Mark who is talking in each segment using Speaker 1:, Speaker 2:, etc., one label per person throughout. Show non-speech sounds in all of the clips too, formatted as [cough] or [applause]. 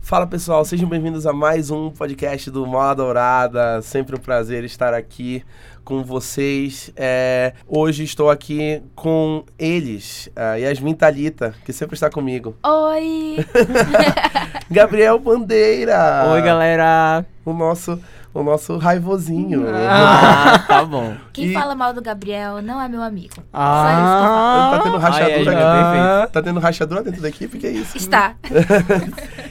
Speaker 1: Fala pessoal, sejam bem-vindos a mais um podcast do Mala Dourada. Sempre um prazer estar aqui com vocês. É, hoje estou aqui com eles, a Yasmin Talita, que sempre está comigo.
Speaker 2: [laughs]
Speaker 3: Oi!
Speaker 1: Gabriel Bandeira.
Speaker 4: Oi, galera.
Speaker 1: O nosso, o nosso raivosinho.
Speaker 4: Ah, tá bom.
Speaker 3: Quem
Speaker 1: E-
Speaker 3: fala mal do Gabriel não é meu amigo.
Speaker 1: Tá tendo
Speaker 4: Ai,
Speaker 1: rachadura
Speaker 4: ai,
Speaker 1: aqui.
Speaker 4: ai.
Speaker 1: Tá tendo rachadura dentro da equipe, que é isso?
Speaker 3: Está.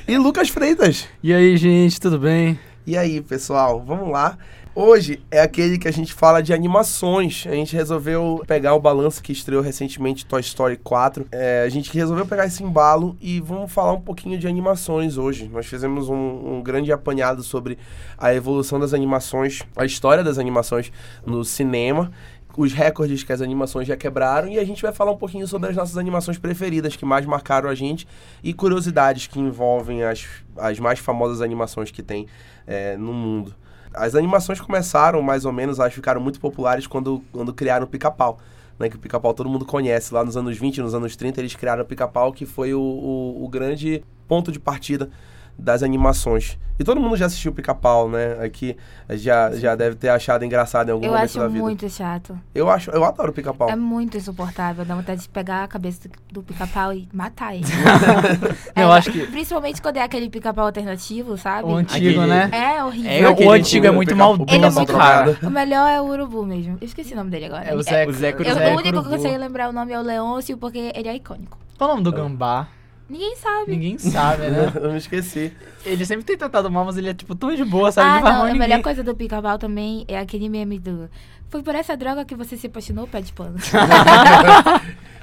Speaker 1: E Lucas Freitas.
Speaker 2: E aí, gente, tudo bem?
Speaker 1: E aí, pessoal, vamos lá. Hoje é aquele que a gente fala de animações. A gente resolveu pegar o balanço que estreou recentemente Toy Story 4. É, a gente resolveu pegar esse embalo e vamos falar um pouquinho de animações hoje. Nós fizemos um, um grande apanhado sobre a evolução das animações, a história das animações no cinema. Os recordes que as animações já quebraram e a gente vai falar um pouquinho sobre as nossas animações preferidas que mais marcaram a gente e curiosidades que envolvem as, as mais famosas animações que tem é, no mundo. As animações começaram, mais ou menos, elas ficaram muito populares quando, quando criaram o pica-pau. Né, que o pica-pau todo mundo conhece. Lá nos anos 20, nos anos 30, eles criaram o pica-pau, que foi o, o- o grande ponto de partida das animações. E todo mundo já assistiu o pica-pau, né? Aqui já, já deve ter achado engraçado em algum
Speaker 3: Eu
Speaker 1: momento da
Speaker 3: acho
Speaker 1: vida.
Speaker 3: muito chato.
Speaker 1: Eu acho, eu adoro o pica-pau.
Speaker 3: É muito insuportável. Dá vontade de pegar a cabeça do- do pica-pau e matar ele.
Speaker 2: [laughs] Eu acho que-
Speaker 3: Principalmente quando é aquele pica-pau alternativo, sabe?
Speaker 2: O antigo,
Speaker 4: Aquele-
Speaker 2: né?
Speaker 3: É horrível.
Speaker 4: É, o
Speaker 2: aquele
Speaker 4: antigo é
Speaker 1: o
Speaker 4: muito
Speaker 1: pica-
Speaker 4: maldoso,
Speaker 1: o pica-pau
Speaker 3: muito
Speaker 1: drogado.
Speaker 3: O melhor é o urubu mesmo. Eu esqueci o nome dele agora.
Speaker 2: É o
Speaker 3: Ele-
Speaker 2: Zé.
Speaker 4: O Zé
Speaker 3: Eu,
Speaker 4: Cruz.
Speaker 2: Zé
Speaker 3: o único que
Speaker 2: Urubu.
Speaker 3: eu consigo lembrar o nome é o Leôncio, porque ele é icônico.
Speaker 2: Qual o nome do gambá?
Speaker 3: Ninguém sabe.
Speaker 2: Ninguém sabe, né?
Speaker 1: [laughs] Eu me esqueci.
Speaker 2: [laughs]
Speaker 3: [laughs]
Speaker 2: Ele sempre tem tratado mal, mas ele é tipo tão de boa, sabe?
Speaker 3: Ah,
Speaker 2: não faz
Speaker 3: não.
Speaker 2: mal
Speaker 3: A
Speaker 2: ninguém.
Speaker 3: melhor coisa do pica-pau também é aquele meme do... Foi por essa droga que você se apaixonou, pé de
Speaker 2: [laughs]
Speaker 3: pano.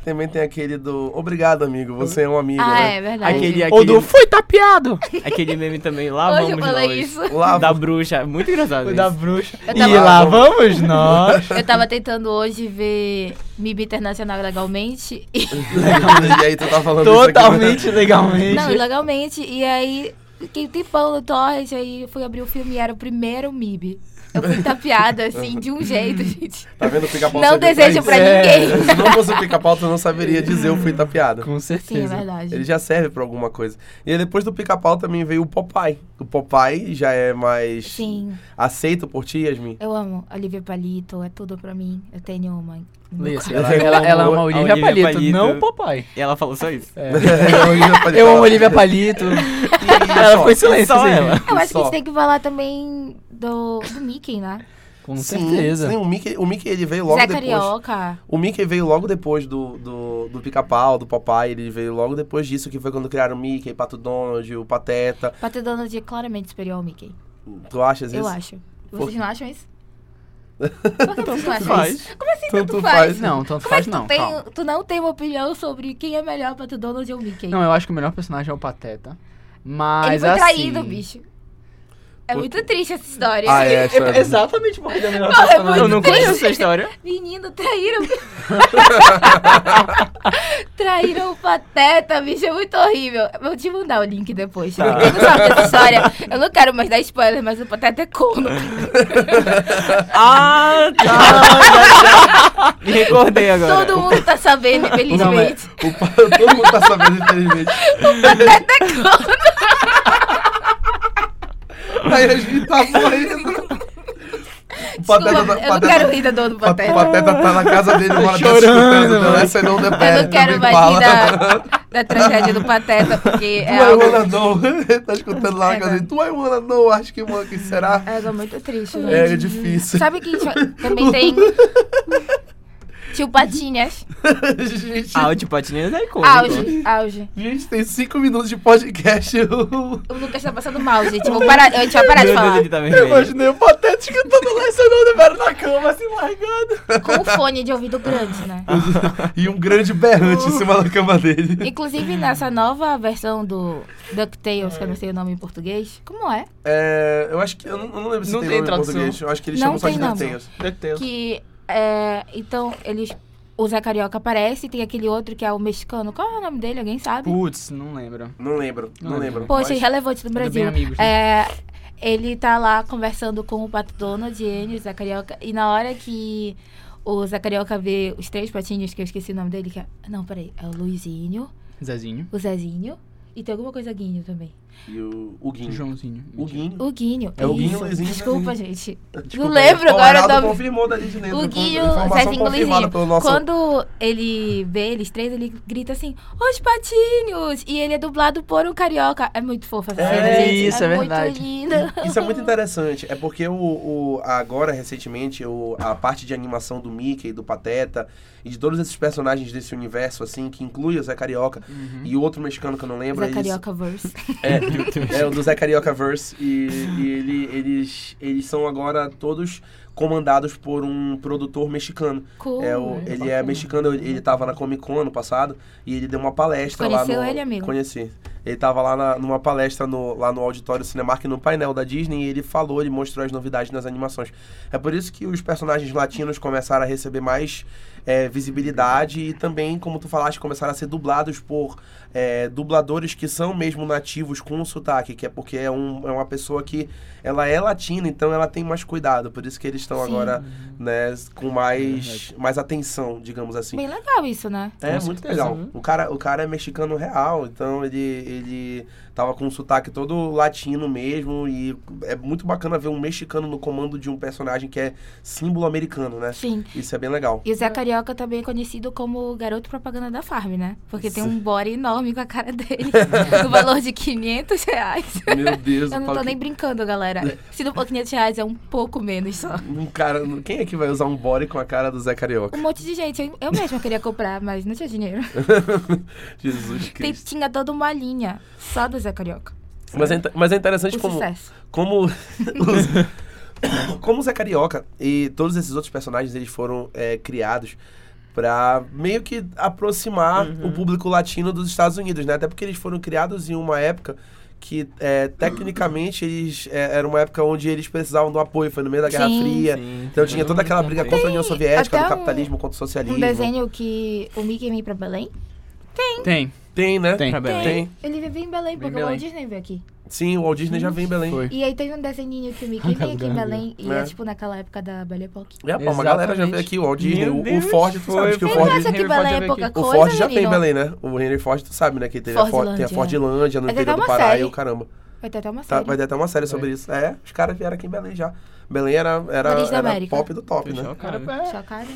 Speaker 1: Também tem aquele do Obrigado, amigo. Você é um amigo,
Speaker 3: ah,
Speaker 1: né?
Speaker 3: é verdade.
Speaker 4: Aquele,
Speaker 2: Ou do
Speaker 4: aquele,
Speaker 2: Fui Tapeado!
Speaker 4: [laughs] aquele meme também, lá
Speaker 3: Hoje eu
Speaker 4: vamos
Speaker 3: falei
Speaker 4: nós.
Speaker 3: isso.
Speaker 1: Lá
Speaker 4: Da bruxa, muito engraçado
Speaker 2: [laughs] Foi
Speaker 4: isso.
Speaker 2: da bruxa.
Speaker 3: Eu
Speaker 2: E
Speaker 3: tava-
Speaker 2: lá vamos [laughs] nós!
Speaker 3: Eu tava tentando hoje ver MIB Internacional legalmente. E...
Speaker 1: [laughs] e aí tu tá falando isso aqui, né?
Speaker 2: Totalmente legalmente.
Speaker 3: Não, legalmente. E aí, fiquei um tempão no Torrent, aí eu fui abrir o filme e era o primeiro MIB. Eu fui tapeada, assim, de um
Speaker 1: Uhum.
Speaker 3: jeito, gente.
Speaker 1: Tá vendo o pica-pau?
Speaker 3: Não
Speaker 1: sabe-
Speaker 3: desejo pra
Speaker 2: é.
Speaker 1: [laughs]
Speaker 3: ninguém.
Speaker 1: Se não fosse o pica-pau, tu não saberia dizer eu fui tapeado.
Speaker 2: Com
Speaker 3: Sim, é
Speaker 2: certeza.
Speaker 1: Ele
Speaker 3: verdade.
Speaker 1: já serve pra alguma coisa. E aí, depois do pica-pau também veio o Popeye. O Popeye já é mais
Speaker 3: Sim,
Speaker 1: aceito por ti,
Speaker 3: [laughs]
Speaker 1: Yasmin? [laughs]
Speaker 3: eu amo Olivia Palito, é tudo pra mim. Eu tenho uma.
Speaker 2: Lê, assim,
Speaker 1: Eu
Speaker 2: ela, ela,
Speaker 3: é
Speaker 2: ela ama
Speaker 1: amo
Speaker 2: a Olivia,
Speaker 4: Olivia
Speaker 2: Palito,
Speaker 4: Palito.
Speaker 2: não o papai. É.
Speaker 4: E ela falou só isso.
Speaker 2: [laughs] Eu amo a Olivia Palito. [laughs] ela ficou em silêncio.
Speaker 4: Só
Speaker 2: assim.
Speaker 4: ela.
Speaker 3: Eu acho que a
Speaker 1: Só.
Speaker 3: gente tem que falar também do, do Mickey, né?
Speaker 2: Com
Speaker 1: Sim,
Speaker 2: certeza.
Speaker 1: sim, o Mickey, o Mickey ele veio logo
Speaker 3: Zé
Speaker 1: depois.
Speaker 3: Carioca.
Speaker 1: O Mickey veio logo depois do, do, do pica-pau, do Popeye. Ele veio logo depois disso, que foi quando criaram o Mickey, Pato Donald, o Pateta.
Speaker 3: Pato Donald é claramente superior ao Mickey.
Speaker 1: Tu achas isso?
Speaker 3: Eu acho.
Speaker 1: Por-
Speaker 3: Vocês não acham isso? Por que vocês não acham
Speaker 4: faz.
Speaker 3: isso? Como assim
Speaker 1: Tanto
Speaker 3: tanto,
Speaker 1: faz.
Speaker 3: faz?
Speaker 2: Não, tanto
Speaker 3: Como é
Speaker 2: faz
Speaker 3: que
Speaker 2: não.
Speaker 3: tu, tem-
Speaker 2: calma.
Speaker 3: tu não tem uma opinião sobre quem é melhor pra tu Donald ou Mickey?
Speaker 2: Não, eu acho que o melhor personagem é o Pateta.
Speaker 3: Ele
Speaker 2: Mas
Speaker 3: foi
Speaker 2: assim...
Speaker 3: traído, bicho. É
Speaker 1: Por-
Speaker 3: muito triste essa história.
Speaker 1: Ah,
Speaker 3: [laughs]
Speaker 1: é,
Speaker 2: É-
Speaker 1: sabe?
Speaker 2: exatamente porque ele é o melhor
Speaker 3: muito
Speaker 4: Eu não
Speaker 3: triste.
Speaker 4: conheço essa história.
Speaker 3: Menino, traíram. traíram o Pateta, bicho, é muito horrível. Vou te mandar o link depois.
Speaker 4: Tá.
Speaker 3: Quem não sabe dessa história, eu não quero mais dar spoiler, mas o Pateta é corno.
Speaker 4: [laughs] Ah, tá. Me recordei agora.
Speaker 3: Todo mundo tá sabendo, infelizmente.
Speaker 2: Não, mas-
Speaker 1: O pa- [laughs] Todo mundo tá sabendo, infelizmente.
Speaker 3: é
Speaker 1: A Yasmin tá morrendo. O
Speaker 3: Desculpa, eu não quero rir da dor do
Speaker 1: Pa-
Speaker 3: Pateta.
Speaker 1: O Pateta tá na casa dele, mora tá
Speaker 2: Chorando,
Speaker 1: escutando. Então
Speaker 2: mano.
Speaker 1: essa não the bad,
Speaker 3: Eu não quero
Speaker 1: também
Speaker 3: mais
Speaker 1: fala.
Speaker 3: rir da, da tragédia do
Speaker 1: [laughs]
Speaker 3: Pateta, porque é
Speaker 1: Tu é
Speaker 3: algo,
Speaker 1: wanna know. [laughs] tá escutando lá na
Speaker 3: É,
Speaker 1: casa dele.
Speaker 3: tá.
Speaker 1: Tu é wanna know, acho que mano, que será?
Speaker 3: é algo muito triste, né?
Speaker 1: É, é difícil.
Speaker 3: Sabe quem cho-
Speaker 1: [laughs]
Speaker 3: também tem? Tio Patinhas.
Speaker 1: [laughs] gente,
Speaker 4: Ah, o de patinhas é icônico.
Speaker 3: Auge,
Speaker 1: então.
Speaker 3: auge.
Speaker 1: gente, tem cinco minutos de podcast. Eu,
Speaker 3: O Lucas tá passando mal, gente. Vou parar, a gente vai parar de
Speaker 4: Meu Deus,
Speaker 3: falar.
Speaker 4: ele tá
Speaker 2: Eu
Speaker 4: vermelho.
Speaker 2: imaginei o Pateta escutando lá
Speaker 1: é
Speaker 2: essa não deveram na cama, assim, largado.
Speaker 3: Com o fone de ouvido grande, né?
Speaker 1: e um grande berrante
Speaker 2: Uh.
Speaker 1: em cima da cama dele.
Speaker 3: Inclusive, nessa nova versão do DuckTales, que eu não sei o nome em português. Como é?
Speaker 1: É, eu acho que. Eu não, eu não lembro se
Speaker 2: Não
Speaker 1: tem,
Speaker 2: tem
Speaker 1: nome em
Speaker 2: tradução.
Speaker 1: português. Eu acho que eles
Speaker 3: Não
Speaker 1: chamam só de
Speaker 3: tem, não.
Speaker 1: DuckTales.
Speaker 3: Que é, então eles o Zé Carioca aparece, tem aquele outro que é o mexicano. Qual é o nome dele? Alguém sabe?
Speaker 2: Putz, não lembro.
Speaker 1: Não lembro, não,
Speaker 2: Não lembro.
Speaker 1: lembro.
Speaker 3: Poxa,
Speaker 1: mas-
Speaker 3: irrelevante do Brasil.
Speaker 2: bem, amigos,
Speaker 1: né?
Speaker 3: É, ele tá lá conversando com o Pato Donald, ele, o Zé Carioca, e na hora que o Zé Carioca vê os três patinhos, que eu esqueci o nome dele, que é... Não, peraí, é o Luizinho,
Speaker 2: Zezinho.
Speaker 3: o Zezinho, e tem alguma coisa guinho também.
Speaker 1: e o, o Guinho.
Speaker 2: Joãozinho.
Speaker 1: O Guinho.
Speaker 3: O Guinho.
Speaker 1: É o Guinho,
Speaker 3: isso.
Speaker 1: Luizinho e
Speaker 3: Desculpa,
Speaker 1: Zezinho.
Speaker 3: gente.
Speaker 1: Desculpa,
Speaker 3: lembro
Speaker 1: o
Speaker 3: agora
Speaker 1: Arnaldo
Speaker 3: do-
Speaker 1: confirmou dali de dentro.
Speaker 3: O
Speaker 1: com-
Speaker 3: Guinho,
Speaker 1: informação
Speaker 3: Zezinho e
Speaker 1: confirmada
Speaker 3: Luizinho.
Speaker 1: pelo nosso-
Speaker 3: Quando ele vê eles três, ele grita assim, os patinhos! E ele é dublado por um carioca. É muito fofa essa
Speaker 1: É,
Speaker 3: cena, gente.
Speaker 2: isso, é
Speaker 3: muito
Speaker 2: verdade.
Speaker 3: linda.
Speaker 1: Isso é muito interessante. É porque o, o- agora, recentemente, o, a parte de animação do Mickey, do Pateta e de todos esses personagens desse universo, assim, que inclui o Zé Carioca
Speaker 2: Uhum.
Speaker 1: e o outro mexicano que eu não lembro.
Speaker 3: [laughs] Zé
Speaker 1: eles-
Speaker 3: Carioca Verse.
Speaker 1: É, o do Zé Carioca Verse. E, e ele- eles, eles são agora todos comandados por um produtor mexicano.
Speaker 3: Cool.
Speaker 1: É o, ele é mexicano, ele tava na Comic Con ano passado e ele deu uma palestra lá.
Speaker 3: Conheceu
Speaker 1: no-
Speaker 3: ele, amigo?
Speaker 1: Conheci. Ele tava lá na- numa palestra no, lá no auditório Cinemark, no painel da Disney, e ele falou, ele mostrou as novidades nas animações. É por isso que os personagens latinos começaram a receber mais é, visibilidade e também, como tu falaste, começaram a ser dublados por é, dubladores que são mesmo nativos com sotaque, que é porque é, um- é uma pessoa que ela é latina, então ela tem mais cuidado. Por isso que eles estão
Speaker 3: Sim.
Speaker 1: agora né, com mais, mais atenção, digamos assim.
Speaker 3: Bem legal isso, né?
Speaker 1: É
Speaker 4: Com
Speaker 1: muito
Speaker 4: certeza,
Speaker 1: legal.
Speaker 4: viu?
Speaker 1: O cara, o cara é mexicano real, então ele, ele tava com um sotaque todo latino mesmo e é muito bacana ver um mexicano no comando de um personagem que é símbolo americano, né?
Speaker 3: Sim.
Speaker 1: Isso é bem
Speaker 3: [laughs]
Speaker 1: legal.
Speaker 3: E o Zé Carioca também é conhecido como o garoto propaganda da Farm, né? Porque tem um body enorme com a
Speaker 1: [laughs]
Speaker 3: cara dele, no valor de 500 reais.
Speaker 1: Meu Deus,
Speaker 3: Eu não
Speaker 1: falo
Speaker 3: tô
Speaker 1: que-
Speaker 3: nem brincando, galera. Se não for 500 reais, é um pouco menos só.
Speaker 1: um cara, quem é que vai usar um body com a cara do Zé Carioca? [laughs]
Speaker 3: Um monte de gente. Eu, eu mesma queria comprar, mas não tinha dinheiro.
Speaker 1: Jesus
Speaker 3: Tem,
Speaker 1: Cristo.
Speaker 3: tinha toda uma linha só do Zé Carioca.
Speaker 1: Mas é, inte- mas é
Speaker 3: né? O
Speaker 1: interessante como
Speaker 3: sucesso. [laughs]
Speaker 1: como como o Zé Carioca e todos esses outros personagens eles foram é, criados pra meio que aproximar
Speaker 3: Uhum.
Speaker 1: o público latino dos Estados Unidos, né? Até porque eles foram criados em uma época que é, tecnicamente eles é, era uma época onde eles precisavam do apoio, foi no meio da Guerra
Speaker 3: Sim.
Speaker 1: Fria. Então tinha toda aquela briga contra a União Soviética,
Speaker 3: até
Speaker 1: do
Speaker 3: um-
Speaker 1: capitalismo contra o socialismo.
Speaker 3: Um desenho que o Mickey vem pra Belém.
Speaker 2: Tem.
Speaker 1: Tem, né?
Speaker 2: Tem.
Speaker 1: Tem.
Speaker 3: Ele vivia em Belém, porque o
Speaker 4: Belém.
Speaker 3: Walt Disney veio aqui.
Speaker 1: Sim, o Walt Disney já vem em Belém.
Speaker 2: Foi.
Speaker 3: E aí teve um desenhinho que o
Speaker 2: [laughs]
Speaker 3: Mickey vem aqui em Belém. E
Speaker 1: É.
Speaker 3: é tipo naquela época da Belle Époque.
Speaker 1: É, pô, uma galera já veio
Speaker 2: Exatamente.
Speaker 1: aqui, o Walt Disney,
Speaker 4: Meu
Speaker 1: o- o
Speaker 4: Deus,
Speaker 1: Ford, tu
Speaker 4: foi.
Speaker 1: sabe que o
Speaker 4: Quem
Speaker 3: Você
Speaker 1: Ford
Speaker 4: vai
Speaker 3: acha que
Speaker 4: Henry Ford
Speaker 3: Belém
Speaker 4: já
Speaker 3: é
Speaker 4: veio
Speaker 3: pouca
Speaker 4: aqui.
Speaker 1: O
Speaker 3: coisa,
Speaker 1: Ford já tem em
Speaker 3: menino?
Speaker 1: Belém, né? O Henry Ford, tu sabe, né? Que teve a Ford, tem a
Speaker 3: Fordlândia.
Speaker 1: Fordlândia no
Speaker 3: Vai ter
Speaker 1: interior do
Speaker 3: até uma
Speaker 1: Pará e
Speaker 3: série.
Speaker 1: o caramba.
Speaker 3: Vai ter até uma
Speaker 1: Tá,
Speaker 3: série.
Speaker 1: vai ter até uma série sobre isso. É, os caras vieram aqui em Belém já. Belém era, era,
Speaker 3: Nariz da
Speaker 1: era
Speaker 3: América.
Speaker 1: pop do top, né?
Speaker 2: é
Speaker 3: Chocada.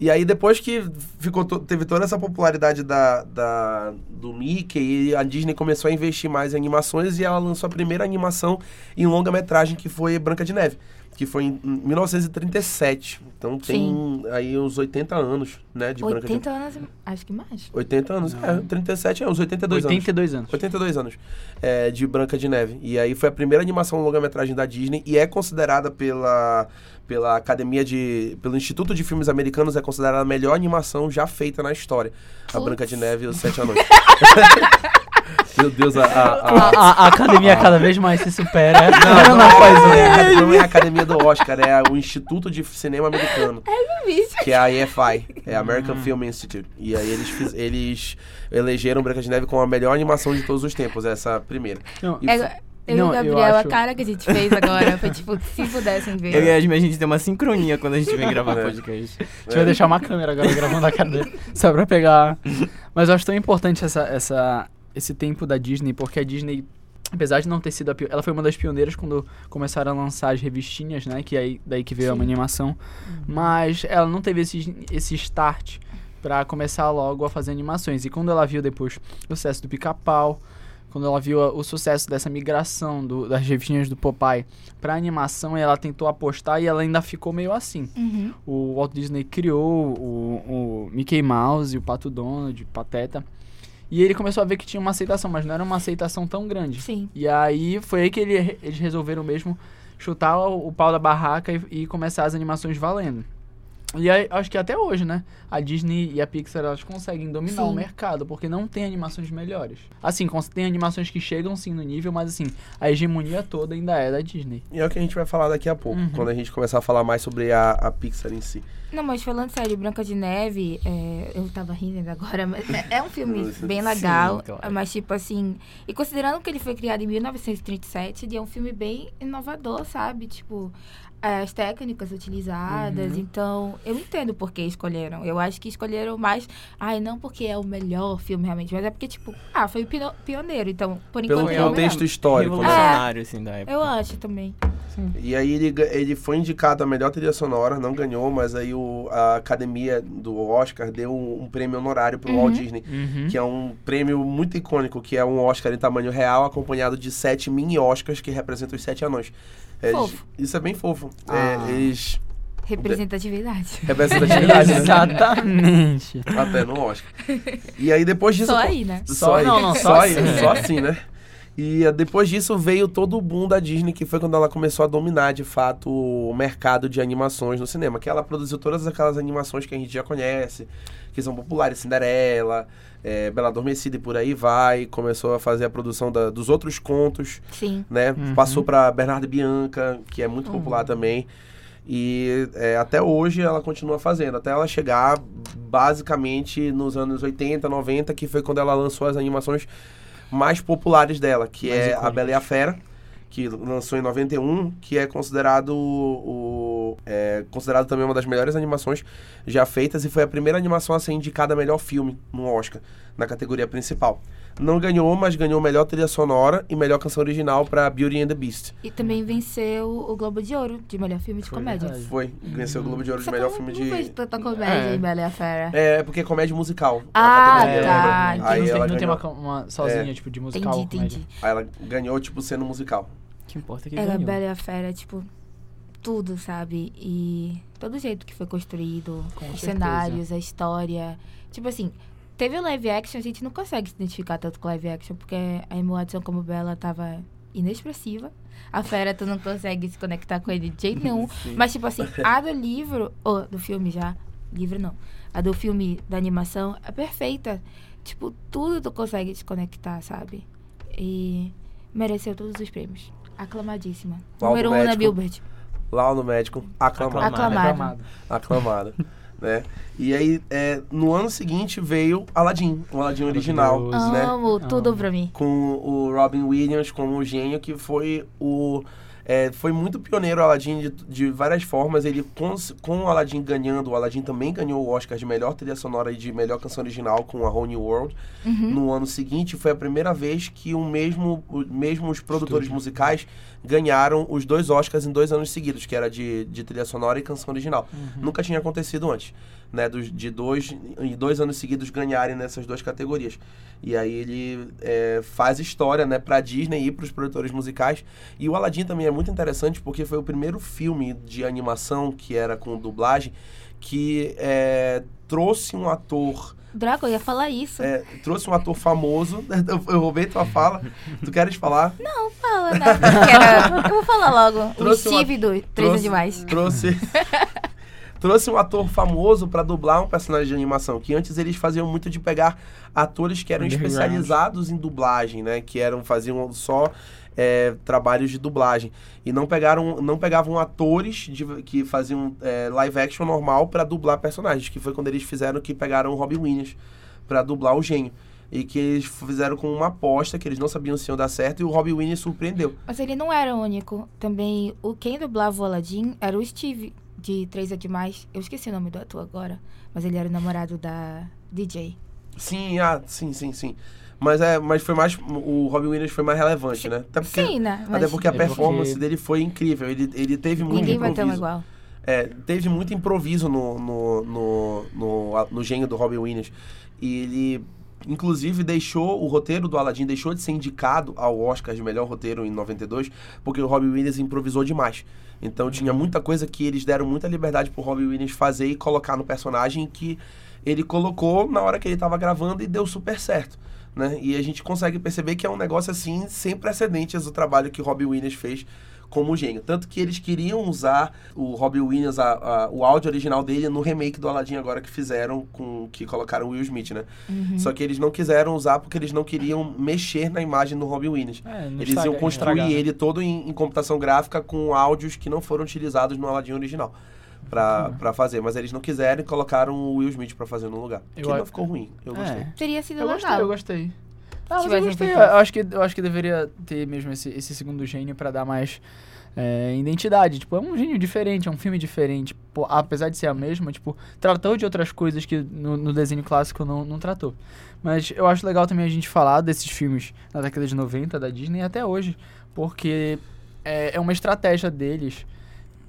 Speaker 1: E aí depois que ficou to- teve toda essa popularidade da, da- do Mickey, e a Disney começou a investir mais em animações e ela lançou a primeira animação em longa-metragem que foi Branca de Neve, que foi em em 1937. Então tem
Speaker 3: Sim.
Speaker 1: aí uns 80 anos, né, de Branca de Neve.
Speaker 3: 80 anos, acho que mais.
Speaker 1: 80 anos,
Speaker 2: Uhum.
Speaker 1: é, 37 é, uns 82 anos.
Speaker 2: 82 anos.
Speaker 1: 82 anos é, de Branca de Neve. E aí foi a primeira animação longa-metragem da Disney e é considerada pela, pela Academia de. pelo Instituto de Filmes Americanos, é considerada a melhor animação já feita na história. A
Speaker 3: Putz.
Speaker 1: Branca de Neve e os Sete Anões. Meu Deus, a. a- a-
Speaker 2: A, a- a academia cada vez mais se supera. [laughs]
Speaker 1: Não, não,
Speaker 2: Ela faz um-
Speaker 1: é, a- não é a Academia do Oscar, é a- o Instituto de Cinema Americano que é a EFI, é a American Film Institute. E aí eles, fiz- eles elegeram Branca de Neve como a melhor animação de todos os tempos, essa primeira.
Speaker 2: Não,
Speaker 1: E
Speaker 3: É, eu e
Speaker 2: Não,
Speaker 3: o
Speaker 2: eu
Speaker 3: Gabriel,
Speaker 2: acho-
Speaker 3: a cara que a gente fez agora foi tipo, se
Speaker 1: [laughs]
Speaker 3: pudessem ver.
Speaker 4: Eu e a Jasmine, a gente tem uma sincronia quando a gente vem gravar
Speaker 1: É.
Speaker 4: podcast.
Speaker 2: A gente vai deixar uma câmera agora gravando a cadeira. [laughs] Só pra pegar. Mas eu acho tão importante essa, essa, esse tempo da Disney, porque a Disney, apesar de não ter sido a pio- Ela foi uma das pioneiras quando começaram a lançar as revistinhas, né? Que aí daí que veio a
Speaker 3: Sim.
Speaker 2: animação. Mas ela não teve esse, esse start pra começar logo a fazer animações. E quando ela viu depois o sucesso do pica-pau. Quando ela viu a- o sucesso dessa migração do- das revistinhas do Popeye pra animação, ela tentou apostar e ela ainda ficou meio assim.
Speaker 3: Uhum.
Speaker 2: O Walt Disney criou o, o Mickey Mouse, o Pato Donald, Pateta. E ele começou a ver que tinha uma aceitação, mas não era uma aceitação tão grande.
Speaker 3: Sim.
Speaker 2: E aí foi aí que ele- eles resolveram mesmo chutar o, o pau da barraca e, e começar as animações valendo. E aí, acho que até hoje, né? A Disney e a Pixar, elas conseguem dominar o
Speaker 3: Sim.
Speaker 2: mercado, porque não tem animações melhores. Assim, cons- tem animações que chegam sim no nível, mas assim, a hegemonia toda ainda é da Disney.
Speaker 1: E é o que a gente vai falar daqui a pouco,
Speaker 2: Uhum.
Speaker 1: quando a gente começar a falar mais sobre a, a Pixar em si.
Speaker 3: Não, mas falando sério, Branca de Neve, é, eu tava rindo ainda agora, mas é, é um filme
Speaker 1: Nossa,
Speaker 3: bem legal.
Speaker 4: sim, claro.
Speaker 3: Mas tipo assim, e considerando que ele foi criado em 1937, ele é um filme bem inovador, sabe? Tipo, as técnicas utilizadas, então escolheram. Eu entendo por que escolheram. Eu acho que escolheram mais. Ai, não porque é o melhor filme realmente, mas é porque, tipo, ah, foi o pino- pioneiro. Então, por
Speaker 1: Pelo
Speaker 3: enquanto.
Speaker 4: Foi
Speaker 3: é o
Speaker 4: algo
Speaker 1: contexto
Speaker 3: melhor.
Speaker 1: histórico, né?
Speaker 4: Revolucionário, assim, da época.
Speaker 3: Eu acho também.
Speaker 1: E aí ele, ga- ele foi indicado a melhor trilha sonora, não ganhou, mas aí o- a academia do Oscar deu um, um prêmio honorário pro Walt Disney.
Speaker 2: Uhum.
Speaker 3: Hum?
Speaker 2: [laughs]
Speaker 1: Que é um prêmio muito icônico, que é um Oscar em tamanho real, acompanhado de sete mini-Oscars que representam os sete anões. Eles-
Speaker 3: Fofo.
Speaker 1: Isso é bem fofo.
Speaker 2: Ah.
Speaker 1: É, eles
Speaker 3: Representatividade.
Speaker 1: representatividade, né?
Speaker 2: Exatamente.
Speaker 1: Até no Oscar. E aí depois disso.
Speaker 3: Só
Speaker 1: pô,
Speaker 3: aí, né?
Speaker 2: Só- não, não, só
Speaker 1: aí,
Speaker 2: assim.
Speaker 1: só assim, né? E eh, depois disso veio todo o boom da Disney, que foi quando ela começou a dominar de fato o mercado de animações no cinema. Que ela produziu todas aquelas animações que a gente já conhece, que são populares, Cinderela, eh, Bela Adormecida e por aí vai. Começou a fazer a produção da- dos outros contos
Speaker 3: Sim.
Speaker 1: né?
Speaker 2: Uhum.
Speaker 1: Passou para Bernardo e Bianca, que é muito popular também. E é, até hoje ela continua fazendo, até ela chegar basicamente nos anos 80, 90, que foi quando ela lançou as animações mais populares dela, que
Speaker 2: Mais
Speaker 1: é A
Speaker 2: icônicas.
Speaker 1: Bela e a Fera, que lançou em 91, que é considerado o, é considerado também uma das melhores animações já feitas e foi a primeira animação a ser indicada a melhor filme no Oscar, na categoria principal. Não ganhou, mas ganhou melhor trilha sonora e melhor canção original pra Beauty and the Beast.
Speaker 3: E também venceu o Globo de Ouro de melhor filme de
Speaker 2: Foi
Speaker 3: comédia. tá
Speaker 2: verdade.
Speaker 1: Foi, venceu o Globo de Ouro de
Speaker 3: Só
Speaker 1: melhor
Speaker 3: que eu
Speaker 1: filme
Speaker 3: não- Não
Speaker 1: de.
Speaker 3: vejo tanta comédia
Speaker 2: É.
Speaker 3: em Bela e a Fera.
Speaker 1: É, porque é comédia musical. a
Speaker 3: Ah,
Speaker 1: categoria, lembra?
Speaker 3: tá,
Speaker 2: Aí
Speaker 1: É, Aí
Speaker 2: não tem,
Speaker 1: ela,
Speaker 2: não tem
Speaker 1: ganhou, É.
Speaker 2: uma, uma sozinha, tipo, de musical.
Speaker 3: entendi,
Speaker 2: comédia.
Speaker 3: entendi.
Speaker 1: aí ela ganhou, tipo, sendo musical.
Speaker 4: O que importa é que
Speaker 3: Ela é
Speaker 4: ganhou.
Speaker 3: Bela e a Fera, tipo, tudo, sabe? E todo jeito que foi construído,
Speaker 2: Com
Speaker 3: os
Speaker 2: certeza.
Speaker 3: cenários, a história. Tipo assim, teve o live action, a gente não consegue se identificar tanto com live action, porque a Emma Watson como Bela tava inexpressiva. A Fera, tu não consegue se conectar com ele de jeito
Speaker 2: [laughs]
Speaker 3: nenhum. Mas, tipo assim, a do livro, ou do filme já, livro não, a do filme da animação é perfeita. Tipo, tudo tu consegue se conectar, sabe? E mereceu todos os prêmios. Aclamadíssima.
Speaker 1: Laudo
Speaker 3: Número um na
Speaker 1: médico.
Speaker 3: Billboard.
Speaker 1: Lá no médico, aclamado.
Speaker 4: Aclamado.
Speaker 3: Aclamado.
Speaker 2: Aclamado.
Speaker 1: Aclamado. né? E aí, é, no ano seguinte veio Aladdin, o Aladdin original,
Speaker 2: Maravilhoso.
Speaker 1: né?
Speaker 3: Amo tudo pra mim.
Speaker 1: com o Robin Williams como o gênio, que foi o. é, foi muito pioneiro o Aladdin de, de várias formas. Ele, com, com o Aladdin ganhando, o Aladdin também ganhou o Oscar de melhor trilha sonora e de melhor canção original com a Whole New World. No ano seguinte, foi a primeira vez que o mesmo, o, mesmo os produtores musicais ganharam os dois Oscars em dois anos seguidos, que era de, de trilha sonora e canção original. Nunca tinha acontecido antes, né? Dos, de dois, em dois anos seguidos ganharem nessas duas categorias. E aí ele é, faz história, né, pra Disney e pros produtores musicais. E o Aladdin também é muito interessante porque foi o primeiro filme de animação que era com dublagem que é, trouxe um ator.
Speaker 3: Draco, eu ia falar isso.
Speaker 1: é, trouxe um ator famoso. [laughs] Eu- Eu roubei tua fala. Tu queres falar?
Speaker 3: Não fala nada. que era- Eu vou falar logo.
Speaker 1: [laughs] Trouxe
Speaker 3: o
Speaker 1: uma-
Speaker 3: Steve do Três é
Speaker 1: Trouxe-
Speaker 3: Demais.
Speaker 1: Trouxe. Trouxe um ator famoso pra dublar um personagem de animação, que antes eles faziam muito de pegar atores que eram
Speaker 4: Underground.
Speaker 1: especializados em dublagem, né? Que eram faziam só é, trabalhos de dublagem e não pegaram, não pegavam atores de- que faziam é, live action normal pra dublar personagens, que foi quando eles fizeram que pegaram o Robin Williams pra dublar o gênio e que eles fizeram com uma aposta que eles não sabiam se iam dar certo e o Robin Williams surpreendeu.
Speaker 3: Mas ele não era o único. Também, o quem dublava o Aladdin era o Steve, de Três é Demais. Eu esqueci o nome do ator agora, mas ele era o namorado da DJ.
Speaker 1: Sim, ah, sim, sim, sim. Mas, é, mas foi mais. O Robin Williams foi mais relevante, né? Até porque,
Speaker 3: Sim, né? Mas
Speaker 1: até porque a
Speaker 2: É porque-
Speaker 1: performance dele foi incrível. Ele, ele teve muito
Speaker 3: ninguém vai ter um
Speaker 1: improviso.
Speaker 3: igual.
Speaker 1: É, teve muito improviso no, no, no, no, no gênio do Robin Williams. E ele, inclusive, deixou o roteiro do Aladdin deixou de ser indicado ao Oscar de melhor roteiro em 92, porque o Robin Williams improvisou demais. Então tinha muita coisa que eles deram muita liberdade pro Robin Williams fazer e colocar no personagem que ele colocou na hora que ele tava gravando e deu super certo. Né? E a gente consegue perceber que é um negócio assim sem precedentes o trabalho que Robin Williams fez como gênio. Tanto que eles queriam usar o Robin Williams, a- a- o áudio original dele, no remake do Aladdin agora que fizeram, com que colocaram o Will Smith, né? Só que eles não quiseram usar porque eles não queriam mexer na imagem do Robin Williams.
Speaker 2: É, não
Speaker 1: Eles
Speaker 2: estraga-
Speaker 1: iam construir
Speaker 2: estragar, né?
Speaker 1: ele todo em, em computação gráfica com áudios que não foram utilizados no Aladdin original pra, pra fazer. Mas eles não quiseram e colocaram o Will Smith pra fazer no lugar.
Speaker 2: Eu
Speaker 1: que
Speaker 2: a-
Speaker 1: não ficou ruim. Eu gostei.
Speaker 2: É.
Speaker 3: Teria sido
Speaker 2: Eu gostei,
Speaker 3: legal.
Speaker 2: eu gostei. Ah, mas eu
Speaker 3: Tivessem
Speaker 2: gostei.
Speaker 3: feito
Speaker 2: Eu
Speaker 3: isso.
Speaker 2: acho, que, eu acho que deveria ter mesmo esse, esse segundo gênio pra dar mais é, identidade. Tipo, é um gênio diferente, é um filme diferente. Pô, apesar de ser a mesma, tipo, tratou de outras coisas que no, no desenho clássico não, não tratou. Mas eu acho legal também a gente falar desses filmes na década de 90 da Disney até hoje, porque é, é uma estratégia deles.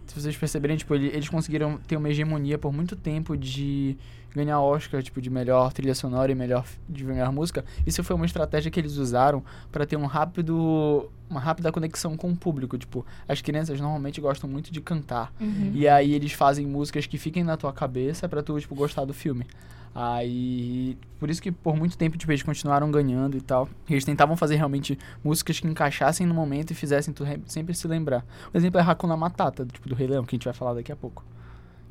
Speaker 2: Se vocês perceberem, tipo, ele- eles conseguiram ter uma hegemonia por muito tempo de ganhar Oscar, tipo, de melhor trilha sonora e melhor f- de melhor música. Isso foi uma estratégia que eles usaram para ter um rápido uma rápida conexão com o público, tipo, as crianças normalmente gostam muito de cantar.
Speaker 3: Uhum.
Speaker 2: E aí eles fazem músicas que fiquem na tua cabeça pra tu, tipo, gostar do filme. Aí, por isso que por muito tempo, tipo, eles continuaram ganhando e tal. Eles tentavam fazer realmente músicas que encaixassem no momento e fizessem tu re- sempre se lembrar. Um exemplo é Hakuna Matata, tipo, do Rei Leão, que a gente vai falar daqui a pouco.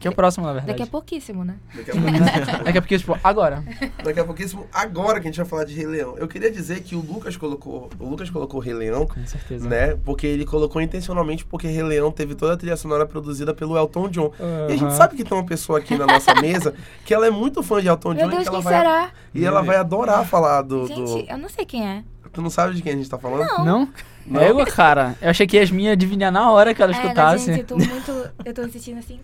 Speaker 2: Que é o próximo, na verdade.
Speaker 3: Daqui a pouquíssimo, né?
Speaker 1: Daqui a pouquíssimo.
Speaker 2: [laughs] Daqui a pouco, tipo, agora.
Speaker 1: Daqui a pouquíssimo, agora que a gente vai falar de Rei Leão. Eu queria dizer que o Lucas colocou. O Lucas colocou Rei Leão,
Speaker 2: Com certeza.
Speaker 1: né? Porque ele colocou intencionalmente porque Rei Leão teve toda a trilha sonora produzida pelo Elton John. E a gente sabe que tem uma pessoa aqui na
Speaker 2: [laughs]
Speaker 1: nossa mesa que ela é muito fã de Elton John
Speaker 3: Meu
Speaker 1: e,
Speaker 3: Deus,
Speaker 1: que ela
Speaker 3: quem
Speaker 1: vai,
Speaker 3: será?
Speaker 1: e
Speaker 2: Uhum.
Speaker 1: ela vai adorar falar do, do-
Speaker 3: Gente, eu não sei quem é.
Speaker 1: Tu não sabe de quem a gente tá falando?
Speaker 2: Não?
Speaker 1: Não.
Speaker 2: Égua, cara. Eu achei que as minhas adivinhar na hora que ela
Speaker 3: É,
Speaker 2: escutasse.
Speaker 3: gente, eu tô muito. Eu tô assistindo assim.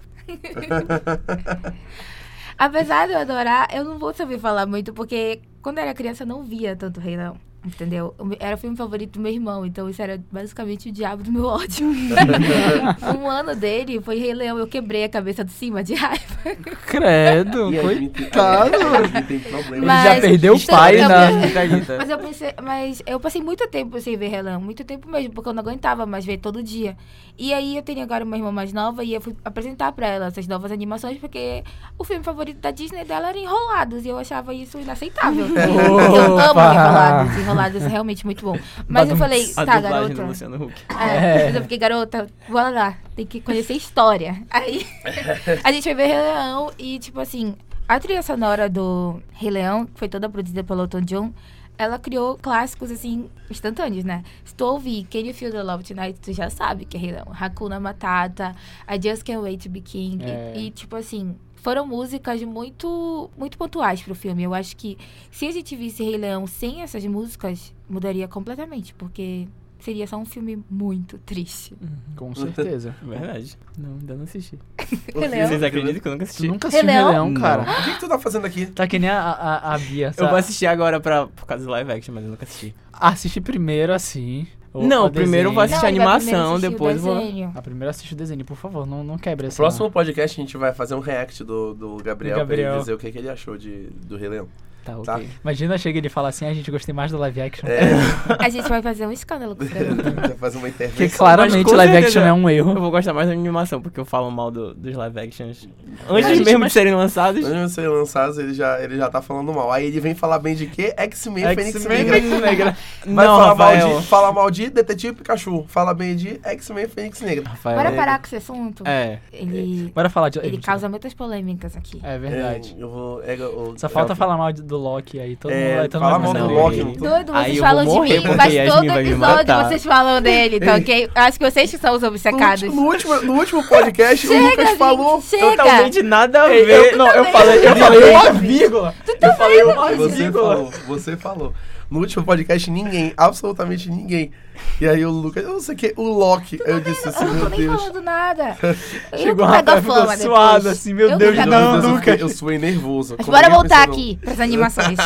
Speaker 3: Apesar de eu adorar, eu não vou saber falar muito, porque quando eu era criança eu não via tanto Rei Leão. Entendeu? O meu- Era o filme favorito do meu irmão, então isso era basicamente o diabo do meu ódio. um ano dele foi Rei Leão, eu quebrei a cabeça de cima de raiva.
Speaker 2: Credo,
Speaker 1: E a
Speaker 2: foi.
Speaker 1: gente tem-
Speaker 2: coitado.
Speaker 1: a gente tem problema.
Speaker 3: Mas-
Speaker 2: Ele já perdeu o
Speaker 3: Então,
Speaker 2: pai
Speaker 3: eu-
Speaker 2: na.
Speaker 3: Mas eu pensei, mas eu passei muito tempo sem ver Rei Leão, muito tempo mesmo, porque eu não aguentava mais ver todo dia. E aí eu tenho agora uma irmã mais nova e eu fui apresentar pra ela essas novas animações, porque o filme favorito da Disney dela era Enrolados, e eu achava isso
Speaker 2: [laughs]
Speaker 3: inaceitável. eu amo
Speaker 2: Opa!
Speaker 3: Enrolados, Enrolados é realmente muito bom. Mas eu
Speaker 2: Badum.
Speaker 3: falei,
Speaker 4: A
Speaker 3: tá,
Speaker 4: dublagem
Speaker 3: garota.
Speaker 4: do Luciano Huck.
Speaker 3: É,
Speaker 2: É.
Speaker 3: Mas eu fiquei, garota, bora lá, tem que conhecer história. Aí a gente foi ver Rei Leão e, tipo assim, a trilha sonora do Rei Leão, que foi toda produzida pelo Elton John, ela criou clássicos, assim, instantâneos, né? Se tu ouvir Can You Feel the Love Tonight, tu já sabe que é Rei Leão. Hakuna Matata, I Just Can't Wait to Be King.
Speaker 2: É.
Speaker 3: E, tipo assim, foram músicas muito, muito pontuais pro filme. Eu acho que se a gente visse Rei Leão sem essas músicas, mudaria completamente, porque seria só um filme muito
Speaker 4: [laughs]
Speaker 3: triste.
Speaker 2: Com certeza.
Speaker 4: Verdade. Não, ainda não assisti.
Speaker 3: Rei Leão.
Speaker 4: Vocês acreditam que eu nunca
Speaker 2: Tu
Speaker 4: assisti?
Speaker 2: nunca assistiu
Speaker 3: Leão?
Speaker 2: Leão, cara.
Speaker 1: O que, que tu tá fazendo aqui?
Speaker 2: Tá que nem a, a, a Bia,
Speaker 4: Eu
Speaker 2: sabe?
Speaker 4: vou assistir agora pra, por causa do live action, mas eu nunca assisti.
Speaker 2: Assiste primeiro assim. o-
Speaker 4: Não,
Speaker 2: o
Speaker 4: primeiro eu vou
Speaker 2: desenho.
Speaker 4: assistir a
Speaker 3: ele vai
Speaker 4: animação,
Speaker 3: primeiro assistir o
Speaker 4: depois vou-
Speaker 3: desenho.
Speaker 2: Ah, primeiro assiste o desenho, por favor, não, não quebre essa.
Speaker 1: Próximo podcast a gente vai fazer um react do, do Gabriel, pra ele
Speaker 2: Gabriel.
Speaker 1: dizer o que, que ele achou de, do Rei Leão.
Speaker 4: Tá, ok.
Speaker 1: Tá.
Speaker 2: Imagina, chega ele e fala assim: a gente gostei mais do live action.
Speaker 1: É,
Speaker 3: A gente vai fazer um
Speaker 4: [laughs]
Speaker 3: escândalo com o Fernando.
Speaker 1: vai fazer uma
Speaker 2: [laughs] Porque
Speaker 1: intervenção.
Speaker 2: claramente
Speaker 4: com
Speaker 2: live
Speaker 4: certeza.
Speaker 2: action é
Speaker 4: Eu
Speaker 2: um erro.
Speaker 4: vou gostar mais da animação, porque eu falo mal do- dos live actions.
Speaker 1: Mas,
Speaker 4: Antes
Speaker 1: gente,
Speaker 4: mesmo de serem lançados.
Speaker 1: Antes de serem lançados, ele já, ele já tá falando mal. Aí ele vem falar bem de quê? X-Men,
Speaker 3: é
Speaker 1: Fênix
Speaker 4: X-Men,
Speaker 1: Negra.
Speaker 4: Fênix Negra.
Speaker 1: Vai
Speaker 4: Não,
Speaker 1: falar,
Speaker 4: Rafael.
Speaker 1: Mal de, fala mal de Detetive Pikachu. Fala bem de X-Men, Fênix Negra.
Speaker 4: Rafael.
Speaker 3: Bora parar com esse assunto?
Speaker 4: É.
Speaker 3: Ele,
Speaker 2: Bora falar de.
Speaker 3: ele causa muitas polêmicas aqui.
Speaker 2: É verdade.
Speaker 1: É, eu vou... é, eu-
Speaker 2: Só falta
Speaker 1: eu-
Speaker 2: falar mal de- do Loki aí. Todo
Speaker 1: É,
Speaker 2: mundo vai todo
Speaker 1: falar mal
Speaker 2: mundo vai
Speaker 1: do
Speaker 2: saber.
Speaker 1: Loki.
Speaker 3: Doido,
Speaker 4: Aí
Speaker 3: vocês
Speaker 4: eu vou
Speaker 3: falam de
Speaker 4: morrer,
Speaker 3: mim,
Speaker 4: porque a
Speaker 3: mas
Speaker 4: Yasmin
Speaker 3: todo
Speaker 4: vai me
Speaker 3: episódio
Speaker 4: matar.
Speaker 3: vocês falam dele, tá
Speaker 4: [laughs]
Speaker 3: ok? Acho que vocês que são os
Speaker 1: No
Speaker 3: obcecados.
Speaker 1: último- No último, no último podcast, o
Speaker 3: Chega,
Speaker 1: Lucas
Speaker 3: gente,
Speaker 1: falou...
Speaker 3: chega!
Speaker 4: Totalmente nada a ver.
Speaker 3: eu
Speaker 4: não, eu
Speaker 3: também.
Speaker 4: falei, eu
Speaker 3: Eu
Speaker 2: É,
Speaker 4: falei
Speaker 3: também.
Speaker 4: uma vírgula. eu falei uma
Speaker 1: Você
Speaker 4: vírgula.
Speaker 1: falou, você falou. No último podcast, ninguém, absolutamente ninguém. E aí o Lucas, eu não sei o que, o Loki. eu disse assim,
Speaker 3: Eu não tô
Speaker 1: meu
Speaker 3: nem
Speaker 1: Deus.
Speaker 3: falando nada. Eu
Speaker 4: Chegou
Speaker 3: que
Speaker 4: a
Speaker 3: pego
Speaker 4: Rafael, ficou
Speaker 3: fama
Speaker 4: suado
Speaker 3: depois.
Speaker 4: assim, meu
Speaker 3: Eu
Speaker 4: Deus,
Speaker 3: que pego
Speaker 4: não,
Speaker 3: a
Speaker 1: Deus, eu
Speaker 3: fama.
Speaker 1: fiquei- Eu suei nervoso.
Speaker 3: Mas
Speaker 1: Como
Speaker 3: bora
Speaker 1: ninguém
Speaker 3: voltar
Speaker 1: percebeu.
Speaker 3: aqui pras animações.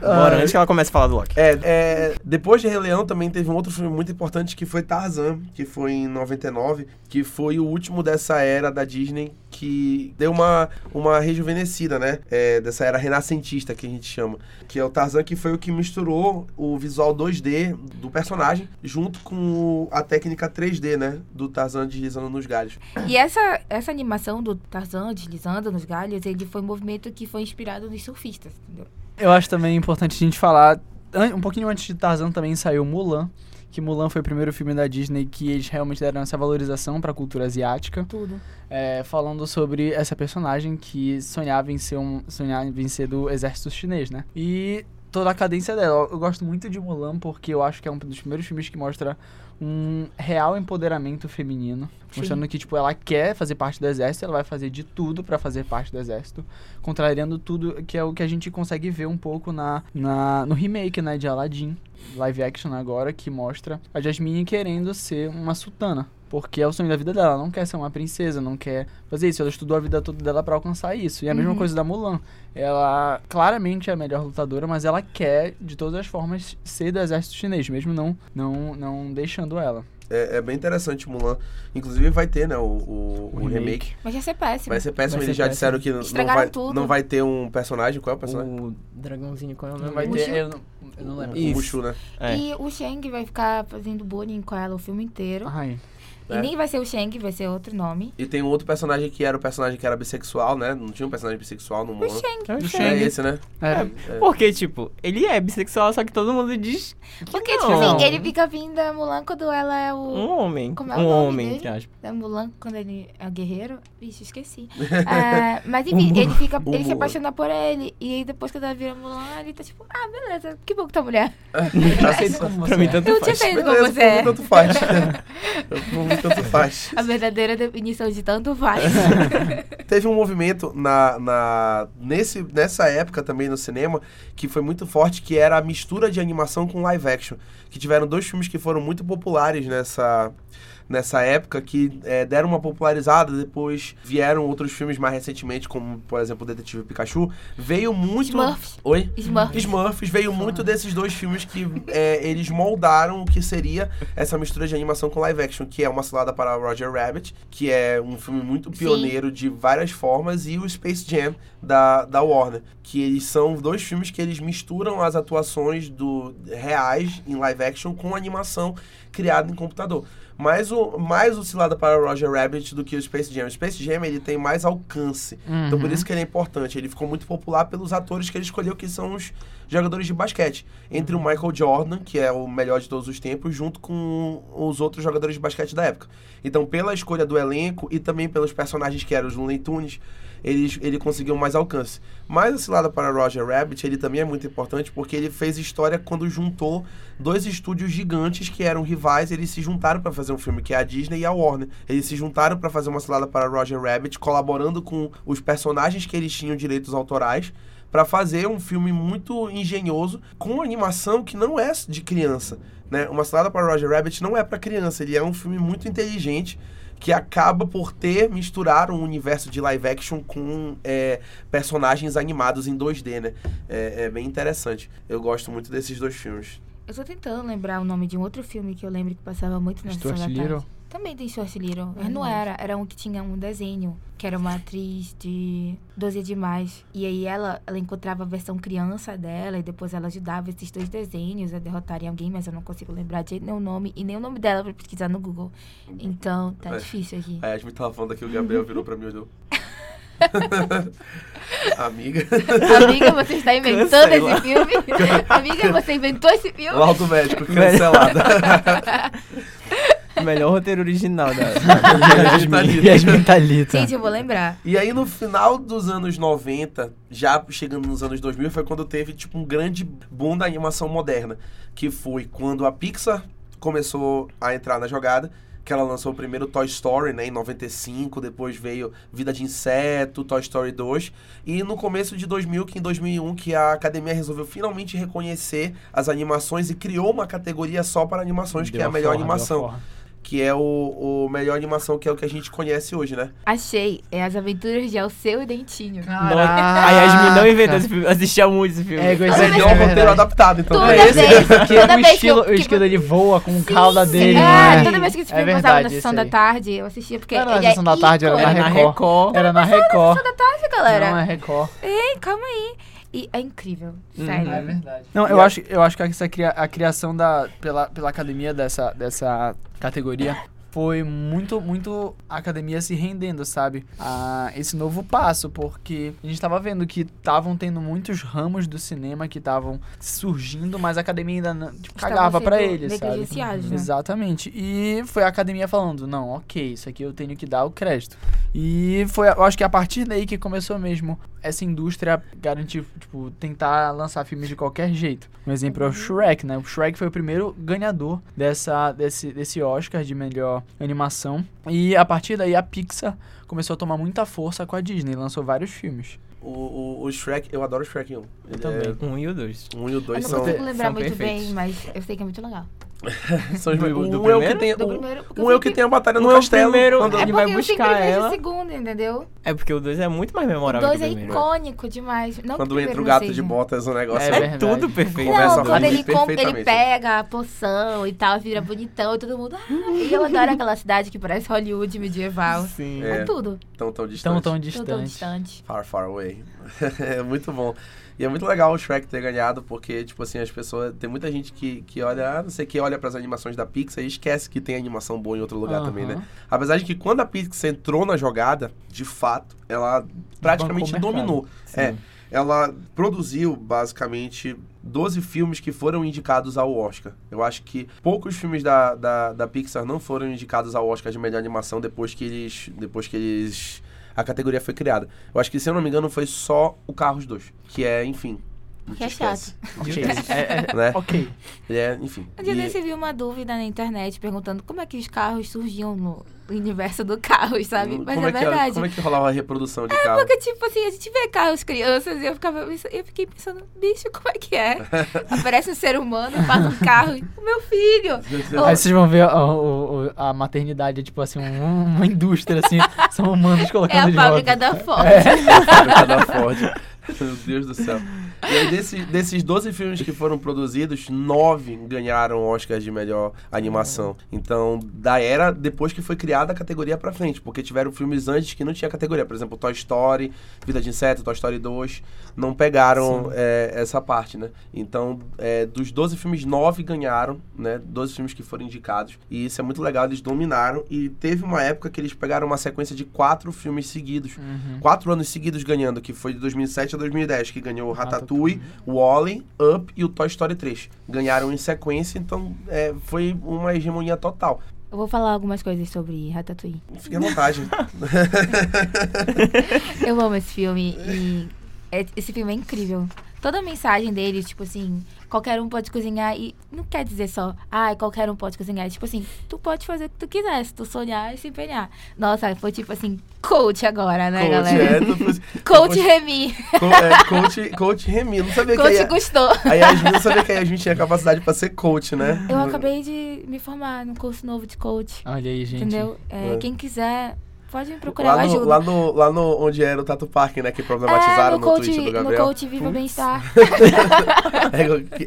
Speaker 4: Bora,
Speaker 1: Ah.
Speaker 4: antes que ela comece a falar do Loki.
Speaker 1: É, é, depois de Rei Leão também teve um outro filme muito importante que foi Tarzan, que foi em 99, que foi o último dessa era da Disney que deu uma, uma rejuvenescida, né? É, dessa era renascentista que a gente chama. Que é o Tarzan que foi o que misturou o visual 2D do personagem junto com o- a técnica 3D, né? Do Tarzan deslizando nos galhos.
Speaker 3: E essa, essa animação do Tarzan deslizando nos galhos, ele foi um movimento que foi inspirado nos surfistas, entendeu?
Speaker 2: Eu acho também importante a gente falar. an- Um pouquinho antes de Tarzan também saiu Mulan. Que Mulan foi o primeiro filme da Disney que eles realmente deram essa valorização pra cultura asiática.
Speaker 3: Tudo.
Speaker 2: é, falando sobre essa personagem que sonhava em ser um sonhava em ser do exército chinês, né? E toda a cadência dela. Eu gosto muito de Mulan porque eu acho que é um dos primeiros filmes que mostra um real empoderamento feminino,
Speaker 3: Sim.
Speaker 2: mostrando que tipo ela quer fazer parte do exército, ela vai fazer de tudo pra fazer parte do exército, contrariando tudo que é o que a gente consegue ver um pouco na, na no remake, né, de Aladdin, live action agora que mostra a Jasmine querendo ser uma sultana. Porque é o sonho da vida dela, ela não quer ser uma princesa, não quer fazer isso. Ela estudou a vida toda dela pra alcançar isso. E é a mesma
Speaker 3: Uhum.
Speaker 2: coisa da Mulan. Ela claramente é a melhor lutadora, mas ela quer, de todas as formas, ser do exército chinês, mesmo não, não, não deixando ela.
Speaker 1: É, é bem interessante Mulan. Inclusive vai ter, né, o, o- o remake.
Speaker 3: Mas ia ser péssimo.
Speaker 1: Vai ser péssimo,
Speaker 5: Vai
Speaker 1: eles
Speaker 5: ser
Speaker 1: já
Speaker 5: péssimo.
Speaker 1: disseram que não
Speaker 3: Estragaram
Speaker 1: vai,
Speaker 3: tudo.
Speaker 1: não vai ter um personagem. Qual é o personagem?
Speaker 5: O dragãozinho, qual é o nome?
Speaker 2: Não vai
Speaker 3: Mushu.
Speaker 2: ter. Eu não, eu não lembro.
Speaker 1: O
Speaker 4: Isso.
Speaker 1: Mushu, né?
Speaker 4: É.
Speaker 3: E o Shang vai ficar fazendo bullying com ela o filme inteiro.
Speaker 2: Ai,
Speaker 1: É.
Speaker 3: E nem vai ser o Shang, vai ser outro nome.
Speaker 1: E tem um outro personagem que era o personagem que era bissexual, né? Não tinha um personagem bissexual no
Speaker 3: O
Speaker 1: Mulan.
Speaker 3: Shang.
Speaker 4: É o
Speaker 2: Do
Speaker 4: Shang.
Speaker 1: É
Speaker 2: Shang.
Speaker 1: esse, né?
Speaker 2: é, [laughs]
Speaker 1: É.
Speaker 4: Porque, tipo, ele é bissexual, só que todo mundo diz
Speaker 3: Porque,
Speaker 4: não.
Speaker 3: tipo assim,
Speaker 2: Não.
Speaker 3: ele fica vindo da Mulan quando ela é o.
Speaker 4: um homem.
Speaker 3: Como é o
Speaker 4: um
Speaker 3: nome
Speaker 4: homem,
Speaker 3: dele?
Speaker 4: entre aspas.
Speaker 3: Da Mulan, quando ele é guerreiro. Vixe,
Speaker 1: [laughs]
Speaker 3: esqueci. Ah, mas enfim,
Speaker 1: Mu-
Speaker 3: ele fica.
Speaker 1: o
Speaker 3: Ele se
Speaker 1: Mulan.
Speaker 3: apaixona por ele. E aí depois que ela vira Mulan, ele tá tipo, ah, beleza, que bom que tá mulher.
Speaker 2: já sei de como
Speaker 4: Pra
Speaker 2: você
Speaker 4: mim,
Speaker 2: é.
Speaker 4: tanto
Speaker 3: Eu tinha
Speaker 4: faz.
Speaker 3: saído com
Speaker 1: Tá assim, Beleza,
Speaker 3: você.
Speaker 1: por mim, tanto
Speaker 5: [laughs]
Speaker 1: faz. Por mim, tanto faz.
Speaker 3: A verdadeira definição de tanto faz.
Speaker 1: [laughs] Teve um movimento na, na, nesse, nessa época também no cinema que foi muito forte, que era a mistura de animação com live action. Que tiveram dois filmes que foram muito populares nessa, nessa época, que eh, deram uma popularizada, depois vieram outros filmes mais recentemente, como por exemplo Detetive Pikachu. Veio muito.
Speaker 3: Smurfs.
Speaker 1: Oi?
Speaker 3: Smurfs.
Speaker 1: Smurfs veio muito desses dois filmes que é, eles moldaram o que seria essa mistura de animação com live action, que é Uma Cilada para Roger Rabbit, que é um filme muito
Speaker 3: Sim.
Speaker 1: pioneiro de várias formas, e o Space Jam da, da Warner, que eles são dois filmes que eles misturam as atuações do reais em live action com animação criada em computador. Mais o, mais o Cilada para Roger Rabbit do que o Space Jam. O Space Jam ele tem mais alcance. Então por
Speaker 2: Uhum.
Speaker 1: isso que ele é importante. Ele ficou muito popular pelos atores que ele escolheu, que são os jogadores de basquete. Entre o Michael Jordan, que é o melhor de todos os tempos, junto com os outros jogadores de basquete da época. Então, pela escolha do elenco e também pelos personagens que eram os Looney Tunes, eles, ele conseguiu mais alcance. Mas a cilada para Roger Rabbit, ele também é muito importante porque ele fez história quando juntou dois estúdios gigantes que eram rivais, eles se juntaram para fazer um filme, que é a Disney e a Warner. Eles se juntaram para fazer uma cilada para Roger Rabbit, colaborando com os personagens que eles tinham direitos autorais para fazer um filme muito engenhoso com animação que não é de criança, né? Uma cilada para Roger Rabbit não é para criança, ele é um filme muito inteligente que acaba por ter misturar um universo de live action com é, personagens animados em 2D, né? É, é bem interessante. Eu gosto muito desses dois filmes.
Speaker 3: Eu tô tentando lembrar o nome de um outro filme que eu lembro que passava muito na
Speaker 2: Stuart
Speaker 3: sessão da tarde.
Speaker 2: Little.
Speaker 3: Também tem Short Little. Mas não era. Era um que tinha um desenho. Que era uma atriz de 12 demais. E aí ela, ela encontrava a versão criança dela. E depois ela ajudava esses dois desenhos a derrotarem alguém. Mas eu não consigo lembrar de jeito nenhum nome. E nem o nome dela pra pesquisar no Google. Então tá
Speaker 1: É.
Speaker 3: difícil aqui.
Speaker 1: A Yasmin tava falando aqui, o Gabriel virou pra mim e olhou. [laughs] Amiga,
Speaker 3: [laughs] Amiga, você está inventando
Speaker 4: Cancela.
Speaker 3: esse filme? Amiga, você inventou esse filme?
Speaker 1: laudo médico, cancelada.
Speaker 4: Melhor roteiro original da. [laughs]
Speaker 1: Mentalito.
Speaker 4: Yasmin Thalita.
Speaker 3: Gente, eu vou lembrar.
Speaker 1: E aí no final dos anos 90, já chegando nos anos 2000, foi quando teve tipo um grande boom da animação moderna, que foi quando a Pixar começou a entrar na jogada, que ela lançou o primeiro Toy Story, né, em 95, depois veio Vida de Inseto, Toy Story 2, e no começo de 2000, que em 2001, que a academia resolveu finalmente reconhecer as animações e criou uma categoria só para animações, que
Speaker 2: Deu
Speaker 1: é a melhor
Speaker 2: forra, deu
Speaker 1: animação,
Speaker 2: forra.
Speaker 1: que é o, o melhor animação, que é o que a gente conhece hoje, né?
Speaker 3: Achei. É As Aventuras de Alceu e Dentinho.
Speaker 2: Caraca.
Speaker 4: A Yasmin não inventou esse filme, assistia muito esse filme.
Speaker 2: Ah, É,
Speaker 1: Mas
Speaker 3: Ah,
Speaker 2: coisa
Speaker 1: ele é um roteiro adaptado, então não
Speaker 3: Toda
Speaker 1: é
Speaker 3: vez,
Speaker 1: esse.
Speaker 2: Porque
Speaker 3: toda
Speaker 2: o
Speaker 3: vez que eu-
Speaker 2: estilo,
Speaker 3: que
Speaker 2: o estilo
Speaker 3: eu-
Speaker 2: ele voa com o cauda dele,
Speaker 3: é,
Speaker 2: não é?
Speaker 3: toda vez que esse
Speaker 2: É
Speaker 3: filme passava
Speaker 2: verdade,
Speaker 3: na sessão
Speaker 2: isso
Speaker 3: da
Speaker 2: aí.
Speaker 3: tarde, eu assistia porque
Speaker 2: Não, não,
Speaker 3: ele
Speaker 2: na sessão
Speaker 3: é
Speaker 2: da tarde era
Speaker 3: ícone.
Speaker 2: na
Speaker 4: Era na Record.
Speaker 2: Era na Record. É.
Speaker 3: Sabe, galera?
Speaker 2: Não é Record.
Speaker 3: Ei, calma aí. E é incrível, sério.
Speaker 2: Hum, é verdade. Não, eu acho, eu acho que essa cria- a criação da, pela, pela academia dessa, dessa categoria foi muito, muito a academia se rendendo, sabe? A esse novo passo, porque a gente tava vendo que estavam tendo muitos ramos do cinema que estavam surgindo, mas a academia ainda não- tipo,
Speaker 3: Estavam
Speaker 2: cagava pra
Speaker 3: sendo
Speaker 2: eles, sabe?
Speaker 3: negligenciados, né?
Speaker 2: Exatamente. E foi a academia falando: não, ok, isso aqui eu tenho que dar o crédito. E foi, eu acho que é a partir daí que começou mesmo essa indústria garantir, tipo, tentar lançar filmes de qualquer jeito. Um exemplo é o
Speaker 3: Uhum.
Speaker 2: Shrek, né? O Shrek foi o primeiro ganhador dessa, desse, desse Oscar de melhor animação. E a partir daí a Pixar começou a tomar muita força com a Disney, lançou vários filmes.
Speaker 1: O, o, o Shrek, eu adoro o Shrek 1. Ele
Speaker 2: também.
Speaker 4: Um e o dois.
Speaker 1: É, um e o
Speaker 3: Eu
Speaker 1: dois
Speaker 3: não
Speaker 1: são,
Speaker 3: consigo lembrar
Speaker 4: são
Speaker 3: muito
Speaker 4: perfeitos.
Speaker 3: bem, mas eu sei que é muito legal.
Speaker 1: [laughs] são os
Speaker 4: Do-
Speaker 1: meus-
Speaker 4: do
Speaker 1: um é o que
Speaker 4: primeiro?
Speaker 1: tem,
Speaker 3: Do
Speaker 1: um,
Speaker 3: primeiro, porque
Speaker 1: um é o que
Speaker 3: sempre-
Speaker 1: tem a batalha no
Speaker 4: Um é o
Speaker 1: castelo.
Speaker 4: primeiro,
Speaker 1: quando-
Speaker 3: É
Speaker 4: é Ele vai
Speaker 3: porque eu sempre
Speaker 4: buscar
Speaker 3: vejo
Speaker 4: ela.
Speaker 3: o segundo, entendeu?
Speaker 4: É porque o dois é muito mais
Speaker 3: O
Speaker 4: memorável
Speaker 3: dois
Speaker 4: que
Speaker 3: é
Speaker 4: o primeiro.
Speaker 3: icônico demais. Não que
Speaker 1: Quando entra
Speaker 3: é primeiro
Speaker 1: o
Speaker 3: não
Speaker 1: gato
Speaker 3: seja.
Speaker 1: de botas, o negócio
Speaker 2: É
Speaker 1: é,
Speaker 4: É tudo perfeito.
Speaker 1: Conversa
Speaker 3: Não, quando
Speaker 1: com a
Speaker 3: ele,
Speaker 1: Disney
Speaker 3: compra, ele
Speaker 1: perfeitamente.
Speaker 3: pega a poção e tal, vira bonitão, e todo mundo. Ah, e eu adoro aquela cidade que parece Hollywood medieval.
Speaker 4: Sim.
Speaker 3: É,
Speaker 1: É.
Speaker 3: tudo.
Speaker 1: tão, tão distante.
Speaker 2: Tão, tão
Speaker 3: Tudo tão
Speaker 2: distante.
Speaker 3: distante.
Speaker 1: Far, far away. [laughs] é muito bom. E é muito legal o Shrek ter ganhado, porque, tipo assim, as pessoas. Tem muita gente que, que olha, ah, não sei o que, olha pras animações da Pixar e esquece que tem animação boa em outro lugar também, né?
Speaker 2: Aham.
Speaker 1: Apesar de que quando a Pixar entrou na jogada, de fato, ela praticamente
Speaker 2: Bancou o mercado.
Speaker 1: dominou.
Speaker 4: Sim.
Speaker 1: É. Ela produziu, basicamente, 12 filmes que foram indicados ao Oscar. Eu acho que poucos filmes da, da, da Pixar não foram indicados ao Oscar de melhor animação depois que eles. Depois que eles. A categoria foi criada. Eu acho que, se eu não me engano, foi só o Carros 2. Que é, enfim. não
Speaker 3: Que
Speaker 1: te
Speaker 3: é
Speaker 1: esquece,
Speaker 2: Ok.
Speaker 1: Né?
Speaker 2: ok.
Speaker 1: É, enfim.
Speaker 3: Um dia
Speaker 1: E-
Speaker 3: desse eu vi uma dúvida na internet perguntando como é que os carros surgiam no universo do carro, sabe? Mas
Speaker 1: como
Speaker 3: é,
Speaker 1: é que era-
Speaker 3: verdade.
Speaker 1: como é que rolava a reprodução de carro? [laughs]
Speaker 3: Porque, tipo assim, a gente vê carros crianças e eu, ficava, eu fiquei pensando, bicho, como é
Speaker 1: [laughs]
Speaker 3: que é? Aparece um ser humano, passa um carro, e, o meu filho!
Speaker 2: Aí vocês vão ver a, o- o- a maternidade, é tipo assim, um- uma indústria, assim. são humanos
Speaker 3: É
Speaker 2: colocando
Speaker 3: a
Speaker 2: de
Speaker 3: fábrica
Speaker 2: volta.
Speaker 1: [laughs]
Speaker 3: da Ford.
Speaker 1: É. fábrica da Ford. [laughs] Meu Deus do céu. E aí, desse- desses 12 filmes que foram produzidos, 9 ganharam Oscars de melhor animação. Então, da era depois que foi criada a categoria pra frente, porque tiveram filmes antes que não tinha categoria. Por exemplo, Toy Story, Vida de Inseto, Toy Story 2, não pegaram é, essa parte, né? Então, é, dos 12 filmes, 9 ganharam, né? 12 filmes que foram indicados. E isso é muito legal, eles dominaram. E teve uma época que eles pegaram uma sequência de quatro filmes seguidos
Speaker 2: Uhum.
Speaker 1: quatro anos seguidos ganhando, que foi de 2007 a 2010, que ganhou o Ratatouille, o Wall-E, Up e o Toy Story 3. Ganharam em sequência, então é, foi uma hegemonia total.
Speaker 3: Eu vou falar algumas coisas sobre Ratatouille.
Speaker 1: Fique à
Speaker 3: [laughs]
Speaker 1: vontade.
Speaker 3: Né, Eu amo esse filme e é- esse filme é incrível. Toda a mensagem dele, tipo assim, qualquer um pode cozinhar e não quer dizer só, ai, qualquer um pode cozinhar. É tipo assim, tu pode fazer o que tu quiser, se tu sonhar e se empenhar. Nossa, foi tipo assim, coach agora, né,
Speaker 1: coach,
Speaker 3: galera?
Speaker 1: é, tu- tu-
Speaker 3: [laughs] Coach
Speaker 1: tu-
Speaker 3: Remy,
Speaker 1: co- é, coach, coach Remy. Não sabia que
Speaker 3: coach
Speaker 1: a,
Speaker 3: Gustavo.
Speaker 1: a Yasmin, não sabia que a Yasmin tinha capacidade pra ser coach, né?
Speaker 3: Eu acabei de me formar num curso novo de coach,
Speaker 2: Olha aí, gente.
Speaker 3: entendeu? É,
Speaker 1: Ah, É.
Speaker 3: Quem quiser, pode me procurar, eu
Speaker 1: Lá no,
Speaker 3: ajudo.
Speaker 1: lá, no, lá no onde era o Tato Park, né? Que
Speaker 3: é,
Speaker 1: problematizaram
Speaker 3: no
Speaker 1: no,
Speaker 3: coach,
Speaker 1: tweet do
Speaker 3: no
Speaker 1: Gabriel.
Speaker 3: coach Viva o Bem-Estar.
Speaker 1: [laughs]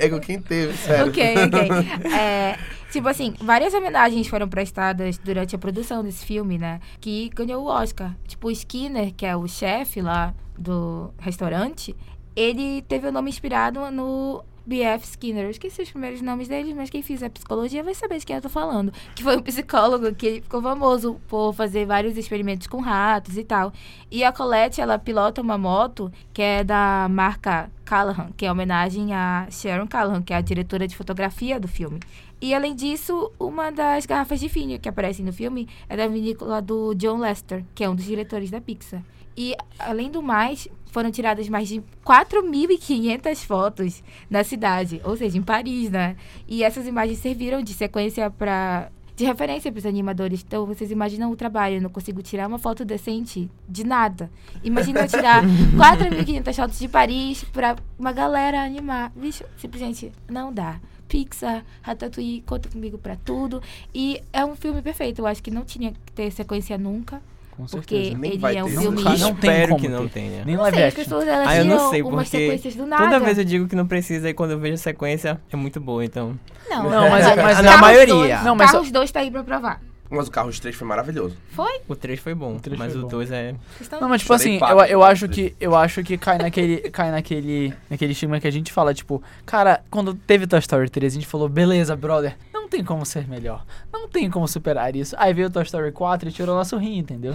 Speaker 1: É, é quem teve, sério.
Speaker 3: Ok, ok. É, tipo assim, várias homenagens foram prestadas durante a produção desse filme, né? Que ganhou o Oscar. Tipo, o Skinner, que é o chefe lá do restaurante, ele teve o nome inspirado no B.F. Skinner. Eu esqueci os primeiros nomes deles, mas quem fizer psicologia vai saber de quem eu tô falando. Que foi um psicólogo que ele ficou famoso por fazer vários experimentos com ratos e tal. E a Colette, ela pilota uma moto que é da marca Callahan, que é homenagem a Sharon Callahan, que é a diretora de fotografia do filme. E além disso, uma das garrafas de vinho que aparecem no filme é da vinícola do John Lester, que é um dos diretores da Pixar. E além do mais, foram tiradas mais de 4.500 fotos na cidade, ou seja, em Paris, né? E essas imagens serviram de sequência para de referência para os animadores. Então, vocês imaginam o trabalho. Eu não consigo tirar uma foto decente de nada. Imagina eu tirar 4.500 fotos de Paris para uma galera animar. Bicho, simplesmente não dá. Pixar, Ratatouille, conta comigo para tudo. E é um filme perfeito. Eu acho que não tinha que ter sequência nunca.
Speaker 2: Com
Speaker 3: Porque
Speaker 1: Nem vai
Speaker 3: ele é um
Speaker 1: ter.
Speaker 3: filme...
Speaker 2: Não,
Speaker 3: Não,
Speaker 2: não tem
Speaker 4: Espero
Speaker 2: como
Speaker 4: que não
Speaker 2: ter.
Speaker 4: tenha.
Speaker 2: um Nem
Speaker 3: sei,
Speaker 2: live
Speaker 3: as
Speaker 2: action.
Speaker 3: pessoas elas
Speaker 4: Ah, eu não
Speaker 3: tiram
Speaker 4: sei,
Speaker 3: umas
Speaker 4: porque
Speaker 3: sequências do nada.
Speaker 4: Toda vez eu digo que não precisa e quando eu vejo a sequência é muito boa, então.
Speaker 3: Não, é,
Speaker 2: Não, mas- mas-
Speaker 4: Na
Speaker 3: Carros
Speaker 4: maioria.
Speaker 3: Dois,
Speaker 2: Não, mas-
Speaker 3: Carros 2 tá aí pra provar.
Speaker 1: Mas o Carros 3 foi maravilhoso.
Speaker 3: Foi?
Speaker 4: O 3 foi bom,
Speaker 2: três
Speaker 4: mas
Speaker 2: foi
Speaker 4: o
Speaker 2: bom.
Speaker 4: 2 é.
Speaker 3: Vocês estão-
Speaker 2: Não, mas tipo
Speaker 1: Chorei
Speaker 2: assim, eu,
Speaker 1: pago.
Speaker 2: eu acho que eu acho que cai naquele [laughs] cai naquele naquele estigma que a gente fala, tipo, cara, quando teve Toy Story 3, a gente falou, beleza, brother, não não tem como ser melhor. Não tem como superar isso. Aí veio o Toy Story 4 e tirou nosso rim, entendeu?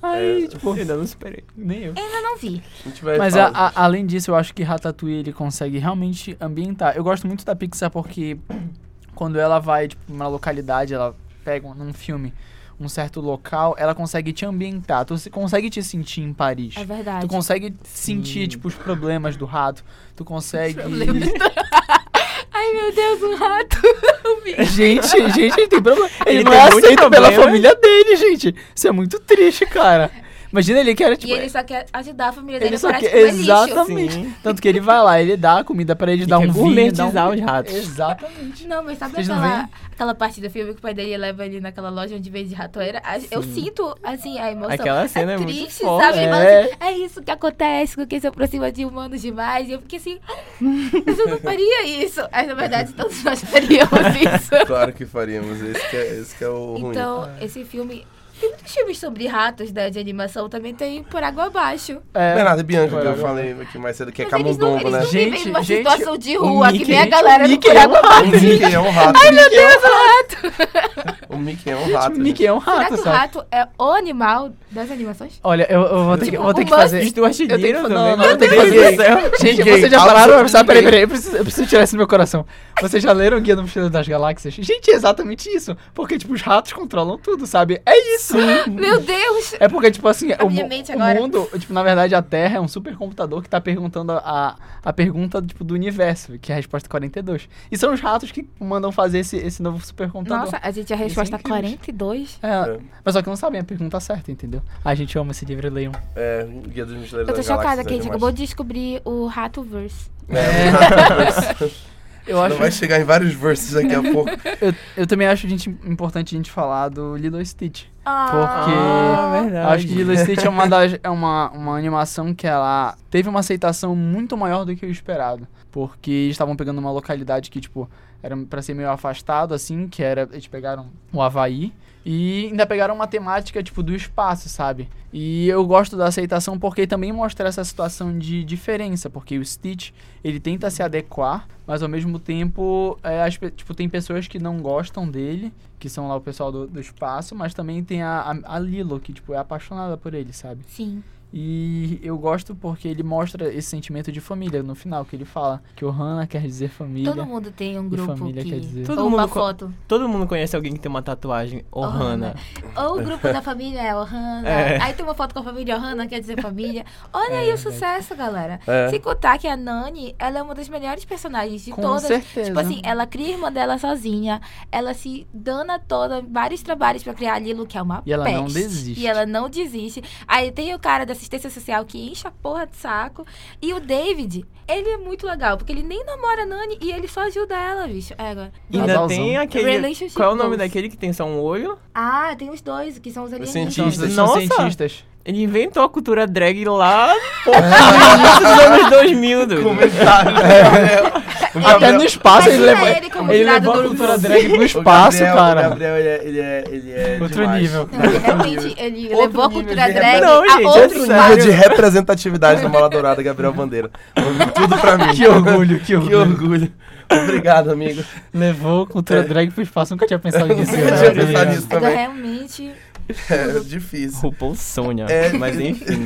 Speaker 2: Aí, tipo,
Speaker 4: Ainda não superei.
Speaker 2: nem eu.
Speaker 3: Ainda não vi.
Speaker 1: A gente vai
Speaker 2: Mas a-
Speaker 1: falar.
Speaker 2: a- além disso, eu acho que Ratatouille ele consegue realmente ambientar. Eu gosto muito da Pixar porque quando ela vai tipo, pra uma localidade, ela pega um- num filme um certo local, ela consegue te ambientar. Tu se- consegue te sentir em Paris.
Speaker 3: É verdade.
Speaker 2: Tu consegue sentir,
Speaker 4: Sim.
Speaker 2: tipo, os problemas do rato. Tu consegue.
Speaker 3: Ai, meu Deus, um rato. [laughs]
Speaker 2: gente, gente, ele tem problema. Ele,
Speaker 4: Ele
Speaker 2: não
Speaker 4: tem
Speaker 2: é
Speaker 4: muito
Speaker 2: aceito pela
Speaker 4: problema.
Speaker 2: família dele, gente. Isso é muito triste, cara. Imagina ele que era, tipo.
Speaker 3: e ele só quer ajudar a família
Speaker 2: Ele
Speaker 3: dele,
Speaker 2: só
Speaker 3: parece
Speaker 2: quer-
Speaker 3: que é lixo.
Speaker 2: Exatamente. Tanto que ele vai lá, ele dá a comida pra eles,
Speaker 4: Ele
Speaker 2: dá
Speaker 4: quer
Speaker 2: um vinho, dá um...
Speaker 4: gourmetizar os ratos.
Speaker 2: Exatamente.
Speaker 3: Não, mas sabe
Speaker 2: Vocês não
Speaker 3: aquela, aquela parte do filme que o pai dele leva ele naquela loja onde vende ratoeira? A- Eu sinto, assim, a emoção.
Speaker 4: Aquela cena é muito
Speaker 3: triste,
Speaker 4: forte.
Speaker 3: sabe?
Speaker 2: É.
Speaker 3: Mas, assim, é isso que acontece com quem se aproxima de humanos demais. E eu fiquei assim, mas eu não faria isso. Mas, na verdade, todos nós
Speaker 2: [laughs]
Speaker 3: faríamos isso.
Speaker 1: Claro que faríamos. Esse que é, esse que é o ruim.
Speaker 3: Então, esse filme... Tem muitos filmes sobre ratos, né, de animação, também tem por água abaixo.
Speaker 2: É.
Speaker 1: Bernardo e Bianca, que eu
Speaker 2: Claro.
Speaker 1: falei aqui mais cedo, que é
Speaker 3: Mas eles não,
Speaker 1: camundongo,
Speaker 3: eles
Speaker 1: né?
Speaker 3: não vivem
Speaker 2: Gente,
Speaker 3: numa
Speaker 2: gente,
Speaker 3: situação de
Speaker 4: o
Speaker 3: rua, que
Speaker 4: Mickey-
Speaker 3: nem a galera
Speaker 2: o
Speaker 3: do
Speaker 2: Mickey
Speaker 3: por
Speaker 2: é um
Speaker 3: água abaixo.
Speaker 1: O Mickey é um rato.
Speaker 3: um Rato.
Speaker 1: O Mickey é um rato.
Speaker 2: O Mickey é um
Speaker 3: Será que
Speaker 2: rato,
Speaker 3: o
Speaker 2: sabe?
Speaker 3: rato é o animal das animações?
Speaker 2: Olha, eu, eu vou ter que,
Speaker 3: Tipo,
Speaker 2: vou ter
Speaker 3: um
Speaker 2: que
Speaker 3: bus-
Speaker 2: fazer.
Speaker 4: Stuart
Speaker 2: Eu tenho que
Speaker 4: Little
Speaker 2: fa-
Speaker 4: também,
Speaker 2: não, não,
Speaker 4: né?
Speaker 2: eu tenho que
Speaker 4: Meu Deus
Speaker 2: fazer-
Speaker 4: do céu.
Speaker 2: Gente,
Speaker 1: Ninguém.
Speaker 2: vocês já
Speaker 1: Absol-
Speaker 2: pararam? Sabe, peraí, peraí, eu preciso, eu preciso tirar isso do meu coração. Vocês já leram o Guia do Mochileiro das Galáxias? Gente, é exatamente isso. Porque, tipo, os ratos controlam tudo, sabe? É isso.
Speaker 3: Meu Deus!
Speaker 2: É porque, tipo assim, o,
Speaker 3: minha
Speaker 2: mu-
Speaker 3: mente
Speaker 2: o
Speaker 3: agora.
Speaker 2: mundo, tipo, na verdade, a Terra é um supercomputador que tá perguntando a, a pergunta, tipo, do universo, que é a resposta 42. E são os ratos que mandam fazer esse, esse novo supercomputador.
Speaker 3: Nossa, a gente a
Speaker 2: Isso é
Speaker 3: resposta
Speaker 2: incrível.
Speaker 3: 42.
Speaker 2: É,
Speaker 1: É.
Speaker 2: mas só que não sabem a pergunta certa, entendeu? A gente ama esse livro, leiam.
Speaker 1: É, Guia dos Mochileiros
Speaker 3: Eu tô
Speaker 1: das
Speaker 3: chocada
Speaker 1: Galáxias
Speaker 3: que a
Speaker 1: é
Speaker 3: gente
Speaker 1: demais.
Speaker 3: acabou de descobrir o Rato Verse.
Speaker 2: É. Eu
Speaker 1: É, Não
Speaker 2: acho,
Speaker 1: vai chegar em vários versos daqui a pouco.
Speaker 2: eu, eu também acho gente, importante a gente falar do Lilo e Stitch.
Speaker 4: Ah, verdade.
Speaker 2: Acho que Lilo e Stitch é, uma, das, é uma, uma animação que ela teve uma aceitação muito maior do que o esperado. Porque eles estavam pegando uma localidade que, tipo, era pra ser meio afastado, assim, que era. Eles pegaram o Havaí. E ainda pegaram uma temática, tipo, do espaço, sabe? E eu gosto da aceitação porque também mostra essa situação de diferença. Porque o Stitch, ele tenta se adequar, mas ao mesmo tempo, é, as pe- tipo, tem pessoas que não gostam dele, que são lá o pessoal do, do espaço, mas também tem a, a, a Lilo, que, tipo, é apaixonada por ele, sabe?
Speaker 3: Sim.
Speaker 2: E eu gosto porque ele mostra esse sentimento de família no final, que ele fala que o Hannah quer dizer família.
Speaker 3: Todo mundo tem um
Speaker 2: E
Speaker 3: grupo
Speaker 2: família, quer
Speaker 3: que.
Speaker 2: dizer.
Speaker 3: Ou
Speaker 4: Todo
Speaker 3: uma
Speaker 4: mundo co-
Speaker 3: foto.
Speaker 4: Todo mundo conhece alguém que tem uma tatuagem Ohana.
Speaker 3: Ou o grupo da família é Ohana.
Speaker 4: É.
Speaker 3: Aí tem uma foto com a família Ohana, quer dizer família. Olha
Speaker 2: É
Speaker 3: aí o sucesso, galera.
Speaker 1: É.
Speaker 3: Se contar que a Nani, ela é uma das melhores personagens de
Speaker 2: Com
Speaker 3: todas.
Speaker 2: certeza.
Speaker 3: Tipo assim, ela cria a irmã dela sozinha. Ela se dana toda, vários trabalhos pra criar a Lilo, que é uma
Speaker 2: E ela
Speaker 3: peste.
Speaker 2: não desiste.
Speaker 3: E ela não desiste. Aí tem o cara da assistência social que enche a porra de saco. E o David, ele é muito legal, porque ele nem namora a Nani e ele só ajuda ela, bicho. É, agora.
Speaker 2: Mas-
Speaker 4: Ainda
Speaker 2: Casalzão.
Speaker 4: tem aquele.
Speaker 3: Relationship
Speaker 4: Qual é o nome
Speaker 3: goals.
Speaker 4: daquele que tem só um olho?
Speaker 3: Ah, tem os dois, que são os alienígenas.
Speaker 2: São,
Speaker 1: cientistas.
Speaker 2: são
Speaker 4: Nossa!
Speaker 2: cientistas.
Speaker 4: Ele inventou a cultura drag lá
Speaker 2: [laughs]
Speaker 4: porra, no início dos anos 2000, dude.
Speaker 1: Comentário.
Speaker 4: [laughs]
Speaker 2: Até
Speaker 3: é
Speaker 2: no espaço ele
Speaker 3: Imagina
Speaker 2: levou.
Speaker 3: ele como
Speaker 2: Ele
Speaker 3: virado
Speaker 2: levou a
Speaker 3: do
Speaker 2: cultura
Speaker 3: grupo.
Speaker 2: drag pro
Speaker 1: O
Speaker 2: espaço,
Speaker 1: Gabriel-
Speaker 2: cara.
Speaker 1: O Gabriel, ele é, ele é, ele é
Speaker 2: Outro
Speaker 1: demais.
Speaker 2: nível.
Speaker 3: Não, ele realmente,
Speaker 1: [laughs]
Speaker 3: ele
Speaker 1: Outro
Speaker 3: levou a
Speaker 1: nível
Speaker 3: cultura
Speaker 1: de
Speaker 3: drag
Speaker 4: Não,
Speaker 3: a
Speaker 4: gente,
Speaker 3: outro
Speaker 4: é
Speaker 1: Outro nível
Speaker 3: nível.
Speaker 1: de representatividade da Mala Dourada, Gabriel Bandeira. Tudo pra mim.
Speaker 2: Que orgulho, [laughs] que
Speaker 1: Que
Speaker 2: orgulho.
Speaker 1: orgulho. Obrigado, amigo.
Speaker 2: Levou a cultura drag pro espaço, nunca tinha pensado nisso.
Speaker 3: É
Speaker 1: Nunca
Speaker 2: né?
Speaker 1: tinha pensado nisso
Speaker 3: Agora,
Speaker 1: também.
Speaker 3: realmente,
Speaker 1: [laughs] É difícil.
Speaker 4: RuPaul Sônia.
Speaker 1: É.
Speaker 4: Mas
Speaker 2: [laughs]
Speaker 4: enfim.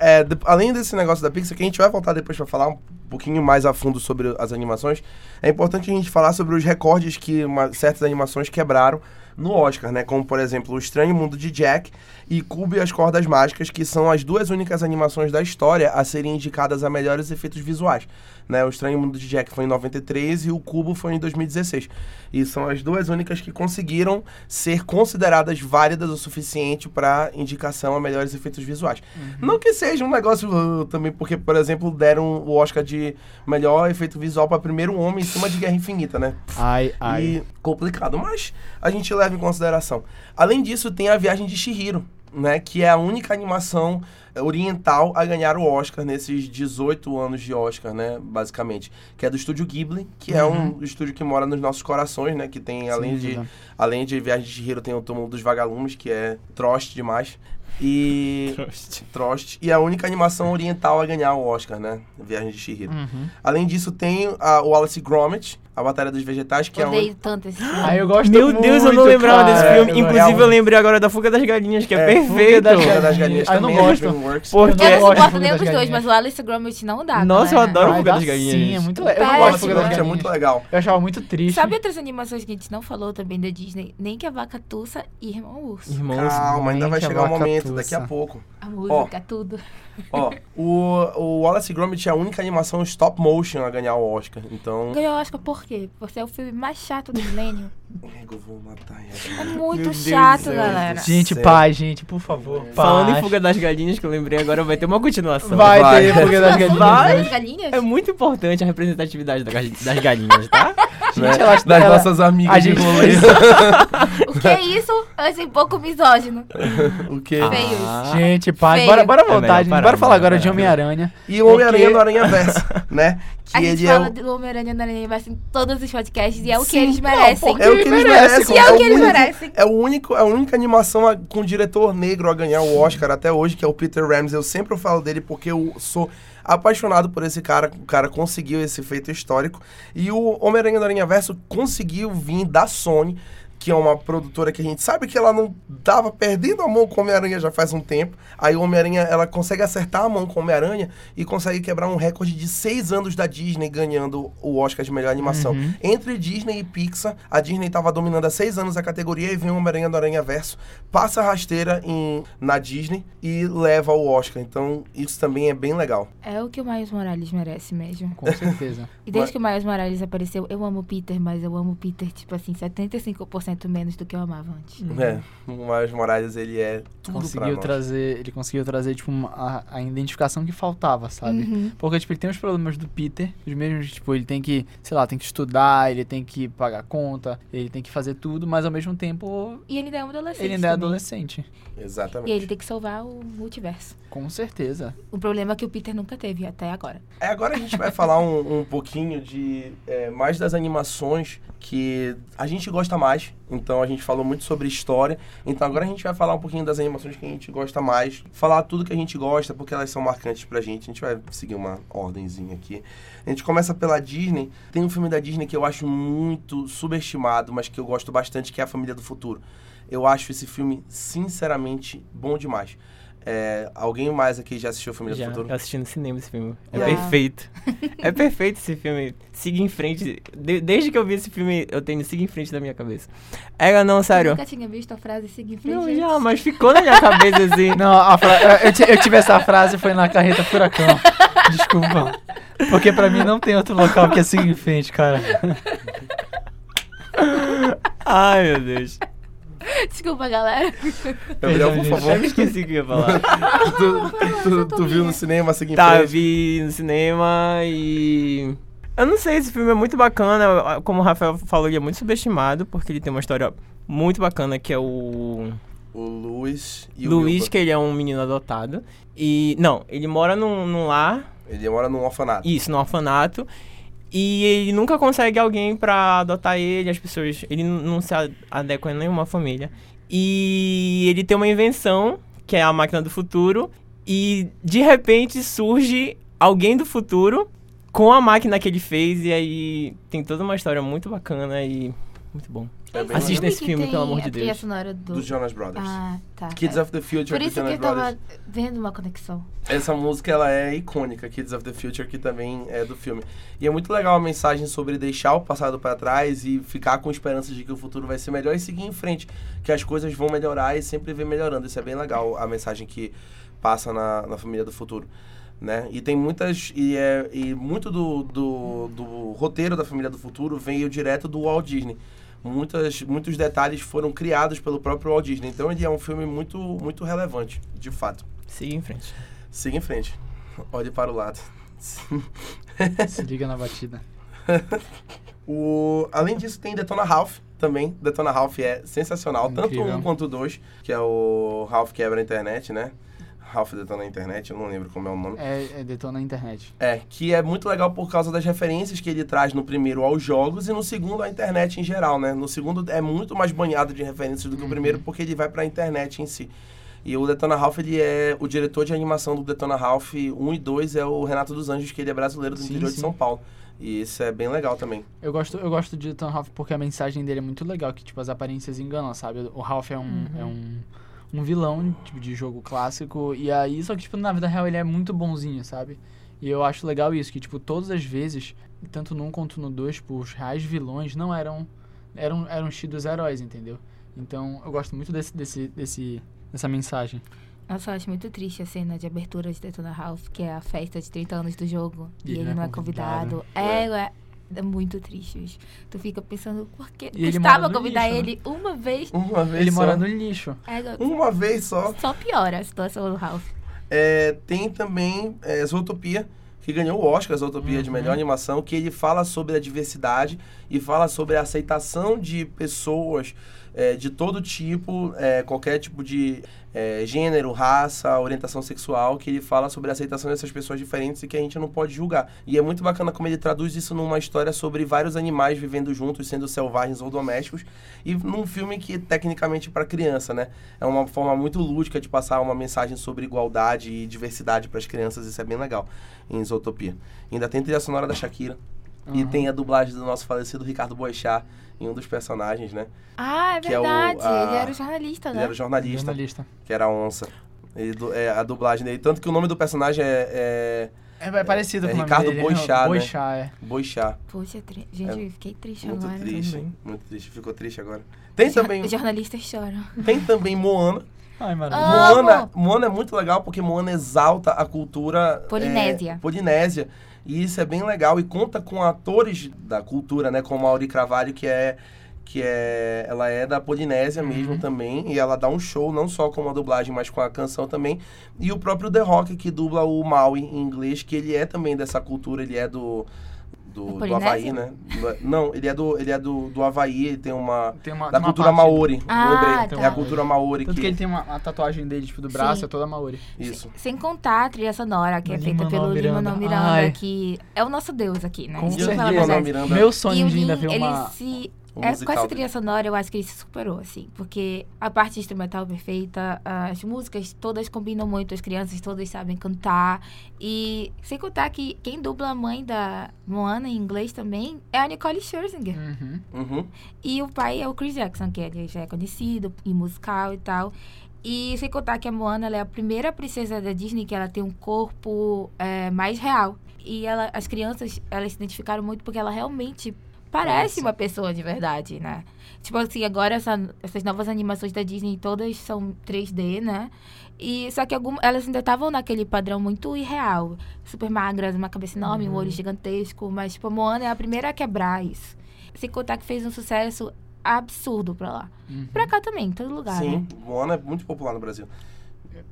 Speaker 1: É, de- além desse negócio da Pixar, que a gente vai voltar depois pra falar um pouquinho mais a fundo sobre as animações, é importante a gente falar sobre os recordes que uma- certas animações quebraram no Oscar, né? Como, por exemplo, O Estranho Mundo de Jack e Cubo e as Cordas Mágicas, que são as duas únicas animações da história a serem indicadas a melhores efeitos visuais. Né? O Estranho Mundo de Jack foi em 93 e o Cubo foi em 2016. E são as duas únicas que conseguiram ser consideradas válidas o suficiente para indicação a melhores efeitos visuais. Não que seja um negócio uh, também, porque, por exemplo, deram o Oscar de melhor efeito visual para primeiro homem em cima de Guerra Infinita, né?
Speaker 2: Ai, ai.
Speaker 1: E complicado, mas a gente leva em consideração. Além disso, tem a Viagem de Shihiro, né? Que é a única animação oriental a ganhar o Oscar nesses 18 anos de Oscar, né? Basicamente. Que é do estúdio Ghibli, que é um estúdio que mora nos nossos corações, né? Que tem, além de
Speaker 2: dúvida.
Speaker 1: Além de Viagem de Chihiro, tem o Túmulo dos Vagalumes, que é troste demais.
Speaker 4: [laughs]
Speaker 1: E... Trost. E a única animação oriental a ganhar o Oscar, né? Viagem de Chihiro.
Speaker 2: Uhum.
Speaker 1: Além disso, tem a Wallace e Gromit, A Batalha dos Vegetais, que é
Speaker 3: Odeio
Speaker 1: um.
Speaker 3: tanto esse
Speaker 2: Aí
Speaker 3: filme.
Speaker 2: eu gosto
Speaker 4: Meu Deus, eu não
Speaker 2: muito,
Speaker 4: lembrava
Speaker 2: cara.
Speaker 4: desse filme.
Speaker 1: é,
Speaker 4: Inclusive,
Speaker 1: é
Speaker 4: eu
Speaker 1: um-
Speaker 4: lembrei agora da Fuga das Galinhas, que é,
Speaker 1: É, Fuga
Speaker 4: perfeito.
Speaker 2: das
Speaker 1: Fuga das Galinhas
Speaker 2: Ah, eu não
Speaker 1: também é da
Speaker 2: gosto.
Speaker 1: DreamWorks.
Speaker 4: Porque
Speaker 3: Eu não
Speaker 2: gosto de
Speaker 3: suporto
Speaker 2: Fuga
Speaker 3: nenhum
Speaker 2: das
Speaker 3: dos dois, mas
Speaker 2: galinhas.
Speaker 3: o Alice Gromit não dá.
Speaker 4: Nossa, eu
Speaker 3: galera.
Speaker 4: adoro
Speaker 2: Ai,
Speaker 4: Fuga
Speaker 2: dá
Speaker 4: das Galinhas.
Speaker 2: Sim, é muito legal. Eu não
Speaker 3: Péssimo,
Speaker 2: gosto de Fuga das
Speaker 3: né?
Speaker 1: é
Speaker 2: Galinhas.
Speaker 1: muito legal.
Speaker 2: Eu achava muito triste.
Speaker 3: Sabe outras animações que a gente não falou também da Disney? Nem que a Vaca Tussa e Irmão Urso.
Speaker 4: Irmãos,
Speaker 1: Calma, ainda vai
Speaker 4: gente, a
Speaker 1: chegar o
Speaker 4: vaca
Speaker 1: momento,
Speaker 4: tussa.
Speaker 1: daqui a pouco.
Speaker 3: A música, tudo.
Speaker 1: Ó, o, o Wallace e Gromit é a única animação stop motion a ganhar o Oscar. Então.
Speaker 3: Ganhou o Oscar por quê? Porque é o filme mais chato do milênio.
Speaker 1: Nego, eu vou matar ela.
Speaker 3: É
Speaker 2: Meu
Speaker 3: muito
Speaker 2: Deus do
Speaker 3: chato,
Speaker 2: céu.
Speaker 3: galera.
Speaker 2: Gente,
Speaker 1: Sério.
Speaker 2: paz, gente, por favor. Paz.
Speaker 4: Falando em Fuga das Galinhas, que eu lembrei agora, vai ter uma continuação.
Speaker 2: Vai,
Speaker 1: Vai.
Speaker 2: ter Fuga das Galinhas. né?
Speaker 4: Vai.
Speaker 3: As galinhas?
Speaker 4: É muito importante a representatividade da gal- das galinhas, tá?
Speaker 1: Né?
Speaker 2: ela-
Speaker 1: das
Speaker 2: ela-
Speaker 1: nossas amigas
Speaker 2: A
Speaker 1: de
Speaker 2: gente
Speaker 1: rolê.
Speaker 2: [laughs]
Speaker 3: O que é isso? Esse pouco misógino.
Speaker 1: o quê?
Speaker 4: Ah.
Speaker 3: [laughs] Feios.
Speaker 2: Gente, paz.
Speaker 3: Feio.
Speaker 2: Bora, bora
Speaker 4: É melhor
Speaker 2: voltar, gente.
Speaker 4: parar,
Speaker 2: Bora falar
Speaker 4: melhor
Speaker 2: agora de
Speaker 4: parar.
Speaker 2: Homem-Aranha.
Speaker 1: E o Homem-Aranha
Speaker 2: Porque-
Speaker 1: do Aranha Verso, né?
Speaker 3: A
Speaker 1: Que
Speaker 3: gente
Speaker 1: ele é
Speaker 3: fala
Speaker 1: o,
Speaker 3: do Homem-Aranha no Aranha Verso em todos os podcasts e é o que
Speaker 2: Sim,
Speaker 3: eles
Speaker 2: não,
Speaker 3: merecem.
Speaker 2: porque
Speaker 1: é o que eles
Speaker 2: merece,
Speaker 1: merecem.
Speaker 3: E é o que eles
Speaker 1: único-
Speaker 3: merecem.
Speaker 1: É o único, é a única animação a- com diretor negro a ganhar o Oscar até hoje, que é o Peter Ramsey. Eu sempre falo dele porque eu sou apaixonado por esse cara. O cara conseguiu esse feito histórico. E o Homem-Aranha do Aranha Verso conseguiu vir da Sony, que é uma produtora que a gente sabe que ela não tava perdendo a mão com o Homem-Aranha já faz um tempo. Aí o Homem-Aranha, ela consegue acertar a mão com o Homem-Aranha e consegue quebrar um recorde de seis anos da Disney ganhando o Oscar de melhor animação. Entre Disney e Pixar, a Disney estava dominando há seis anos a categoria e vem o Homem-Aranha do Aranha Verso, passa a rasteira em, na Disney e leva o Oscar. Então, isso também é bem legal.
Speaker 3: É o que o Miles Morales merece mesmo.
Speaker 4: [laughs]
Speaker 2: Com certeza.
Speaker 3: E desde que o Miles Morales apareceu, eu amo o Peter, mas eu amo o Peter, tipo assim, 75% menos do que eu amava antes.
Speaker 1: É, o Miles Morales, ele é tudo pra
Speaker 2: conseguiu
Speaker 1: nós.
Speaker 2: trazer, ele conseguiu trazer tipo uma- a, a identificação que faltava, sabe?
Speaker 3: Uhum.
Speaker 2: Porque tipo ele tem os problemas do Peter, os mesmos, tipo, ele tem que, sei lá, tem que estudar, ele tem que pagar conta, ele tem que fazer tudo, mas ao mesmo tempo
Speaker 3: E ele ainda é um adolescente.
Speaker 2: ele ainda é
Speaker 3: também.
Speaker 2: adolescente.
Speaker 1: Exatamente.
Speaker 3: E ele tem que salvar o multiverso.
Speaker 2: Com certeza.
Speaker 3: Um problema que o Peter nunca teve até agora.
Speaker 1: É, agora a gente vai falar um, um pouquinho de é, mais das animações que a gente gosta mais. Então a gente falou muito sobre história. Então agora a gente vai falar um pouquinho das animações que a gente gosta mais. Falar tudo que a gente gosta, porque elas são marcantes pra gente. A gente vai seguir uma ordemzinha aqui. A gente começa pela Disney. Tem um filme da Disney que eu acho muito subestimado, mas que eu gosto bastante, que é A Família do Futuro. Eu acho esse filme, sinceramente, bom demais. É, alguém mais aqui já assistiu Família
Speaker 4: Já,
Speaker 1: do Futuro?
Speaker 4: eu assisti no cinema esse filme. É
Speaker 3: Já. [laughs]
Speaker 4: perfeito. é perfeito esse filme. Siga em frente. De- desde que eu vi esse filme, eu tenho Siga em frente da minha cabeça. É, não,
Speaker 3: Eu
Speaker 4: sério.
Speaker 3: nunca tinha visto a frase seguir em frente.
Speaker 4: Não,
Speaker 3: antes.
Speaker 4: já, mas ficou na minha cabeça assim.
Speaker 2: Não, a fra- eu- eu, ti- eu tive essa frase foi na carreta furacão. Desculpa. Porque pra mim não tem outro local que é seguir em frente, cara.
Speaker 4: Ai, meu Deus.
Speaker 3: [laughs] Desculpa, galera.
Speaker 1: Gabriel, por
Speaker 2: Gente.
Speaker 1: favor.
Speaker 4: Eu me esqueci o que eu ia falar.
Speaker 3: [laughs]
Speaker 1: [laughs] tu, tu- tu viu no cinema assim, seguinte?
Speaker 4: Tá, eu vi no cinema e. Eu não sei, esse filme é muito bacana. Como o Rafael falou, ele é muito subestimado, porque ele tem uma história muito bacana, que é o.
Speaker 1: O Luiz e o
Speaker 4: Luiz,
Speaker 1: Wilbur.
Speaker 4: que ele é um menino adotado. E. Não, ele mora num, num lar,
Speaker 1: Ele mora num orfanato.
Speaker 4: isso, num orfanato. E ele nunca consegue alguém pra adotar ele, as pessoas. Ele n- não se a- adequa a nenhuma família. E ele tem uma invenção, que é a máquina do futuro. E de repente surge alguém do futuro com a máquina que ele fez. E aí tem toda uma história muito bacana e. Muito bom.
Speaker 1: É bem
Speaker 4: Assista
Speaker 1: legal.
Speaker 4: esse filme,
Speaker 3: tem
Speaker 4: pelo amor de
Speaker 3: a trilha
Speaker 4: Deus.
Speaker 3: sonora do...
Speaker 1: Do Jonas Brothers.
Speaker 3: Ah, tá.
Speaker 1: Kids
Speaker 3: É.
Speaker 1: of the Future
Speaker 3: Por
Speaker 1: do
Speaker 3: isso que
Speaker 1: Jonas
Speaker 3: eu
Speaker 1: Brothers.
Speaker 3: tava vendo uma conexão.
Speaker 1: Essa música ela é icônica, Kids of the Future, que também é do filme. E é muito legal a mensagem sobre deixar o passado pra trás e ficar com esperança de que o futuro vai ser melhor e seguir em frente, que as coisas vão melhorar e sempre vem melhorando. Isso é bem legal a mensagem que passa na, na família do futuro. Né? E tem muitas. E, é, e muito do, do, do roteiro da Família do Futuro veio direto do Walt Disney. Muitas, muitos detalhes foram criados pelo próprio Walt Disney. Então ele é um filme muito, muito relevante, de fato.
Speaker 4: Siga em frente.
Speaker 1: Siga em frente. Olhe para o lado.
Speaker 2: Se liga na batida.
Speaker 1: O... Além disso, tem Detona Ralph também. Detona Ralph é sensacional. Tanto
Speaker 2: Incrível.
Speaker 1: um quanto o dois, que é o Ralph quebra a internet, né? Ralph detona a internet, eu não lembro como é o nome.
Speaker 2: É, é detona a internet.
Speaker 1: É, que é muito legal por causa das referências que ele traz no primeiro aos jogos e no segundo à internet em geral, né? No segundo é muito mais banhado de referências do
Speaker 2: Uhum.
Speaker 1: que o primeiro porque ele vai pra internet em si. E o Detona Ralph, ele é o um diretor de animação do Detona Ralph 1 e 2 é o Renato dos Anjos, que ele é brasileiro do
Speaker 2: Sim,
Speaker 1: interior de
Speaker 2: sim.
Speaker 1: São Paulo. E isso é bem legal também.
Speaker 2: Eu gosto, eu gosto de Ethan Ralph porque a mensagem dele é muito legal, que tipo, as aparências enganam, sabe? O Ralph é um, é um, um vilão tipo, de jogo clássico, e aí, só que tipo, na vida real ele é muito bonzinho, sabe? E eu acho legal isso, que tipo, todas as vezes, tanto num quanto no dois, tipo, os reais vilões não eram eram eram tidos heróis, entendeu? Então eu gosto muito desse, desse, desse dessa mensagem.
Speaker 3: Nossa, eu acho muito triste a cena de abertura de Detona Ralph, que é a festa de 30 anos do jogo. E, ele não é convidado. É, é, é muito triste. bicho. Tu fica pensando, por que
Speaker 2: E ele mora
Speaker 3: custava
Speaker 2: no
Speaker 3: convidar
Speaker 2: lixo, né?
Speaker 3: ele uma vez?
Speaker 1: Uma vez
Speaker 2: Ele
Speaker 1: só.
Speaker 2: mora no lixo.
Speaker 3: É, eu-
Speaker 1: Uma vez só.
Speaker 3: Só piora a situação do Ralph.
Speaker 1: É, tem também é, Zootopia, que ganhou o Oscar, Zootopia de melhor animação, que ele fala sobre a diversidade e fala sobre a aceitação de pessoas é, de todo tipo, é, qualquer tipo de é, gênero, raça, orientação sexual, que ele fala sobre a aceitação dessas pessoas diferentes e que a gente não pode julgar. E é muito bacana como ele traduz isso numa história sobre vários animais vivendo juntos, sendo selvagens ou domésticos, e num filme que tecnicamente é para criança, né? É uma forma muito lúdica de passar uma mensagem sobre igualdade e diversidade para as crianças, isso é bem legal em Zootopia. Ainda tem a trilha sonora da Shakira e
Speaker 2: Uhum.
Speaker 1: tem a dublagem do nosso falecido Ricardo Boechat em um dos personagens, né?
Speaker 3: Ah, é
Speaker 1: Que é o-
Speaker 3: verdade.
Speaker 1: a-
Speaker 3: Ele era o jornalista,
Speaker 1: Ele
Speaker 3: né?
Speaker 1: era o jornalista,
Speaker 2: Jornalista.
Speaker 1: que era a onça. Ele du- é, a dublagem dele, tanto que o nome do personagem é,
Speaker 2: É, é parecido
Speaker 1: É
Speaker 2: com o nome
Speaker 1: Ricardo
Speaker 2: dele.
Speaker 1: Boixá, né?
Speaker 2: Boixá, é.
Speaker 1: é Boechat.
Speaker 3: Poxa, tri- gente, eu fiquei triste
Speaker 1: Muito
Speaker 3: agora. [laughs]
Speaker 1: triste,
Speaker 4: também.
Speaker 1: muito triste. Ficou triste agora. Tem
Speaker 3: Jo- [laughs]
Speaker 1: também,
Speaker 3: Os jornalistas choram.
Speaker 1: tem também Moana.
Speaker 2: Ai, maravilha.
Speaker 3: Ah. Amo!
Speaker 1: Moana, Moana é muito legal porque Moana exalta a cultura
Speaker 3: Polinésia.
Speaker 1: é, polinésia. E isso é bem legal e conta com atores da cultura, né, como a Auri Carvalho, que é que é ela é da Polinésia
Speaker 3: Uhum.
Speaker 1: mesmo também, e ela dá um show não só com a dublagem, mas com a canção também. E o próprio The Rock que dubla o Maui em inglês, que ele é também dessa cultura, ele é do do,
Speaker 3: Da
Speaker 1: do Havaí,
Speaker 3: Polinésia?
Speaker 1: né? Do- Não, ele é do ele é do, do Havaí, ele tem uma
Speaker 2: Tem uma,
Speaker 1: da
Speaker 2: uma
Speaker 1: cultura
Speaker 2: parte-
Speaker 1: maori,
Speaker 3: Ah,
Speaker 1: lembrei.
Speaker 3: tá.
Speaker 1: É a cultura maori
Speaker 2: Tanto que ele
Speaker 1: que
Speaker 2: tem uma, uma tatuagem dele, tipo, do braço,
Speaker 3: Sim.
Speaker 2: é toda maori.
Speaker 1: isso.
Speaker 3: Sem contar a trilha sonora, que é
Speaker 2: Do
Speaker 3: feita
Speaker 2: Lin-Manuel
Speaker 3: pelo
Speaker 2: Miranda.
Speaker 3: Lima Miranda,
Speaker 2: Ai.
Speaker 3: que é o nosso deus aqui, né?
Speaker 2: Com
Speaker 3: A gente não fala
Speaker 1: certeza.
Speaker 3: mais nada.
Speaker 1: Miranda.
Speaker 2: Meu
Speaker 3: e
Speaker 2: sonho
Speaker 3: o
Speaker 2: de ainda
Speaker 3: Lin,
Speaker 2: ver
Speaker 3: ele
Speaker 2: uma...
Speaker 3: se...
Speaker 1: O
Speaker 3: É, com
Speaker 1: musical
Speaker 3: essa
Speaker 1: dele.
Speaker 3: trilha sonora, eu acho que ele se superou, assim. Porque a parte instrumental perfeita, as músicas todas combinam muito, as crianças todas sabem cantar. E sem contar que quem dubla a mãe da Moana em inglês também é a Nicole Scherzinger.
Speaker 2: Uhum.
Speaker 1: Uhum.
Speaker 3: E o pai é o Chris Jackson, que ele já é conhecido em musical e tal. E sem contar que a Moana ela é a primeira princesa da Disney que ela tem um corpo é, mais real. E ela, as crianças, elas se identificaram muito porque ela realmente parece uma pessoa de verdade, né? Tipo assim, agora essa- essas novas animações da Disney todas são 3D, né? E só que algumas, elas ainda estavam naquele padrão muito irreal. Super magras, uma cabeça enorme, um olho gigantesco. Mas, tipo, a Moana é a primeira a quebrar isso. Sem contar que fez um sucesso absurdo pra lá.
Speaker 2: Uhum.
Speaker 3: Pra cá também, em todo lugar, né?
Speaker 1: Sim, Moana é muito popular no Brasil.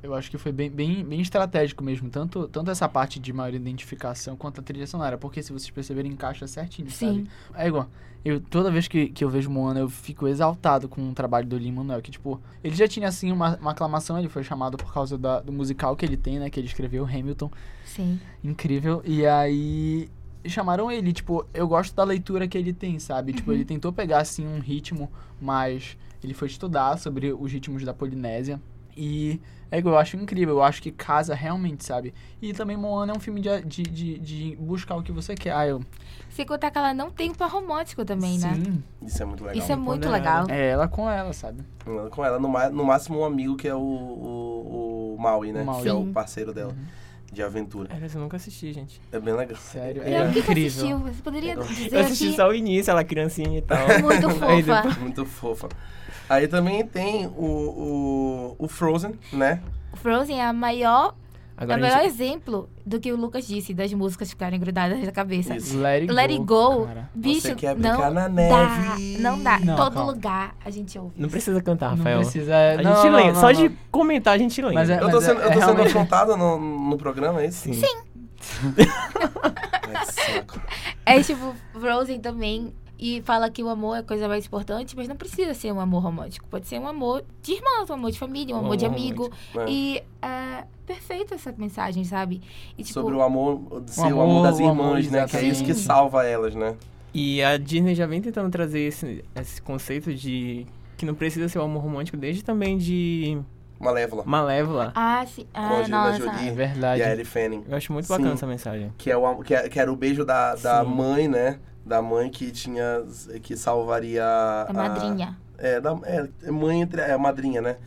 Speaker 2: Eu acho que foi bem, bem, bem estratégico mesmo, tanto, tanto essa parte de maior identificação quanto a trilha sonora, porque se vocês perceberem, encaixa certinho,
Speaker 3: Sim.
Speaker 2: sabe? É igual, eu, toda vez que, que eu vejo Moana, eu fico exaltado com o trabalho do Lin-Manuel, que tipo, ele já tinha assim uma, uma aclamação, ele foi chamado por causa da- do musical que ele tem, né, que ele escreveu, Hamilton,
Speaker 3: Sim.
Speaker 2: incrível, e aí chamaram ele, tipo, eu gosto da leitura que ele tem, sabe? Tipo,
Speaker 3: Uhum.
Speaker 2: ele tentou pegar assim um ritmo, mas ele foi estudar sobre os ritmos da Polinésia e é igual, eu acho incrível, eu acho que casa realmente, sabe? E também Moana é um filme de, de, de, de buscar o que você quer. Ah, eu
Speaker 3: Sem contar que ela não tem um par romântico também, né?
Speaker 2: Sim.
Speaker 1: Isso é muito legal.
Speaker 3: Isso é muito
Speaker 4: Empoderada.
Speaker 3: legal.
Speaker 2: É ela com ela, sabe?
Speaker 1: Com ela, no, ma- no máximo, um amigo que é o, o, o Maui, né?
Speaker 2: O Maui. Uhum.
Speaker 1: Que é o
Speaker 3: Sim.
Speaker 1: parceiro dela de aventura.
Speaker 4: Era, eu nunca assisti, gente.
Speaker 1: É bem legal.
Speaker 2: Sério.
Speaker 1: É,
Speaker 3: E aí, o que que
Speaker 2: incrível.
Speaker 3: assistiu? Você poderia
Speaker 4: Eu
Speaker 3: dizer
Speaker 4: assisti
Speaker 3: aqui?
Speaker 4: só o início, ela é criancinha e tal.
Speaker 3: é
Speaker 4: [laughs]
Speaker 3: Muito
Speaker 4: Aí
Speaker 3: fofa.
Speaker 1: [laughs] muito fofa. Aí também tem o, o, o Frozen, né?
Speaker 3: Frozen é a maior, é o
Speaker 4: Agora a
Speaker 3: melhor
Speaker 4: gente-
Speaker 3: exemplo do que o Lucas disse, das músicas ficarem grudadas na cabeça.
Speaker 1: Isso.
Speaker 2: Let it
Speaker 3: Let
Speaker 2: go.
Speaker 3: it go,
Speaker 2: cara.
Speaker 3: bicho,
Speaker 1: Você quer
Speaker 3: não
Speaker 1: brincar na
Speaker 3: dá,
Speaker 1: neve.
Speaker 3: não dá. Em
Speaker 2: Não,
Speaker 3: todo
Speaker 2: calma.
Speaker 3: lugar a gente ouve.
Speaker 4: Não precisa cantar,
Speaker 2: Não
Speaker 4: Rafael.
Speaker 2: precisa.
Speaker 4: A
Speaker 2: não,
Speaker 4: gente
Speaker 2: não,
Speaker 4: lembra.
Speaker 2: não,
Speaker 4: Só
Speaker 2: não.
Speaker 4: de comentar, a gente lembra.
Speaker 2: Mas é-
Speaker 1: Eu tô
Speaker 2: mas
Speaker 1: sendo, eu tô sendo
Speaker 2: realmente-
Speaker 1: afrontado no, no programa, é isso?
Speaker 4: Sim.
Speaker 1: [laughs] Ai, que saco.
Speaker 3: É tipo, Frozen também. E fala que o amor é a coisa mais importante, mas não precisa ser um amor romântico. Pode ser um amor de irmãos, um amor de família, um,
Speaker 4: Um
Speaker 3: amor, de
Speaker 4: amor
Speaker 3: amigo.
Speaker 1: É.
Speaker 3: E é perfeita essa mensagem, sabe? E tipo,
Speaker 1: Sobre o amor, ser o amor,
Speaker 2: amor,
Speaker 1: das
Speaker 2: o amor,
Speaker 1: irmãs, né? Que é isso que
Speaker 3: exatamente.
Speaker 1: salva elas, né?
Speaker 4: E a Disney já vem tentando trazer esse, esse conceito de que não precisa ser o amor romântico desde também de
Speaker 1: Malévola.
Speaker 4: Malévola.
Speaker 3: Ah, sim.
Speaker 1: com a
Speaker 3: Ah,
Speaker 1: Angelina
Speaker 3: nossa.
Speaker 1: Jolie
Speaker 2: É
Speaker 1: e
Speaker 2: verdade.
Speaker 1: a Ellie Fanning.
Speaker 4: Eu acho muito
Speaker 1: Sim.
Speaker 4: bacana essa mensagem.
Speaker 1: Que, é o, am- que, é- que era o beijo da, da
Speaker 4: Sim.
Speaker 1: mãe, né? Da mãe que tinha. que salvaria.
Speaker 3: A É madrinha.
Speaker 1: É, da, é, mãe entre. É, madrinha, né?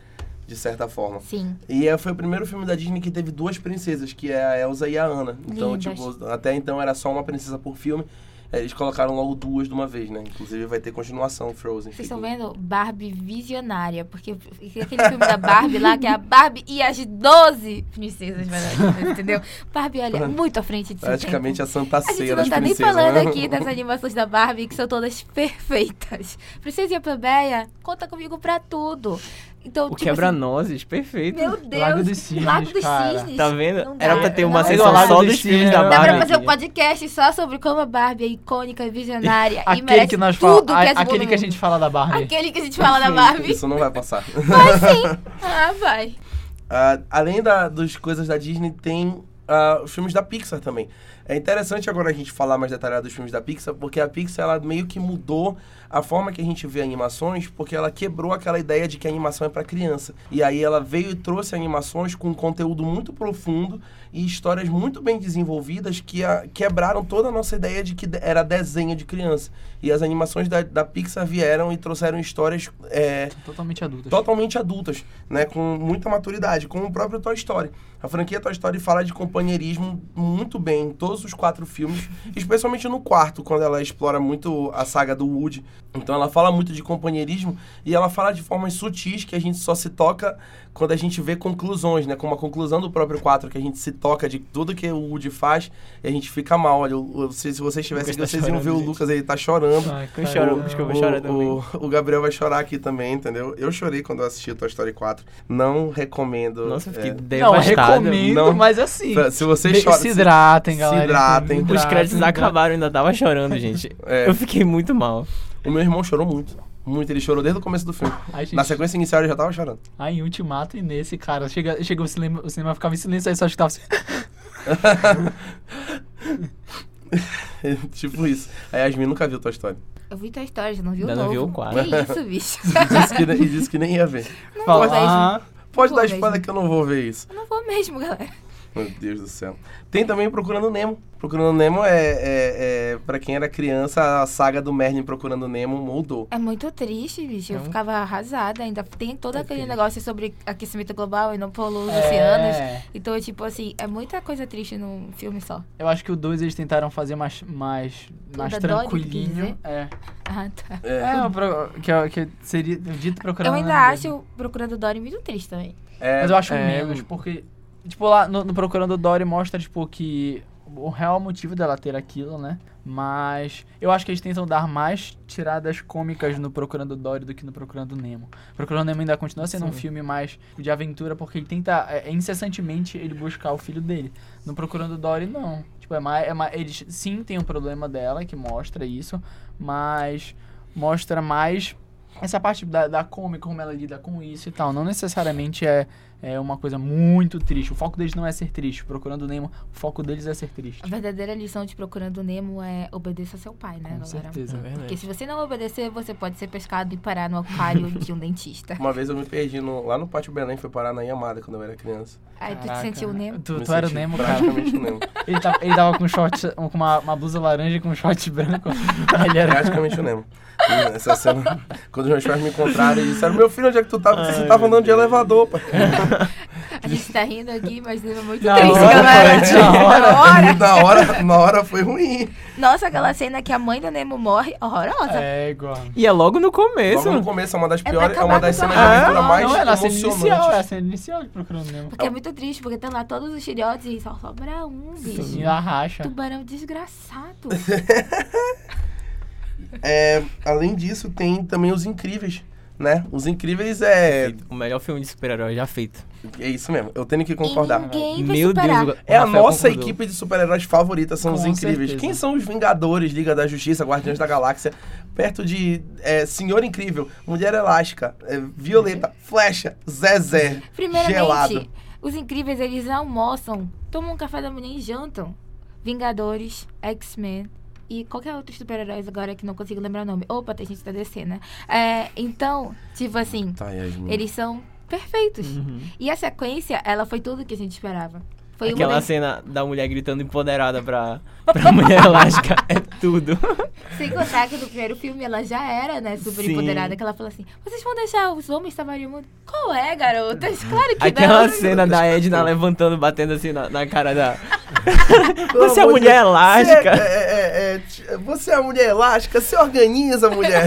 Speaker 1: De certa forma.
Speaker 3: Sim.
Speaker 1: E é, foi o primeiro filme da Disney que teve duas princesas, que é a Elsa e a Anna. Então,
Speaker 3: Lindas.
Speaker 1: tipo, até então era só uma princesa por filme. eh, Eles colocaram logo duas de uma vez, né? Inclusive vai ter continuação, Frozen.
Speaker 3: Vocês
Speaker 1: fica-
Speaker 3: estão vendo? Barbie visionária. Porque tem aquele filme da Barbie lá, que é a Barbie e as 12 princesas, mas- entendeu? Barbie olha muito à frente de si.
Speaker 1: Praticamente a Santa
Speaker 3: A gente
Speaker 1: Ceia
Speaker 3: não
Speaker 1: das
Speaker 3: tá nem
Speaker 1: princesas,
Speaker 3: falando
Speaker 1: né?
Speaker 3: aqui das animações da Barbie, que são todas [laughs] perfeitas. Princesa e a plebeia, conta comigo pra tudo. Então,
Speaker 4: O
Speaker 2: assim,
Speaker 3: tipo
Speaker 4: quebra-nozes, perfeito.
Speaker 3: assim, Meu Deus.
Speaker 2: Lago dos Cisnes,
Speaker 3: Lago dos
Speaker 2: cara.
Speaker 3: Cisnes.
Speaker 4: Tá vendo?
Speaker 3: Não dá,
Speaker 4: Era pra ter uma
Speaker 3: não.
Speaker 4: sessão
Speaker 2: Igualado
Speaker 4: só
Speaker 2: dos
Speaker 4: dos filmes
Speaker 2: filmes,
Speaker 4: da
Speaker 3: Dá
Speaker 2: né?
Speaker 4: Barbie.
Speaker 3: pra fazer um podcast só sobre como a Barbie é icônica, visionária e
Speaker 2: Aquele
Speaker 3: merece
Speaker 2: que nós
Speaker 3: tudo
Speaker 2: falamos.
Speaker 3: que as
Speaker 2: Aquele que a gente fala da Barbie.
Speaker 3: Aquele que a gente fala da Barbie.
Speaker 1: Isso não vai passar.
Speaker 3: Mas sim. Ah, vai.
Speaker 1: Ah, além da, das coisas da Disney, tem ah, os filmes da Pixar também. É interessante agora a gente falar mais detalhado dos filmes da Pixar, porque a Pixar ela meio que mudou a forma que a gente vê animações, porque ela quebrou aquela ideia de que a animação é para criança. E aí ela veio e trouxe animações com conteúdo muito profundo e histórias muito bem desenvolvidas que ah, quebraram toda a nossa ideia de que de- era desenho de criança. E as animações da, da Pixar vieram e trouxeram histórias eh,
Speaker 2: Totalmente adulto.
Speaker 1: totalmente adultas, né? Com muita maturidade, como o próprio Toy Story. A franquia Toy Story fala de companheirismo muito bem em todos os quatro
Speaker 4: [laughs]
Speaker 1: filmes, especialmente no quarto, quando ela explora muito a saga do Woody. Então ela fala muito de companheirismo e ela fala de formas sutis que a gente só se toca quando a gente vê conclusões, né? Como a conclusão do próprio 4, que a gente se toca de tudo que o Woody faz e a gente fica mal. Olha, o- o- se, se vocês estivessem
Speaker 4: Lucas
Speaker 1: aqui,
Speaker 4: tá
Speaker 1: vocês iam
Speaker 4: chorando,
Speaker 1: ver o
Speaker 4: gente.
Speaker 1: Lucas, ele tá chorando.
Speaker 2: Ai,
Speaker 4: Eu choro,
Speaker 2: cara,
Speaker 4: desculpa,
Speaker 1: O-
Speaker 4: choro também.
Speaker 1: O, o Gabriel vai chorar aqui também, entendeu? Eu chorei quando eu assisti Toy Story 4. Não recomendo.
Speaker 4: Nossa, eu fiquei
Speaker 1: é,
Speaker 2: Não, eu
Speaker 4: devastado.
Speaker 2: recomendo,
Speaker 1: Não.
Speaker 2: mas assim.
Speaker 1: pra- se você
Speaker 2: be-
Speaker 1: chora.
Speaker 2: Se hidratem,
Speaker 1: se
Speaker 2: galera. então,
Speaker 1: hidratem. Os
Speaker 4: Os créditos
Speaker 2: hidratem.
Speaker 4: acabaram, ainda tava chorando, gente.
Speaker 1: É.
Speaker 4: Eu fiquei muito mal.
Speaker 1: O meu irmão chorou muito. Muito, ele chorou desde o começo do filme.
Speaker 2: Ai, gente,
Speaker 1: Na sequência inicial ele já tava chorando. [laughs]
Speaker 2: ai, em Ultimato e nesse, cara. Chega, chega o, cinema, o cinema ficava em silêncio, aí só escutava assim.
Speaker 1: tipo isso. A Yasmin nunca viu Toy Story.
Speaker 3: Eu vi tua história, já não viu o
Speaker 4: Ainda
Speaker 3: novo.
Speaker 4: não viu o quadro.
Speaker 3: Que isso, bicho.
Speaker 2: [laughs]
Speaker 1: Disse que, e disse que nem ia ver.
Speaker 3: Não
Speaker 2: fala,
Speaker 3: vou mesmo.
Speaker 2: ah,
Speaker 1: Pode
Speaker 3: Pô,
Speaker 1: dar
Speaker 3: mesmo.
Speaker 1: spoiler que eu não vou ver isso.
Speaker 3: Eu não vou mesmo, galera.
Speaker 1: Meu Deus do céu. Tem também Procurando Nemo. Procurando Nemo é, é, é para quem era criança, a saga do Merlin Procurando Nemo moldou.
Speaker 3: É muito triste, bicho. Eu
Speaker 2: É um
Speaker 4: Não.
Speaker 3: ficava arrasada. Ainda tem todo aquele
Speaker 2: Ok.
Speaker 3: negócio sobre aquecimento global e não poluir os oceanos.
Speaker 2: É é,
Speaker 3: Então, é tipo assim, é muita coisa triste num filme só. [laughs]
Speaker 2: eu acho que o 2 eles tentaram fazer mais, mais, mais
Speaker 3: da Dory,
Speaker 2: tranquilinho. É,
Speaker 3: Ah, tá.
Speaker 2: [laughs]
Speaker 1: É,
Speaker 2: é o pro- que, é- que seria dito procurando.
Speaker 3: Eu ainda
Speaker 2: Nemo.
Speaker 3: acho Procurando Dory muito triste também.
Speaker 1: é,
Speaker 2: Mas eu acho
Speaker 4: É,
Speaker 2: menos, porque. Tipo, lá no, no Procurando Dory mostra, tipo, que o real motivo dela ter aquilo, né? Mas eu acho que eles tentam dar mais tiradas cômicas no Procurando Dory do que no Procurando Nemo. Procurando Nemo ainda continua sendo um
Speaker 4: Sim.
Speaker 2: filme mais de aventura, porque ele tenta é, é, incessantemente ele buscar o filho dele. No Procurando Dory, não. Tipo, é mais, é mais. Eles sim tem um problema dela que mostra isso, mas mostra mais essa parte da, da cômica, como ela lida com isso e tal. Não necessariamente é, é uma coisa muito triste. O foco deles não é ser triste. Procurando Nemo, o foco deles é ser triste.
Speaker 3: A verdadeira lição de Procurando Nemo é obedeça seu pai, né,
Speaker 2: Com
Speaker 3: galera?
Speaker 2: certeza.
Speaker 3: Porque se você não obedecer, você pode ser pescado e parar no aquário de um [laughs] dentista.
Speaker 1: Uma vez eu me perdi no- lá no Pátio Belém, fui parar na Yamada quando eu era criança.
Speaker 3: Aí tu te
Speaker 2: Caraca.
Speaker 3: sentiu o Nemo.
Speaker 2: Tu,
Speaker 1: Me
Speaker 2: tu era o
Speaker 1: senti
Speaker 2: Nemo, cara.
Speaker 1: praticamente o Nemo.
Speaker 2: Ele tava, ele tava com um short, com uma, uma blusa laranja e com um short branco. [laughs] Ele [laughs] era.
Speaker 1: Praticamente o Nemo. E Essa cena, quando os meus pais me encontraram, eles disseram, meu filho, onde é que tu tava? Você
Speaker 4: Ai,
Speaker 1: tava
Speaker 4: meu
Speaker 1: andando de
Speaker 4: Deus.
Speaker 1: elevador, pai.
Speaker 3: A gente tá rindo aqui, mas é muito
Speaker 2: Na
Speaker 3: triste,
Speaker 2: hora,
Speaker 3: galera.
Speaker 2: foi, na hora.
Speaker 1: [laughs]
Speaker 3: hora.
Speaker 1: na hora, na hora foi ruim.
Speaker 3: Nossa, aquela cena que a mãe do Nemo morre, horrorosa.
Speaker 2: É, igual.
Speaker 4: E é logo no começo.
Speaker 1: Logo no começo, é uma das
Speaker 3: pra
Speaker 1: piores, é
Speaker 3: acabar
Speaker 1: uma das
Speaker 3: com a
Speaker 1: cenas de
Speaker 4: Ah,
Speaker 1: aventura mais
Speaker 2: não, é na cena
Speaker 1: emocionantes.
Speaker 2: inicial, é a cena inicial de Procurando Nemo.
Speaker 3: Porque é muito triste, porque tem lá todos os filhotes e só sobra um, bicho.
Speaker 2: E a racha.
Speaker 3: Tubarão
Speaker 4: [laughs]
Speaker 3: desgraçado.
Speaker 1: É, além disso, tem também Os Incríveis, né? Os Incríveis é...
Speaker 4: O melhor filme de super-herói já feito.
Speaker 1: É isso mesmo, eu tenho que
Speaker 3: E
Speaker 1: concordar.
Speaker 3: ninguém vai
Speaker 4: Meu
Speaker 3: superar.
Speaker 4: Deus. o-
Speaker 1: É a
Speaker 4: Rafael
Speaker 1: nossa
Speaker 4: concordou.
Speaker 1: equipe de super-heróis favorita, são
Speaker 2: Com
Speaker 1: os incríveis.
Speaker 2: certeza.
Speaker 1: Quem são os Vingadores, Liga da Justiça, Guardiões da Galáxia? Perto de é, Senhor Incrível, Mulher Elástica, é, Violeta, Flecha, Zezé,
Speaker 3: Primeiramente,
Speaker 1: Gelado.
Speaker 3: os incríveis, eles almoçam, tomam um café da manhã e jantam. Vingadores, X-Men e qualquer outro super-heróis agora que não consigo lembrar o nome. Opa, tem gente da DC, né? É, então, tipo assim,
Speaker 1: Tá, Yasmin.
Speaker 3: eles são perfeitos.
Speaker 4: Uhum.
Speaker 3: E a sequência, ela foi tudo que a gente esperava. Foi
Speaker 4: Aquela
Speaker 3: uma das...
Speaker 4: cena da mulher gritando empoderada pra, pra mulher [laughs] elástica é tudo.
Speaker 3: Sem contar que no primeiro filme ela já era, né, super
Speaker 4: Sim.
Speaker 3: empoderada, que ela fala assim, vocês vão deixar os homens salvarem o mundo? Qual é, garotas? [laughs] Claro que
Speaker 4: Aquela
Speaker 3: não.
Speaker 4: cena da Edna levantando, batendo assim na, na cara da. Você é
Speaker 1: [laughs] Pelo amor de
Speaker 4: mulher
Speaker 1: Deus.
Speaker 4: elástica.
Speaker 1: Você é, é, é, t- você é mulher elástica, se organiza,
Speaker 4: [laughs]
Speaker 1: mulher.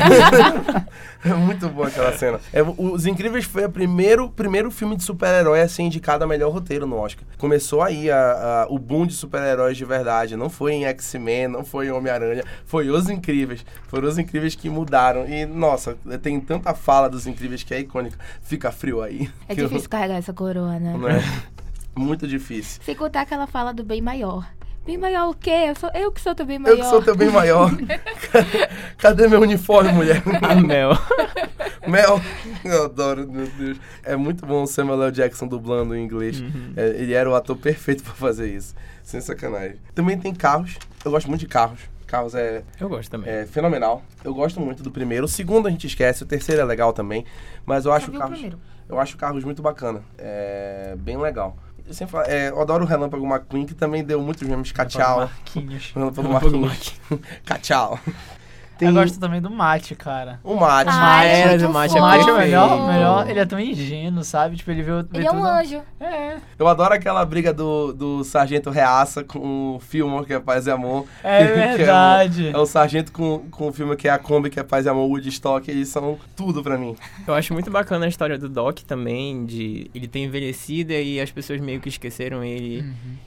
Speaker 1: é muito boa aquela cena. É, o- Os Incríveis foi o primeiro, primeiro filme de super-herói a ser indicado a melhor roteiro no Oscar. Começou aí a- a- o boom de super-heróis de verdade. Não foi em X-Men, não foi em Homem-Aranha, foi Os Incríveis. Foram Os Incríveis que mudaram. E, nossa, tem tanta fala dos Incríveis que é icônica. Fica frio aí.
Speaker 3: É
Speaker 1: [laughs] que eu-
Speaker 3: difícil carregar essa coroa, né?
Speaker 1: não é? Muito difícil.
Speaker 3: Sem contar que ela fala do bem maior. Bem maior o quê? Eu, sou, eu que sou teu bem maior.
Speaker 1: Eu que sou também
Speaker 3: [laughs]
Speaker 1: maior. Cadê meu uniforme, mulher?
Speaker 4: [laughs] A Mel.
Speaker 1: Mel. Eu adoro, meu Deus. É muito bom o Samuel L. Jackson dublando em inglês.
Speaker 3: Uhum.
Speaker 1: É, ele era o ator perfeito pra fazer isso. Sem sacanagem. Também tem carros. Eu gosto muito de carros. Carros é,
Speaker 4: Eu gosto também.
Speaker 1: é fenomenal. Eu gosto muito do primeiro. O segundo a gente esquece. O terceiro é legal também. Mas eu
Speaker 3: Só
Speaker 1: acho
Speaker 3: vi o
Speaker 1: carros.
Speaker 3: primeiro.
Speaker 1: Eu acho carros muito bacana. É bem legal. Eu, sempre falo- é, eu adoro o Relâmpago McQueen, que também deu muitos memes. Cachau.
Speaker 2: Marquinhos.
Speaker 1: Relâmpago
Speaker 4: Relâmpago
Speaker 1: McQueen.
Speaker 4: [laughs]
Speaker 1: Cachau.
Speaker 2: Eu gosto também do Mate, cara.
Speaker 1: O Mate.
Speaker 3: Ah,
Speaker 4: Mas
Speaker 3: ele é
Speaker 4: era
Speaker 3: muito
Speaker 4: demais,
Speaker 2: O Mate é
Speaker 3: fofo.
Speaker 2: o melhor,
Speaker 4: perfeito.
Speaker 2: melhor. Ele é tão ingênuo, sabe? Tipo, ele vê, o- vê
Speaker 3: Ele é um
Speaker 2: tudo-
Speaker 3: anjo.
Speaker 2: [laughs] É,
Speaker 1: Eu adoro aquela briga do, do Sargento Reaça com o Filmer, que é Paz e Amor.
Speaker 2: é
Speaker 1: Que é o-
Speaker 2: verdade.
Speaker 1: É o Sargento com, com o filme que é a Kombi, que é Paz e Amor, Woodstock. Eles são tudo pra mim.
Speaker 4: Eu acho muito bacana a história do Doc também, de ele ter envelhecido e as pessoas meio que esqueceram ele.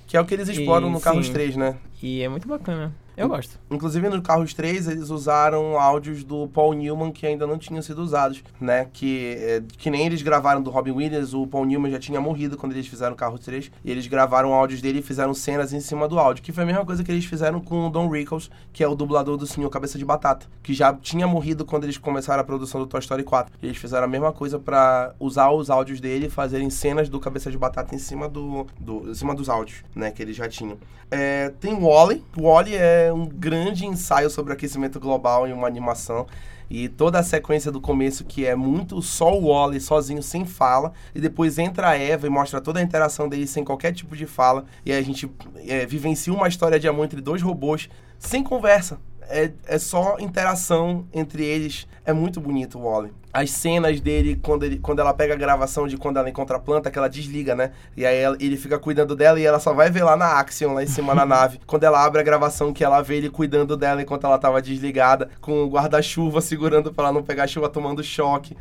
Speaker 1: Que é o que eles exploram
Speaker 4: E,
Speaker 1: no Carros
Speaker 4: sim.
Speaker 1: 3, né?
Speaker 4: E é muito bacana. Eu gosto.
Speaker 1: Inclusive, no Carros 3, eles usaram áudios do Paul Newman que ainda não tinham sido usados, né? Que, é, que nem eles gravaram do Robin Williams, o Paul Newman já tinha morrido quando eles fizeram o Carros 3. E eles gravaram áudios dele e fizeram cenas em cima do áudio, que foi a mesma coisa que eles fizeram com o Don Rickles, que é o dublador do Senhor Cabeça de Batata, que já tinha morrido quando eles começaram a produção do Toy Story 4. Eles fizeram a mesma coisa pra usar os áudios dele e fazerem cenas do Cabeça de Batata em cima, do, do, em cima dos áudios, né? Que eles já tinham. É, tem o Wally. O Wally é um grande ensaio sobre aquecimento global em uma animação. E toda a sequência do começo, que é muito só o Wally sozinho, sem fala. E depois entra a Eva e mostra toda a interação dele sem qualquer tipo de fala. E a gente é, vivencia uma história de amor entre dois robôs, sem conversa. É, é só interação entre eles. É muito bonito o Wally. As cenas dele quando, ele, quando ela pega a gravação de quando ela encontra a planta, que ela desliga, né? E aí ela- ele fica cuidando dela e ela só vai ver lá na Axion, lá em cima
Speaker 2: [laughs]
Speaker 1: na nave. Quando ela abre a gravação, que ela vê ele cuidando dela enquanto ela tava desligada, com o guarda-chuva segurando pra ela não pegar chuva, tomando choque.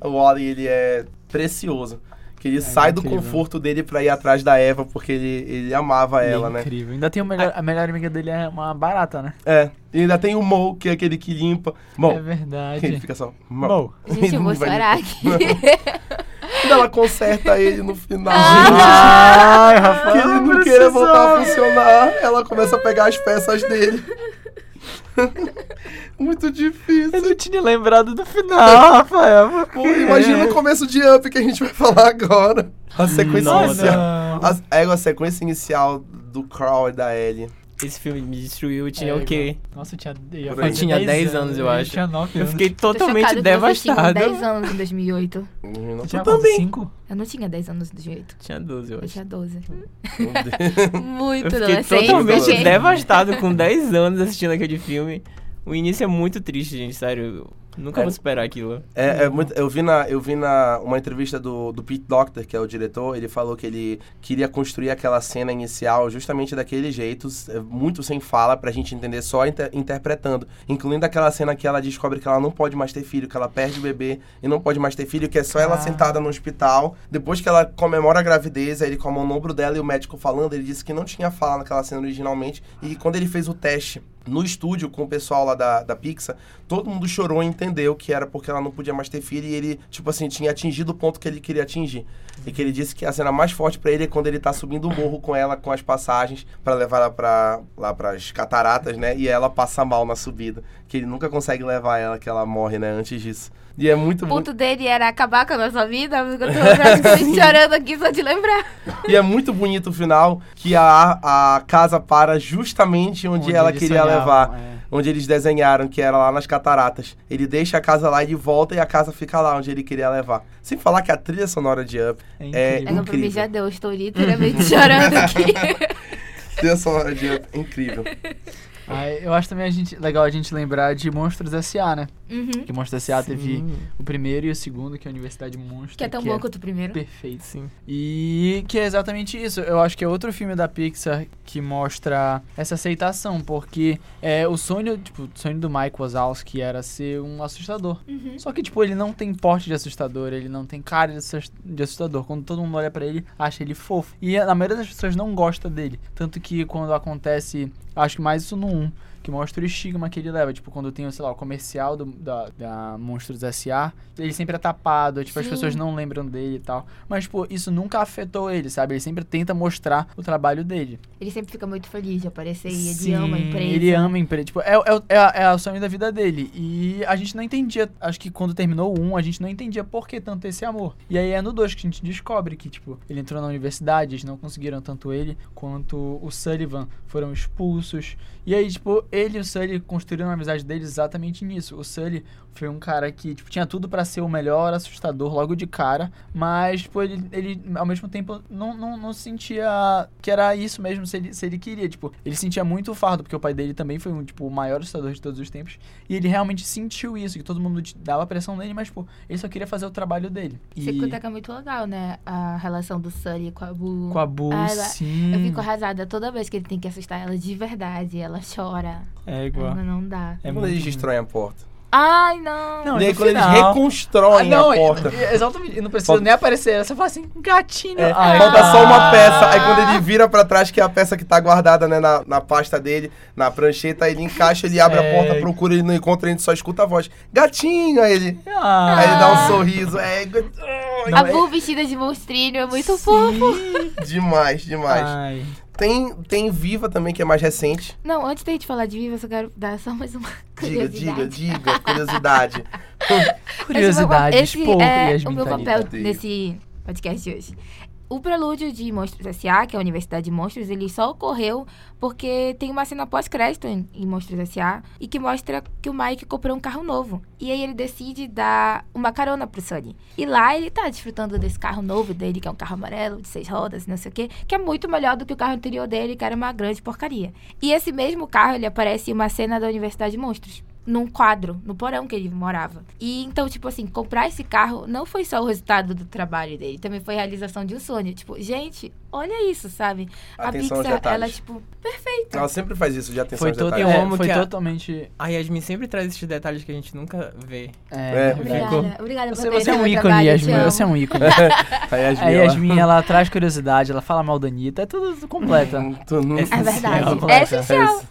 Speaker 1: O Wally, ele é precioso. Que ele sai do
Speaker 2: É incrível.
Speaker 1: conforto dele pra ir atrás da Eva, porque ele, ele amava
Speaker 2: Ele é
Speaker 1: ela, né?
Speaker 2: Incrível. Ainda tem o melhor, a melhor amiga dele é uma barata, né?
Speaker 1: É. E ainda tem o Mo, que é aquele que limpa. Mo.
Speaker 2: É verdade.
Speaker 1: Ele fica só. Mo.
Speaker 2: Bom,
Speaker 3: Gente, eu vou
Speaker 1: Não vai
Speaker 3: chorar aqui. [laughs]
Speaker 1: Quando ela conserta ele no final.
Speaker 4: Ah,
Speaker 2: Ai,
Speaker 1: que
Speaker 2: Rafael,
Speaker 1: ele
Speaker 2: eu
Speaker 1: não queira voltar a
Speaker 2: precisava.
Speaker 1: funcionar. Ela começa a pegar as peças dele. [laughs] Muito
Speaker 2: Eu
Speaker 1: difícil.
Speaker 4: É
Speaker 2: não tinha lembrado
Speaker 4: [laughs]
Speaker 2: do final, Rafael.
Speaker 1: Pô, imagina o começo de Up que a gente vai falar agora. A sequência
Speaker 4: Nossa.
Speaker 1: inicial. A, é a sequência inicial do Crawl e da Ellie.
Speaker 4: Esse filme me destruiu, eu tinha
Speaker 2: É,
Speaker 4: o quê?
Speaker 2: Nossa, eu tinha, eu ia
Speaker 1: Por
Speaker 2: fazer
Speaker 1: aí. Eu
Speaker 4: tinha 10 anos, eu acho.
Speaker 2: tinha 9
Speaker 4: Eu
Speaker 2: anos.
Speaker 4: fiquei
Speaker 3: Tô chocada
Speaker 4: totalmente
Speaker 3: que vocês tinham
Speaker 4: devastado.
Speaker 3: 10 assim, anos em 2008.
Speaker 1: Não,
Speaker 2: Você tinha
Speaker 1: eu
Speaker 2: quanto?
Speaker 1: também.
Speaker 2: Cinco?
Speaker 3: Eu não tinha 10 anos em 2008.
Speaker 4: Tinha né? 12, eu
Speaker 3: Eu
Speaker 4: acho.
Speaker 3: tinha 12.
Speaker 1: Meu Deus.
Speaker 3: Muito
Speaker 4: Eu fiquei
Speaker 3: adolescente.
Speaker 4: totalmente
Speaker 1: gente.
Speaker 4: devastado [laughs] com 10 anos assistindo aquele filme. O início é muito triste, gente, sério. Eu nunca
Speaker 1: É.
Speaker 4: vou superar aquilo.
Speaker 1: É, é muito, eu vi na, eu vi na uma entrevista do, do Pete Doctor, que é o diretor, ele falou que ele queria construir aquela cena inicial justamente daquele jeito, s- é, muito sem fala, pra gente entender só inter- interpretando. Incluindo aquela cena que ela descobre que ela não pode mais ter filho, que ela perde o bebê e não pode mais ter filho, que é só ela
Speaker 2: Ah.
Speaker 1: sentada no hospital. Depois que ela comemora a gravidez, aí ele com a mão no ombro dela e o médico falando, ele disse que não tinha fala naquela cena originalmente. E quando ele fez o teste no estúdio com o pessoal lá da, da Pixar, todo mundo chorou e entendeu que era porque ela não podia mais ter filho e ele, tipo assim, tinha atingido o ponto que ele queria atingir. E que ele disse que a cena mais forte pra ele é quando ele tá subindo o morro com ela, com as passagens, pra levar ela pra, lá pras cataratas, né? E ela passa mal na subida. Que ele nunca consegue levar ela, que ela morre, né? Antes disso. E é muito,
Speaker 3: O
Speaker 1: muito
Speaker 3: ponto dele era acabar com a nossa vida. Eu tô praticamente chorando aqui só de lembrar.
Speaker 1: [laughs] E é muito bonito o final, que a, a casa para justamente onde, ela
Speaker 2: ele
Speaker 1: queria
Speaker 2: sonhava,
Speaker 1: levar.
Speaker 2: é.
Speaker 1: onde eles desenharam, que era lá nas cataratas. Ele deixa a casa lá e ele volta e a casa fica lá onde ele queria levar. Sem falar que a trilha sonora de Up, É,
Speaker 3: É que pra mim
Speaker 1: Incrível.
Speaker 3: já deu, eu estou literalmente [laughs] chorando
Speaker 2: [laughs]
Speaker 3: aqui.
Speaker 1: trilha sonora de Up, é incrível.
Speaker 2: Ah, eu acho também a gente, legal a gente lembrar de Monstros S.A., né?
Speaker 3: Uhum.
Speaker 2: Que Monstros
Speaker 4: Ah,
Speaker 2: S.A. teve o primeiro e o segundo, que é a Universidade Monstro.
Speaker 3: Que é tão bom quanto o primeiro.
Speaker 2: Perfeito.
Speaker 4: Sim.
Speaker 2: E que é exatamente isso. Eu acho que é outro filme da Pixar que mostra essa aceitação, porque é o sonho, tipo, o sonho do Mike Wazowski era ser um assustador.
Speaker 3: Uhum.
Speaker 2: Só que, tipo, ele não tem porte de assustador, ele não tem cara de assus- de assustador. Quando todo mundo olha pra ele, acha ele fofo. E a maioria das pessoas não gosta dele. Tanto que quando acontece, acho que mais isso no 1, que mostra o estigma que ele leva. Tipo, quando tem, sei lá, o comercial do- da, da Monstros S.A., ele sempre é tapado, tipo, as
Speaker 3: Sim.
Speaker 2: pessoas não lembram dele e tal. Mas, pô, isso nunca afetou ele, sabe? Ele sempre tenta mostrar o trabalho dele.
Speaker 3: Ele sempre fica muito feliz de aparecer e ele
Speaker 2: Sim,
Speaker 3: ama a empresa.
Speaker 2: Ele ama a empresa. Tipo, é, é, é, a- é o sonho da vida dele. E a gente não entendia. Acho que quando terminou o 1, a gente não entendia por que tanto esse amor. E aí é no 2 que a gente descobre que, tipo, ele entrou na universidade, eles não conseguiram tanto ele quanto o Sullivan foram expulsos. E aí, tipo, ele e o Sully construíram a amizade deles exatamente nisso. O Sully foi um cara que, tipo, tinha tudo pra ser o melhor assustador logo de cara, mas, tipo, ele, ele ao mesmo tempo não, não, não sentia que era isso mesmo se ele, se ele queria. Tipo, ele sentia muito o fardo, porque o pai dele também foi um, tipo, o maior assustador de todos os tempos. E ele realmente sentiu isso, que todo mundo te- dava pressão nele, mas, pô, ele só queria fazer o trabalho dele.
Speaker 3: Você
Speaker 2: E
Speaker 3: conta que é muito legal, né? A relação do Sully com a Bu.
Speaker 2: com a Bu,
Speaker 3: Ah, ela-
Speaker 2: sim.
Speaker 3: Eu fico arrasada toda vez que ele tem que assustar ela de verdade. Ela chora.
Speaker 4: É igual.
Speaker 3: Ela não dá.
Speaker 4: É
Speaker 1: quando
Speaker 4: muito
Speaker 1: eles
Speaker 4: lindo.
Speaker 1: destroem a porta.
Speaker 3: Ai, não!
Speaker 2: Não,
Speaker 1: e aí
Speaker 2: no
Speaker 1: quando eles
Speaker 2: final-
Speaker 1: reconstroem
Speaker 2: Ah, não,
Speaker 1: a porta.
Speaker 2: e- e- [laughs] exatamente, e não precisa
Speaker 1: Falta-
Speaker 2: nem aparecer, ela só fala assim, gatinho.
Speaker 1: É,
Speaker 2: Ai,
Speaker 1: falta
Speaker 2: tá.
Speaker 1: só uma peça. Aí quando ele vira pra trás, que é a peça que tá guardada né, na, na pasta dele, na prancheta, aí ele encaixa, ele abre a
Speaker 4: É.
Speaker 1: porta, procura, ele não encontra, a gente só escuta a voz. Gatinho! Aí ele,
Speaker 2: Ah.
Speaker 1: aí ele dá um sorriso. É gu-
Speaker 2: Não,
Speaker 3: a
Speaker 2: é-
Speaker 3: Bu vestida de monstrinho é muito fofo.
Speaker 1: demais, demais.
Speaker 2: Ai.
Speaker 1: Tem, tem Viva também, que é mais recente.
Speaker 3: Não, antes da gente falar de Viva, eu só quero dar só mais uma
Speaker 1: Diga, diga,
Speaker 3: curiosidade. [laughs]
Speaker 1: diga, curiosidade.
Speaker 2: Curiosidades,
Speaker 3: Esse,
Speaker 2: pô,
Speaker 3: é o
Speaker 2: Yasmin
Speaker 3: meu
Speaker 2: tá ali.
Speaker 3: papel
Speaker 1: Diga.
Speaker 3: nesse podcast de hoje. O prelúdio de Monstros S.A., que é a Universidade de Monstros, ele só ocorreu porque tem uma cena pós-crédito em em Monstros S.A. e que mostra que o Mike comprou um carro novo. E aí ele decide dar uma carona pro Sunny. E lá ele tá desfrutando desse carro novo dele, que é um carro amarelo, de seis rodas, não sei o quê, que é muito melhor do que o carro anterior dele, que era uma grande porcaria. E esse mesmo carro, ele aparece em uma cena da Universidade de Monstros num quadro, no porão que ele morava. E então, tipo assim, comprar esse carro não foi só o resultado do trabalho dele, também foi a realização de um sonho. Tipo, gente, olha isso, sabe?
Speaker 1: Atenção
Speaker 3: a
Speaker 1: aos
Speaker 3: Pixar, ela,
Speaker 1: detalhes.
Speaker 3: tipo,
Speaker 1: Ela sempre faz isso, de atenção
Speaker 2: Foi,
Speaker 1: aos
Speaker 2: to-
Speaker 1: detalhes.
Speaker 4: Eu
Speaker 2: é,
Speaker 4: amo
Speaker 2: foi
Speaker 4: que a-
Speaker 2: totalmente.
Speaker 4: A Yasmin sempre traz esses detalhes que a gente nunca vê.
Speaker 1: É,
Speaker 2: verdade.
Speaker 4: ficou.
Speaker 3: obrigada, obrigada
Speaker 2: Você,
Speaker 3: por
Speaker 2: você é um
Speaker 3: meu
Speaker 2: ícone,
Speaker 3: trabalho,
Speaker 2: Yasmin.
Speaker 3: te amo.
Speaker 2: Você é um ícone.
Speaker 1: A
Speaker 3: É,
Speaker 1: Yasmin,
Speaker 2: A Yasmin, ela traz curiosidade, ela fala mal da Anitta, é tudo completa.
Speaker 1: ela- Tu não-
Speaker 3: É
Speaker 2: Essencial,
Speaker 3: verdade. É essencial, é
Speaker 2: cara. É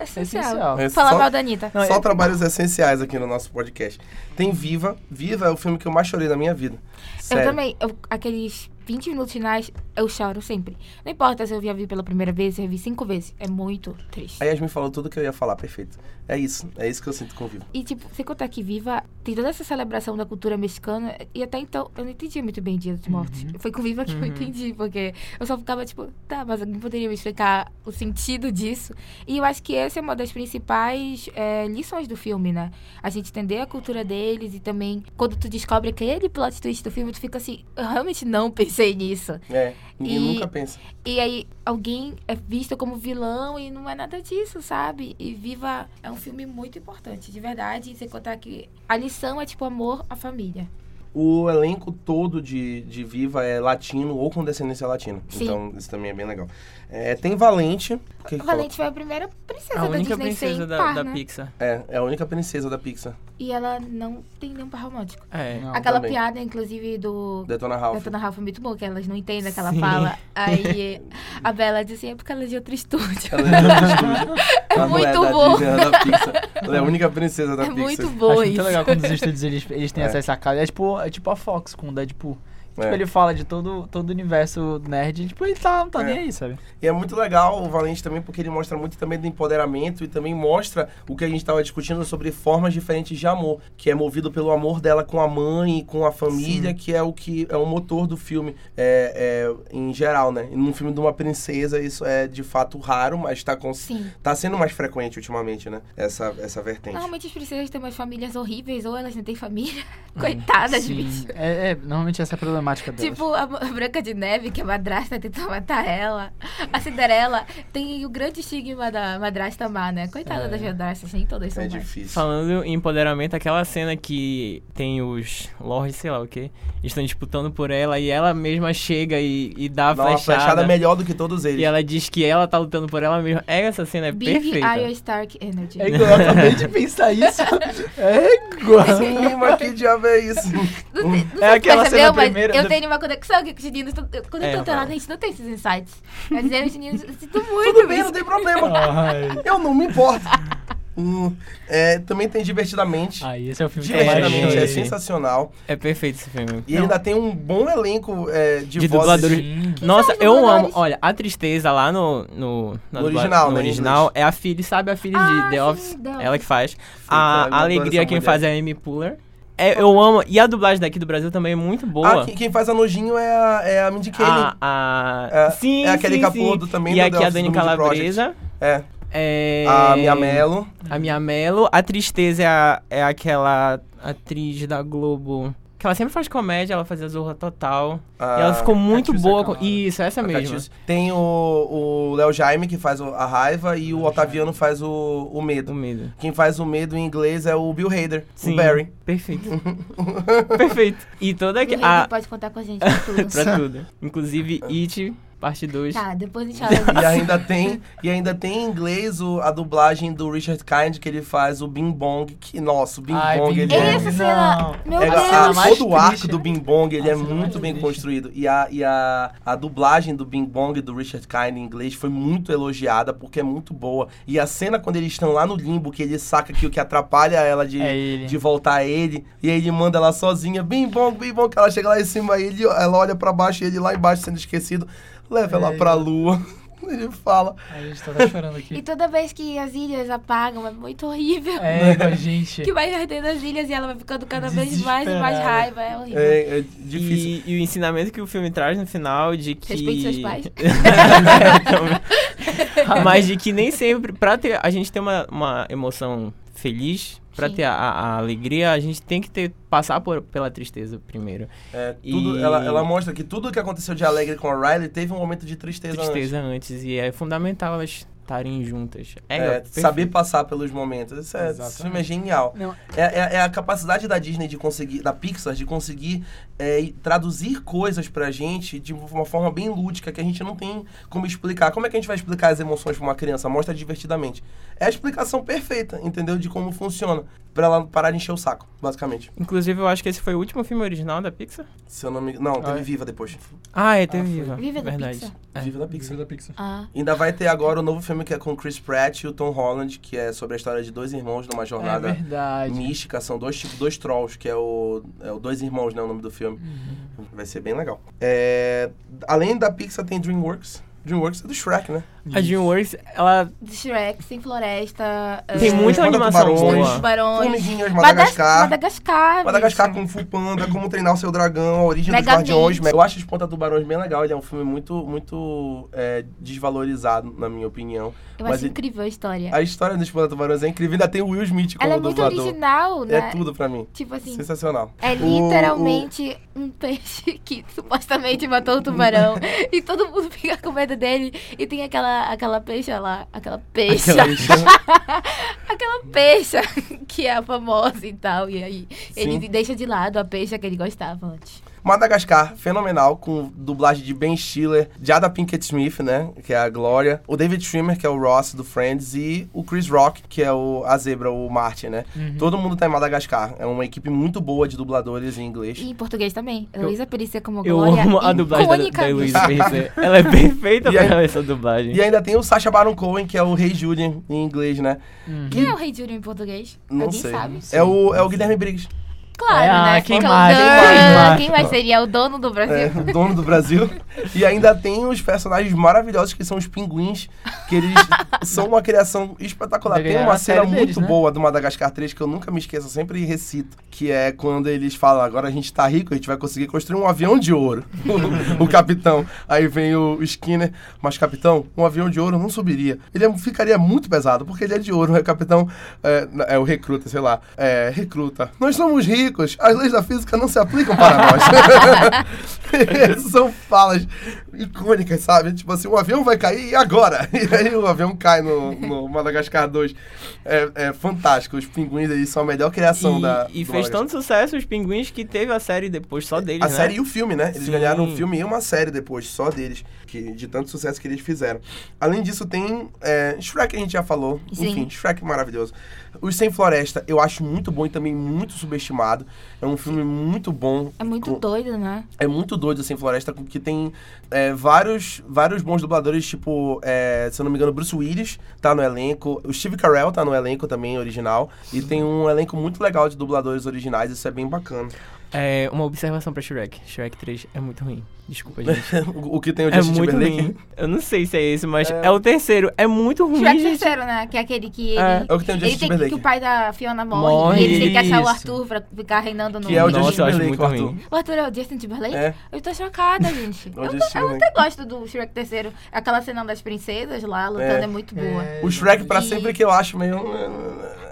Speaker 3: essencial.
Speaker 2: essencial.
Speaker 1: É
Speaker 3: Fala
Speaker 1: só-
Speaker 3: mal da Anitta.
Speaker 2: Não,
Speaker 1: Só
Speaker 2: é-
Speaker 1: trabalhos essenciais aqui no nosso podcast. Tem Viva. Viva é o filme que eu mais chorei na minha vida. Sério.
Speaker 3: Eu também, eu- aqueles 20 minutos finais, eu choro sempre. Não importa se eu vi a vi pela primeira vez, se eu vi cinco vezes, é muito triste.
Speaker 1: A Yasmin falou tudo que eu ia falar, perfeito. É isso, é isso que eu sinto com o Viva.
Speaker 3: E, tipo, sem contar que Viva tem toda essa celebração da cultura mexicana. E até então, eu não entendia muito bem Dia dos Mortos. Foi com Viva que eu entendi, porque eu só ficava, tipo, tá, mas alguém poderia me explicar o sentido disso? E eu acho que essa é uma das principais eh, lições do filme, né? A gente entender a cultura deles e também, quando tu descobre aquele plot twist do filme, tu fica assim, eu realmente não pensei nisso.
Speaker 1: É, ninguém
Speaker 3: E-
Speaker 1: nunca pensa.
Speaker 3: E aí alguém é visto como vilão e não é nada disso, sabe? E Viva é um filme muito importante, de verdade. E sem contar que a lição é tipo amor à família.
Speaker 1: O elenco todo de, de Viva é latino ou com descendência latina.
Speaker 3: Sim.
Speaker 1: Então, isso também é bem legal. É, tem Valente. O que que
Speaker 3: Valente foi a primeira princesa
Speaker 4: A
Speaker 3: da
Speaker 4: única
Speaker 3: Disney
Speaker 4: princesa
Speaker 3: sem
Speaker 4: da,
Speaker 3: par,
Speaker 4: da
Speaker 3: né?
Speaker 4: Pixar.
Speaker 1: fala? É, é a única princesa da Pixar.
Speaker 3: E ela não tem nenhum par romântico.
Speaker 4: É.
Speaker 2: Não,
Speaker 3: Aquela
Speaker 1: também.
Speaker 3: piada, inclusive, do
Speaker 1: Detona Ralph.
Speaker 3: Detona Ralph é muito boa, que elas não entendem aquela
Speaker 4: Sim.
Speaker 3: fala. Aí a Bela diz assim, é porque ela é de outro estúdio.
Speaker 1: Ela é do
Speaker 3: [laughs]
Speaker 1: estúdio. Ela não é
Speaker 3: Muito
Speaker 1: da
Speaker 3: bom.
Speaker 1: Disney, ela é da Pixar. Ela é a única princesa da
Speaker 3: É
Speaker 1: Pixar.
Speaker 3: muito
Speaker 2: Acho
Speaker 3: boa
Speaker 2: muito
Speaker 3: isso.
Speaker 2: legal quando os estúdios eles, eles têm
Speaker 1: É.
Speaker 2: essas sacadas. É tipo, é tipo a Fox com o Deadpool.
Speaker 1: É.
Speaker 2: Tipo, ele fala de todo, todo o universo nerd. Tipo, ele tá, não tá
Speaker 1: É.
Speaker 2: nem aí, sabe?
Speaker 1: E é muito legal o Valente também, porque ele mostra muito também do empoderamento e também mostra o que a gente estava discutindo sobre formas diferentes de amor, que é movido pelo amor dela com a mãe, com a família, que é o que é o motor do filme é, é, em geral, né? E num filme de uma princesa, isso é de fato raro, mas tá, com,
Speaker 3: Sim.
Speaker 1: tá sendo mais frequente ultimamente, né? Essa, essa vertente.
Speaker 3: Normalmente as princesas têm umas famílias horríveis, ou elas não têm família. [laughs] Coitadas,
Speaker 2: Sim.
Speaker 3: bicho.
Speaker 2: É, é, normalmente essa é a problemática dele.
Speaker 3: Tipo, a Ma- [laughs] Branca de Neve, que a madrasta tenta matar ela. A Cinderela tem o grande estigma da madrasta má, né? Coitada das madrastas, nem todas são
Speaker 1: é
Speaker 3: más.
Speaker 1: difícil.
Speaker 4: Falando em empoderamento, aquela cena que tem os lords, sei lá o que, estão disputando por ela e ela mesma chega e, e dá a
Speaker 1: Dá uma
Speaker 4: flechada.
Speaker 1: flechada é melhor do que todos eles.
Speaker 4: e ela diz que ela tá lutando por ela mesma. É, Essa cena é
Speaker 3: Big
Speaker 4: perfeita.
Speaker 3: Arya Stark Energy.
Speaker 2: É igual, eu acabei de pensar isso. É igual.
Speaker 1: Sim, mas que diabo é isso?
Speaker 3: Não sei- não sei
Speaker 2: É
Speaker 3: se
Speaker 2: aquela
Speaker 3: percebeu,
Speaker 2: cena
Speaker 3: mas
Speaker 2: primeira
Speaker 3: Eu
Speaker 2: do-
Speaker 3: tenho uma conexão aqui com os meninos. tô- eu- Quando eu
Speaker 4: É,
Speaker 3: tô lá, a
Speaker 4: vai.
Speaker 3: gente não tem esses insights. Mas eu, os meninos, eu sinto muito
Speaker 1: Tudo bem,
Speaker 3: isso.
Speaker 1: não tem problema.
Speaker 2: Ai,
Speaker 1: Eu não me importo. Hum, é, também tem Divertidamente.
Speaker 2: Ai, esse é o filme que eu mais
Speaker 1: Divertidamente
Speaker 4: Imagina.
Speaker 1: é
Speaker 2: chorei.
Speaker 1: sensacional.
Speaker 4: É perfeito esse filme.
Speaker 1: E ele ainda tem um bom elenco é, de,
Speaker 4: De
Speaker 1: vozes.
Speaker 4: dubladores.
Speaker 2: Sim.
Speaker 4: Nossa,
Speaker 3: são os
Speaker 4: eu
Speaker 3: dubladores?
Speaker 4: amo. Olha, a tristeza lá no. No, na
Speaker 1: No
Speaker 4: dubla-
Speaker 1: original,
Speaker 4: no
Speaker 1: né, em
Speaker 4: original
Speaker 1: inglês.
Speaker 4: é a Philly, sabe? A Philly
Speaker 3: Ah,
Speaker 4: de The
Speaker 3: sim,
Speaker 4: Office.
Speaker 3: The
Speaker 4: Ela
Speaker 3: Office.
Speaker 4: que faz.
Speaker 1: cara, eu adoro
Speaker 4: A, a
Speaker 1: né, essa
Speaker 4: alegria quem
Speaker 1: é mulher.
Speaker 4: faz é a Amy Puller. É, eu amo. E a dublagem daqui do Brasil também é muito boa. Ah,
Speaker 1: Ah, quem, quem faz a Nojinho é a, é a Mindy Kaling.
Speaker 4: a, a...
Speaker 1: É-
Speaker 4: sim,
Speaker 1: é aquele
Speaker 4: sim,
Speaker 1: Capudo
Speaker 4: sim.
Speaker 1: também
Speaker 4: E
Speaker 1: do The
Speaker 4: aqui a
Speaker 1: Office
Speaker 4: Dani
Speaker 1: do Midi
Speaker 4: Calabresa.
Speaker 1: É.
Speaker 4: É...
Speaker 1: A Mia Mello.
Speaker 4: A Mia Mello. A Tristeza é, a- é aquela atriz da Globo. Que ela sempre faz comédia, ela fazia Zorra Total.
Speaker 1: a-
Speaker 4: e ela ficou muito
Speaker 2: Catiúcia
Speaker 4: boa. com-
Speaker 2: Camara.
Speaker 4: Isso, essa
Speaker 1: Ah, a
Speaker 4: mesma.
Speaker 1: Catiúcia. Tem o- o Léo Jaime, que faz o- a raiva, e o Otaviano faz o, o
Speaker 4: O
Speaker 1: medo.
Speaker 4: medo.
Speaker 1: Quem faz o medo em inglês é o Bill Hader,
Speaker 4: Sim.
Speaker 1: o Barry. [laughs]
Speaker 4: Perfeito. Perfeito. E toda
Speaker 3: O
Speaker 4: aqui.
Speaker 3: Henrique
Speaker 4: A...
Speaker 3: pode contar com a gente pra tudo.
Speaker 4: Ah. [laughs] Pra tudo. Inclusive, It, parte 2.
Speaker 3: tá, depois a gente fala
Speaker 1: E ainda tem, e ainda tem em inglês o- a dublagem do Richard Kind, que ele faz o Bing Bong. Que, nossa, o Bing
Speaker 2: Ai,
Speaker 1: Bong,
Speaker 2: Bing
Speaker 1: ele
Speaker 2: Bong.
Speaker 1: é
Speaker 3: Essa cena-
Speaker 2: Não.
Speaker 3: Meu
Speaker 1: É,
Speaker 3: Deus!
Speaker 1: a-
Speaker 2: mais
Speaker 1: todo o arco
Speaker 2: triste.
Speaker 1: do Bing Bong ele é
Speaker 2: Nossa,
Speaker 1: muito
Speaker 2: mais
Speaker 1: bem
Speaker 2: triste.
Speaker 1: construído. E, a, e a, a dublagem do Bing Bong do Richard Kind em inglês foi muito elogiada porque é muito boa. E a cena quando eles estão lá no limbo, que ele saca que o que atrapalha ela de,
Speaker 2: É ele.
Speaker 1: de voltar a ele, e aí ele manda ela sozinha, Bing Bong, Bing Bong, que ela chega lá em cima, ele, ela olha pra baixo e ele lá embaixo sendo esquecido, leva ela pra lua. [laughs] Ele fala.
Speaker 2: A gente tá chorando
Speaker 3: E
Speaker 2: [laughs] aqui.
Speaker 3: toda vez que as ilhas apagam, é muito horrível.
Speaker 1: [laughs]
Speaker 2: É, igual, gente.
Speaker 3: Que vai ardendo as ilhas e ela vai ficando cada vez mais e mais
Speaker 2: Desesperada.
Speaker 3: raiva. É horrível.
Speaker 1: É, é difícil.
Speaker 4: E, e o ensinamento que o filme traz no final de que.
Speaker 3: Respeite seus
Speaker 1: [laughs]
Speaker 3: pais.
Speaker 4: Então, Mas de que nem sempre, pra ter, a gente ter uma, uma emoção feliz, pra
Speaker 3: Sim.
Speaker 4: ter a, a alegria, a gente tem que ter passar por, pela tristeza primeiro.
Speaker 1: É, tudo-
Speaker 4: E-
Speaker 1: ela, ela mostra que tudo que aconteceu de alegre com a Riley teve um momento de tristeza, antes.
Speaker 4: Tristeza antes. E é fundamental elas estarem juntas. É,
Speaker 1: É,
Speaker 4: perfeito.
Speaker 1: saber passar pelos momentos. Isso é,
Speaker 2: Exatamente.
Speaker 1: esse filme é genial.
Speaker 2: Não.
Speaker 1: É, é- é a capacidade da Disney de conseguir, da Pixar, de conseguir é, e traduzir coisas pra gente de uma forma bem lúdica que a gente não tem como explicar. Como é que a gente vai explicar as emoções pra uma criança? Mostra divertidamente. É a explicação perfeita, entendeu? De como funciona. Pra ela parar de encher o saco, basicamente.
Speaker 4: Inclusive, eu acho que esse foi o último filme original da Pixar.
Speaker 1: Se eu não me. Não, teve
Speaker 2: Ah, é.
Speaker 1: Viva depois.
Speaker 4: Ah, é, teve
Speaker 2: foi.
Speaker 4: Viva.
Speaker 3: Viva da
Speaker 4: Verdade.
Speaker 3: Pixar.
Speaker 4: É.
Speaker 1: Viva da Pixar.
Speaker 3: Ah,
Speaker 1: Ainda vai ter agora o novo filme que é com Chris Pratt e o Tom Holland, que é sobre a história de dois irmãos numa
Speaker 2: É
Speaker 1: jornada
Speaker 2: verdade.
Speaker 1: mística, são dois tipos, dois trolls, que é o, é o Dois Irmãos, né, o nome do filme.
Speaker 3: Uhum.
Speaker 1: Vai ser bem legal. É, além da Pixar, tem DreamWorks. DreamWorks é do Shrek, né?
Speaker 4: A DreamWorks, ela
Speaker 3: de Shrek, sem floresta.
Speaker 4: tem
Speaker 3: ah,
Speaker 4: muita
Speaker 1: Manda
Speaker 4: animação
Speaker 1: tubarões.
Speaker 3: Os
Speaker 4: boa.
Speaker 3: tubarões.
Speaker 1: Formiguinhas,
Speaker 3: Madas-
Speaker 1: Madagascar.
Speaker 3: Madagascar.
Speaker 1: Madagascar
Speaker 3: bicho.
Speaker 1: com Fu Panda, Como Treinar o Seu Dragão, A Origem dos
Speaker 3: Megamente.
Speaker 1: Guardiões. Eu acho Os Ponta Tubarões bem legal. Ele é um filme muito, muito é, desvalorizado, na minha opinião.
Speaker 3: Eu
Speaker 1: Mas
Speaker 3: acho
Speaker 1: ele-
Speaker 3: incrível a história.
Speaker 1: A história dos Ponta Tubarões é incrível. Ainda tem o Will Smith como
Speaker 3: Ela é muito
Speaker 1: dublador.
Speaker 3: original, né?
Speaker 1: É tudo pra mim.
Speaker 3: Tipo assim,
Speaker 1: Sensacional.
Speaker 3: é literalmente um peixe que supostamente matou o
Speaker 1: [laughs]
Speaker 3: tubarão. e todo mundo fica com medo dele. E tem aquela, aquela peixa lá, aquela peixa.
Speaker 4: Aquela
Speaker 3: [laughs] aquela peixa [laughs] que é a famosa e tal. E aí
Speaker 1: Sim.
Speaker 3: ele deixa de lado a peixa que ele gostava antes.
Speaker 1: Madagascar, fenomenal, com dublagem de Ben Stiller, Jada Pinkett Smith, né, que é a Glória, o David Schwimmer, que é o Ross do Friends, e o Chris Rock, que é o, a zebra, o Martin, né. Todo mundo tá em Madagascar. É uma equipe muito boa de dubladores em inglês.
Speaker 3: E em português também.
Speaker 4: Eu-
Speaker 3: Luísa Perícia como
Speaker 4: Eu
Speaker 3: Glória.
Speaker 4: amo a dublagem da,
Speaker 3: icônica,
Speaker 4: da
Speaker 3: bicho.
Speaker 4: [laughs] Luísa Mercer. Ela é perfeita
Speaker 1: E aí-
Speaker 4: pra essa dublagem.
Speaker 1: E ainda tem o Sacha Baron Cohen, que é o Rei Julian em inglês, né?
Speaker 2: Uhum.
Speaker 3: Quem é o Rei Júlio em português?
Speaker 1: Não
Speaker 3: Alguém
Speaker 1: sei.
Speaker 3: sabe?
Speaker 1: É o, é o Guilherme Briggs.
Speaker 3: Claro,
Speaker 4: É, ah,
Speaker 3: né?
Speaker 4: quem
Speaker 3: Fica o
Speaker 4: mais? Quem
Speaker 3: Dan,
Speaker 4: mais?
Speaker 3: Quem mais seria o dono do
Speaker 1: É,
Speaker 3: Brasil?
Speaker 1: o dono do Brasil. E ainda tem os personagens maravilhosos que são os pinguins, que
Speaker 2: [laughs]
Speaker 1: eles são uma criação espetacular.
Speaker 2: Ainda
Speaker 1: Tem
Speaker 2: ganharam
Speaker 1: uma
Speaker 2: a
Speaker 1: cena
Speaker 2: série
Speaker 1: muito
Speaker 2: deles, né?
Speaker 1: boa do Madagascar 3 que eu nunca me esqueço, eu sempre recito, que é quando eles falam: agora a gente tá rico, a gente vai conseguir construir um avião de ouro. [laughs] o capitão. Aí vem o Skinner, mas capitão, um avião de ouro não subiria. Ele é- ficaria muito pesado, porque ele é de ouro. O capitão é, é o recruta, sei lá. É, recruta. Nós somos ricos, as leis da física não se aplicam para nós. [laughs] São falas icônicas, sabe? Tipo assim, o avião vai cair e agora? [laughs] E aí o avião cai no, no
Speaker 4: [laughs]
Speaker 1: Madagascar 2. É, é fantástico. Os pinguins eles são a melhor criação
Speaker 4: e,
Speaker 1: da.
Speaker 4: e
Speaker 1: do
Speaker 4: fez
Speaker 1: Madagascar.
Speaker 4: tanto sucesso os pinguins que teve a série depois só deles,
Speaker 1: A
Speaker 4: né?
Speaker 1: série e o filme, né? Eles
Speaker 4: Sim.
Speaker 1: ganharam um filme e uma série depois, só deles, que, de tanto sucesso que eles fizeram. Além disso, tem é, Shrek, a gente já falou.
Speaker 3: Sim.
Speaker 1: Enfim, Shrek maravilhoso. Os Sem Floresta, eu acho muito bom e também muito subestimado. É um filme muito bom.
Speaker 3: É muito
Speaker 1: Com-
Speaker 3: doido, né?
Speaker 1: é muito doido assim, Floresta, porque tem é, vários, vários bons dubladores, tipo, é, se eu não me engano, Bruce Willis tá no elenco, o Steve Carell tá no elenco também, original, e tem um elenco muito legal de dubladores originais, isso é bem bacana. [laughs]
Speaker 4: É, uma observação pra Shrek. Shrek 3 é muito ruim. Desculpa, gente.
Speaker 1: [laughs] o o que tem o
Speaker 4: é
Speaker 1: Justin
Speaker 4: muito
Speaker 1: Timberlake.
Speaker 4: ruim. Eu não sei se é esse, mas é, o terceiro. É muito ruim,
Speaker 3: Shrek
Speaker 4: gente.
Speaker 3: terceiro, né? Que é aquele que ele...
Speaker 4: É.
Speaker 1: É o que tem o
Speaker 3: Ele
Speaker 1: Justin
Speaker 3: tem que,
Speaker 1: Timberlake.
Speaker 3: que o pai da Fiona morre,
Speaker 4: Morre,
Speaker 3: e ele tem que achar o
Speaker 2: isso.
Speaker 3: Arthur pra ficar reinando no
Speaker 1: Que é o
Speaker 3: mundo.
Speaker 1: Justin
Speaker 4: Nossa, eu acho
Speaker 1: Timberlake,
Speaker 4: muito
Speaker 1: o Arthur.
Speaker 4: ruim.
Speaker 3: O Arthur é o Justin Timberlake?
Speaker 1: É.
Speaker 3: Eu
Speaker 1: [laughs]
Speaker 3: tô chocada, gente.
Speaker 1: É o
Speaker 3: eu,
Speaker 1: Justin
Speaker 3: tô- eu
Speaker 1: Timberlake.
Speaker 3: até gosto do Shrek terceiro. Aquela cena das princesas lá lutando
Speaker 1: É.
Speaker 3: é, muito boa.
Speaker 1: O Shrek pra
Speaker 3: E-
Speaker 1: sempre que eu acho meio...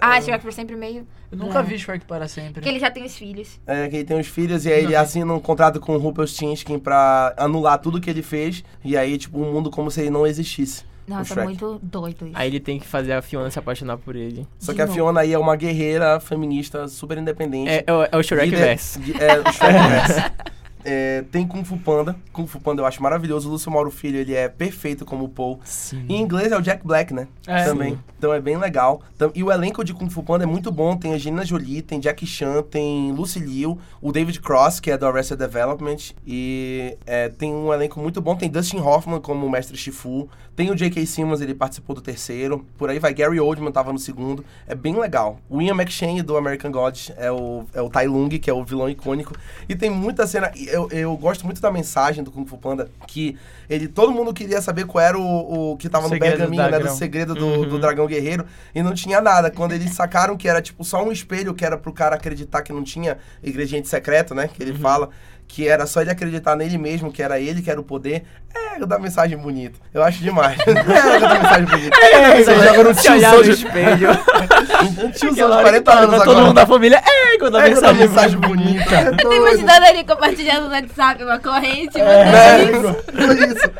Speaker 3: Ah, Shrek por sempre meio.
Speaker 2: Eu nunca
Speaker 3: É.
Speaker 2: vi Shrek para sempre.
Speaker 3: Porque ele já tem os filhos.
Speaker 1: É, que ele tem os filhos e aí
Speaker 4: Uhum.
Speaker 1: ele assina um contrato com o Rumpelstiltskin pra anular tudo que ele fez e aí, tipo, um mundo como se ele não existisse.
Speaker 3: Nossa,
Speaker 1: Shrek.
Speaker 3: muito doido isso.
Speaker 4: Aí ele tem que fazer a Fiona se apaixonar por ele.
Speaker 1: Só
Speaker 3: De
Speaker 1: que a
Speaker 3: novo.
Speaker 1: Fiona aí é uma guerreira feminista super independente.
Speaker 4: É, é o- é o Shrek
Speaker 1: Líder-
Speaker 4: Verso.
Speaker 1: gui- É, o
Speaker 4: [laughs]
Speaker 1: Shrek É, tem Kung Fu Panda. Kung Fu Panda eu acho maravilhoso. O Lúcio Mauro Filho, ele é perfeito como o Paul.
Speaker 2: Sim.
Speaker 1: Em inglês é o Jack Black, né?
Speaker 2: É.
Speaker 1: Também. Então é bem legal. Tam- E o elenco de Kung Fu Panda é muito bom. Tem Angelina Jolie, tem Jack Chan, tem Lucy Liu, o David Cross, que é do Arrested Development. E é, tem um elenco muito bom. Tem Dustin Hoffman como o Mestre Shifu. Tem o J.K. Simmons, ele participou do terceiro. Por aí vai. Gary Oldman tava no segundo. É bem legal. O Ian McShane, do American Gods, é o, é o Tai Lung, que é o vilão icônico. E tem muita cena... e Eu, eu gosto muito da mensagem do Kung Fu Panda, que ele... Todo mundo queria saber qual era o, o que tava no
Speaker 4: Segredo do
Speaker 1: pergaminho, né? Do
Speaker 4: dragão.
Speaker 1: segredo do,
Speaker 4: Uhum.
Speaker 1: do dragão guerreiro e não tinha nada. Quando eles sacaram que era tipo só um espelho, que era pro cara acreditar que não tinha ingrediente secreto, né? Que ele
Speaker 4: Uhum.
Speaker 1: fala que era só ele acreditar nele mesmo, que era ele que era o poder. É, dá mensagem bonita. Eu acho demais. [laughs] é, dá mensagem bonita. Vocês já viram um
Speaker 4: É, Se olhar
Speaker 1: tiozão
Speaker 4: no
Speaker 1: de,
Speaker 4: espelho.
Speaker 1: [laughs] um tiozão de
Speaker 4: Aquela
Speaker 1: 40
Speaker 4: hora que
Speaker 1: anos
Speaker 4: tá
Speaker 1: agora.
Speaker 4: Todo mundo da família. É, quando a
Speaker 1: É, dá
Speaker 4: mensagem
Speaker 1: mensagem bonita. É
Speaker 3: Eu tô
Speaker 1: doido.
Speaker 3: imaginando ele compartilhando no WhatsApp uma corrente.
Speaker 1: É,
Speaker 3: mandando isso.
Speaker 1: isso. isso.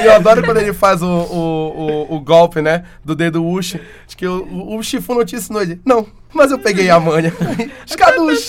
Speaker 1: E eu adoro quando ele faz o, o, o, o golpe, né? Do dedo Ush. Acho que o, o, o Shifu não te ensinou ele. Não, mas eu peguei a manha. Escadush!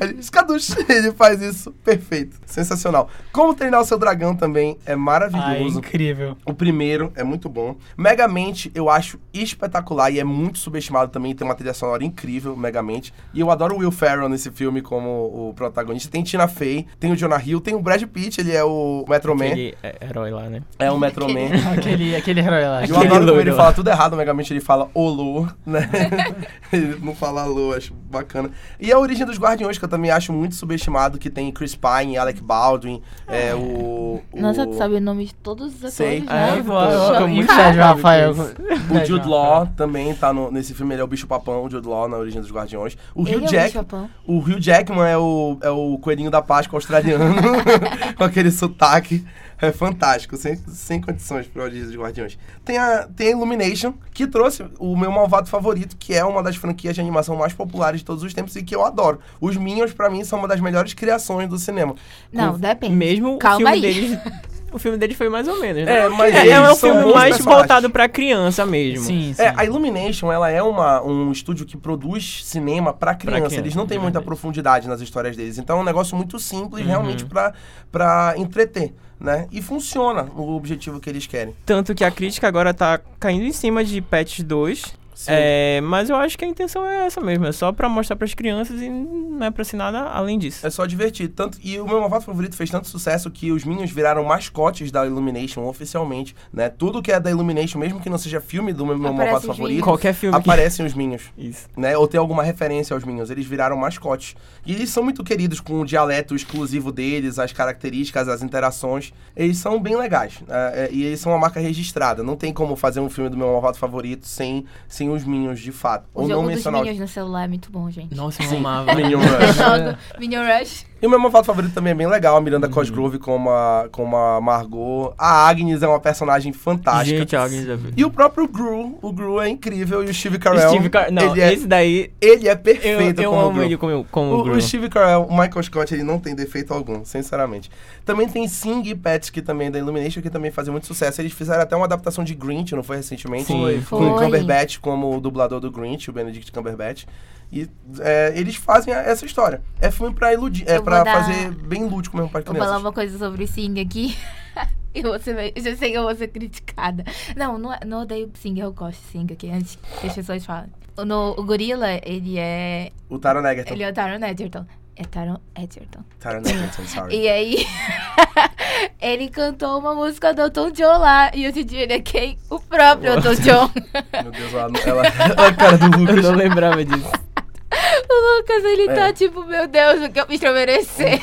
Speaker 1: Ele, Escadush! Ele faz isso. Perfeito. Sensacional. Como treinar o seu dragão também é
Speaker 5: Ai,
Speaker 1: maravilhoso.
Speaker 5: incrível.
Speaker 1: O primeiro é muito bom. Megamente eu acho espetacular e é muito subestimado também. Tem uma trilha sonora incrível, Megamente. E eu adoro o Will Ferrell nesse filme como o protagonista. Tem Tina Fey, tem o Jonah Hill, tem o Brad Pitt, ele é o Metro Man.
Speaker 4: Aquele é, herói lá, né?
Speaker 1: É o Metro Man.
Speaker 2: Aquele, aquele herói
Speaker 1: Eu
Speaker 2: lá.
Speaker 4: Aquele
Speaker 1: adoro como ele
Speaker 4: loiro.
Speaker 1: fala tudo errado, o Megamente ele fala Olu, né? [laughs] ele não fala Alô, acho bacana. E a origem dos Guardiões, que eu também acho muito subestimado, que tem Chris Pine, Alec Baldwin, é, o... o-
Speaker 3: Nossa, tu sabe o nome de todos os
Speaker 1: Sei.
Speaker 3: atores,
Speaker 4: É,
Speaker 3: né?
Speaker 4: vou- eu
Speaker 2: Fico
Speaker 4: fico
Speaker 2: muito
Speaker 4: chateado
Speaker 2: chateado,
Speaker 4: com
Speaker 2: Rafael.
Speaker 4: isso.
Speaker 1: O Jude Law também tá no- nesse filme, ele é o bicho papão, o Jude Law na Origem dos Guardiões. O Hugh,
Speaker 3: Ele é o
Speaker 1: Jack,
Speaker 3: Chopin.
Speaker 1: o Hugh Jackman é o, é o coelhinho da Páscoa australiano, [laughs] com aquele sotaque. É fantástico, sem, sem condições para Origem dos Guardiões. Tem a, tem a Illumination, que trouxe o meu malvado favorito, que é uma das franquias de animação mais populares de todos os tempos e que eu adoro. Os Minions, pra mim, são uma das melhores criações do cinema.
Speaker 3: Não, depende.
Speaker 4: Mesmo o
Speaker 3: Calma
Speaker 4: filme
Speaker 3: aí.
Speaker 4: deles. O filme deles foi mais ou menos, né?
Speaker 1: É, mas
Speaker 4: É,
Speaker 1: eles
Speaker 4: é um
Speaker 1: são
Speaker 4: filme
Speaker 1: bons
Speaker 4: mais
Speaker 1: personagens.
Speaker 4: voltado pra criança mesmo.
Speaker 2: Sim, sim.
Speaker 1: É, a Illumination, ela é uma, um estúdio que produz cinema pra criança.
Speaker 4: criança,
Speaker 1: Eles não têm
Speaker 4: de
Speaker 1: muita
Speaker 4: verdade.
Speaker 1: profundidade nas histórias deles. Então é um negócio muito simples,
Speaker 4: Uhum.
Speaker 1: realmente, pra, pra entreter, né? E funciona o objetivo que eles querem.
Speaker 4: Tanto que a crítica agora tá caindo em cima de Pets 2.
Speaker 1: Sim.
Speaker 4: É, mas eu acho que a intenção é essa mesmo, é só pra mostrar pras crianças e não é pra ser nada além disso.
Speaker 1: É só divertir. Tanto, e o meu malvado favorito fez tanto sucesso que os Minions viraram mascotes da Illumination oficialmente, né? Tudo que é da Illumination, mesmo que não seja filme do meu
Speaker 3: Aparece
Speaker 1: malvado
Speaker 3: os
Speaker 1: favorito,
Speaker 3: Minions.
Speaker 4: Qualquer filme que...
Speaker 1: aparecem os Minions.
Speaker 4: Isso.
Speaker 1: Né, ou tem alguma referência aos Minions, eles viraram mascotes. E eles são muito queridos com o dialeto exclusivo deles, as características, as interações. Eles são bem legais. é, é, e eles são uma marca registrada. Não tem como fazer um filme do meu malvado favorito sem, sem os Minions, de fato. ou
Speaker 3: O
Speaker 1: não
Speaker 3: jogo dos
Speaker 1: mencionar os- [laughs]
Speaker 3: Minions no celular é muito bom, gente.
Speaker 4: Nossa, eu amava.
Speaker 1: Minion Rush.
Speaker 3: Jogo Minion Rush.
Speaker 1: E o meu malvado favorito também é bem legal, a
Speaker 4: Uhum.
Speaker 1: Miranda Cosgrove como a, como a Margot. A Agnes é uma personagem fantástica.
Speaker 4: Gente, alguém já viu.
Speaker 1: E o próprio Gru, o Gru é incrível e o Steve Carell,
Speaker 4: Steve Car... Não,
Speaker 1: ele, é,
Speaker 4: esse daí...
Speaker 1: ele é
Speaker 4: Eu,
Speaker 1: perfeito
Speaker 4: eu
Speaker 1: como o
Speaker 4: amo
Speaker 1: Gru.
Speaker 4: ele como, como
Speaker 1: O,
Speaker 4: Gru.
Speaker 1: o Steve Carell, o Michael Scott, ele não tem defeito algum, sinceramente. Também tem Sing e Pets, que também é da Illumination, que também fazem muito sucesso. Eles fizeram até uma adaptação de Grinch, não foi recentemente?
Speaker 4: Sim.
Speaker 1: Com o
Speaker 3: Foi.
Speaker 1: Cumberbatch como o dublador do Grinch, o Benedict Cumberbatch. E é, eles fazem a- essa história. É filme pra iludir, é
Speaker 3: Eu
Speaker 1: pra
Speaker 3: vou dar-
Speaker 1: fazer bem lúdico mesmo pra
Speaker 3: Vou falar
Speaker 1: crianças.
Speaker 3: uma coisa sobre o Sing aqui. [laughs] Eu, vou ser, meio- eu já sei que eu vou ser criticada. Não, não, é- não odeio o Sing, eu gosto de Sing aqui, antes que as pessoas falem. O, no, o gorila, ele é.
Speaker 1: O Taron Egerton.
Speaker 3: Ele é o Taron Edgerton. É Taron Edgerton.
Speaker 1: Taron Egerton, sorry.
Speaker 3: E aí, [laughs] ele cantou uma música do Elton John lá. E hoje em dia ele é quem? O próprio Elton
Speaker 1: [laughs]
Speaker 3: John.
Speaker 1: Meu Deus, ela...
Speaker 3: [laughs]
Speaker 1: ela a cara do
Speaker 4: [laughs] Eu
Speaker 1: Lucas.
Speaker 4: não lembrava disso.
Speaker 3: o Lucas, ele
Speaker 1: É.
Speaker 3: tá tipo, meu Deus, o que eu fiz
Speaker 1: [laughs]
Speaker 3: pra merecer?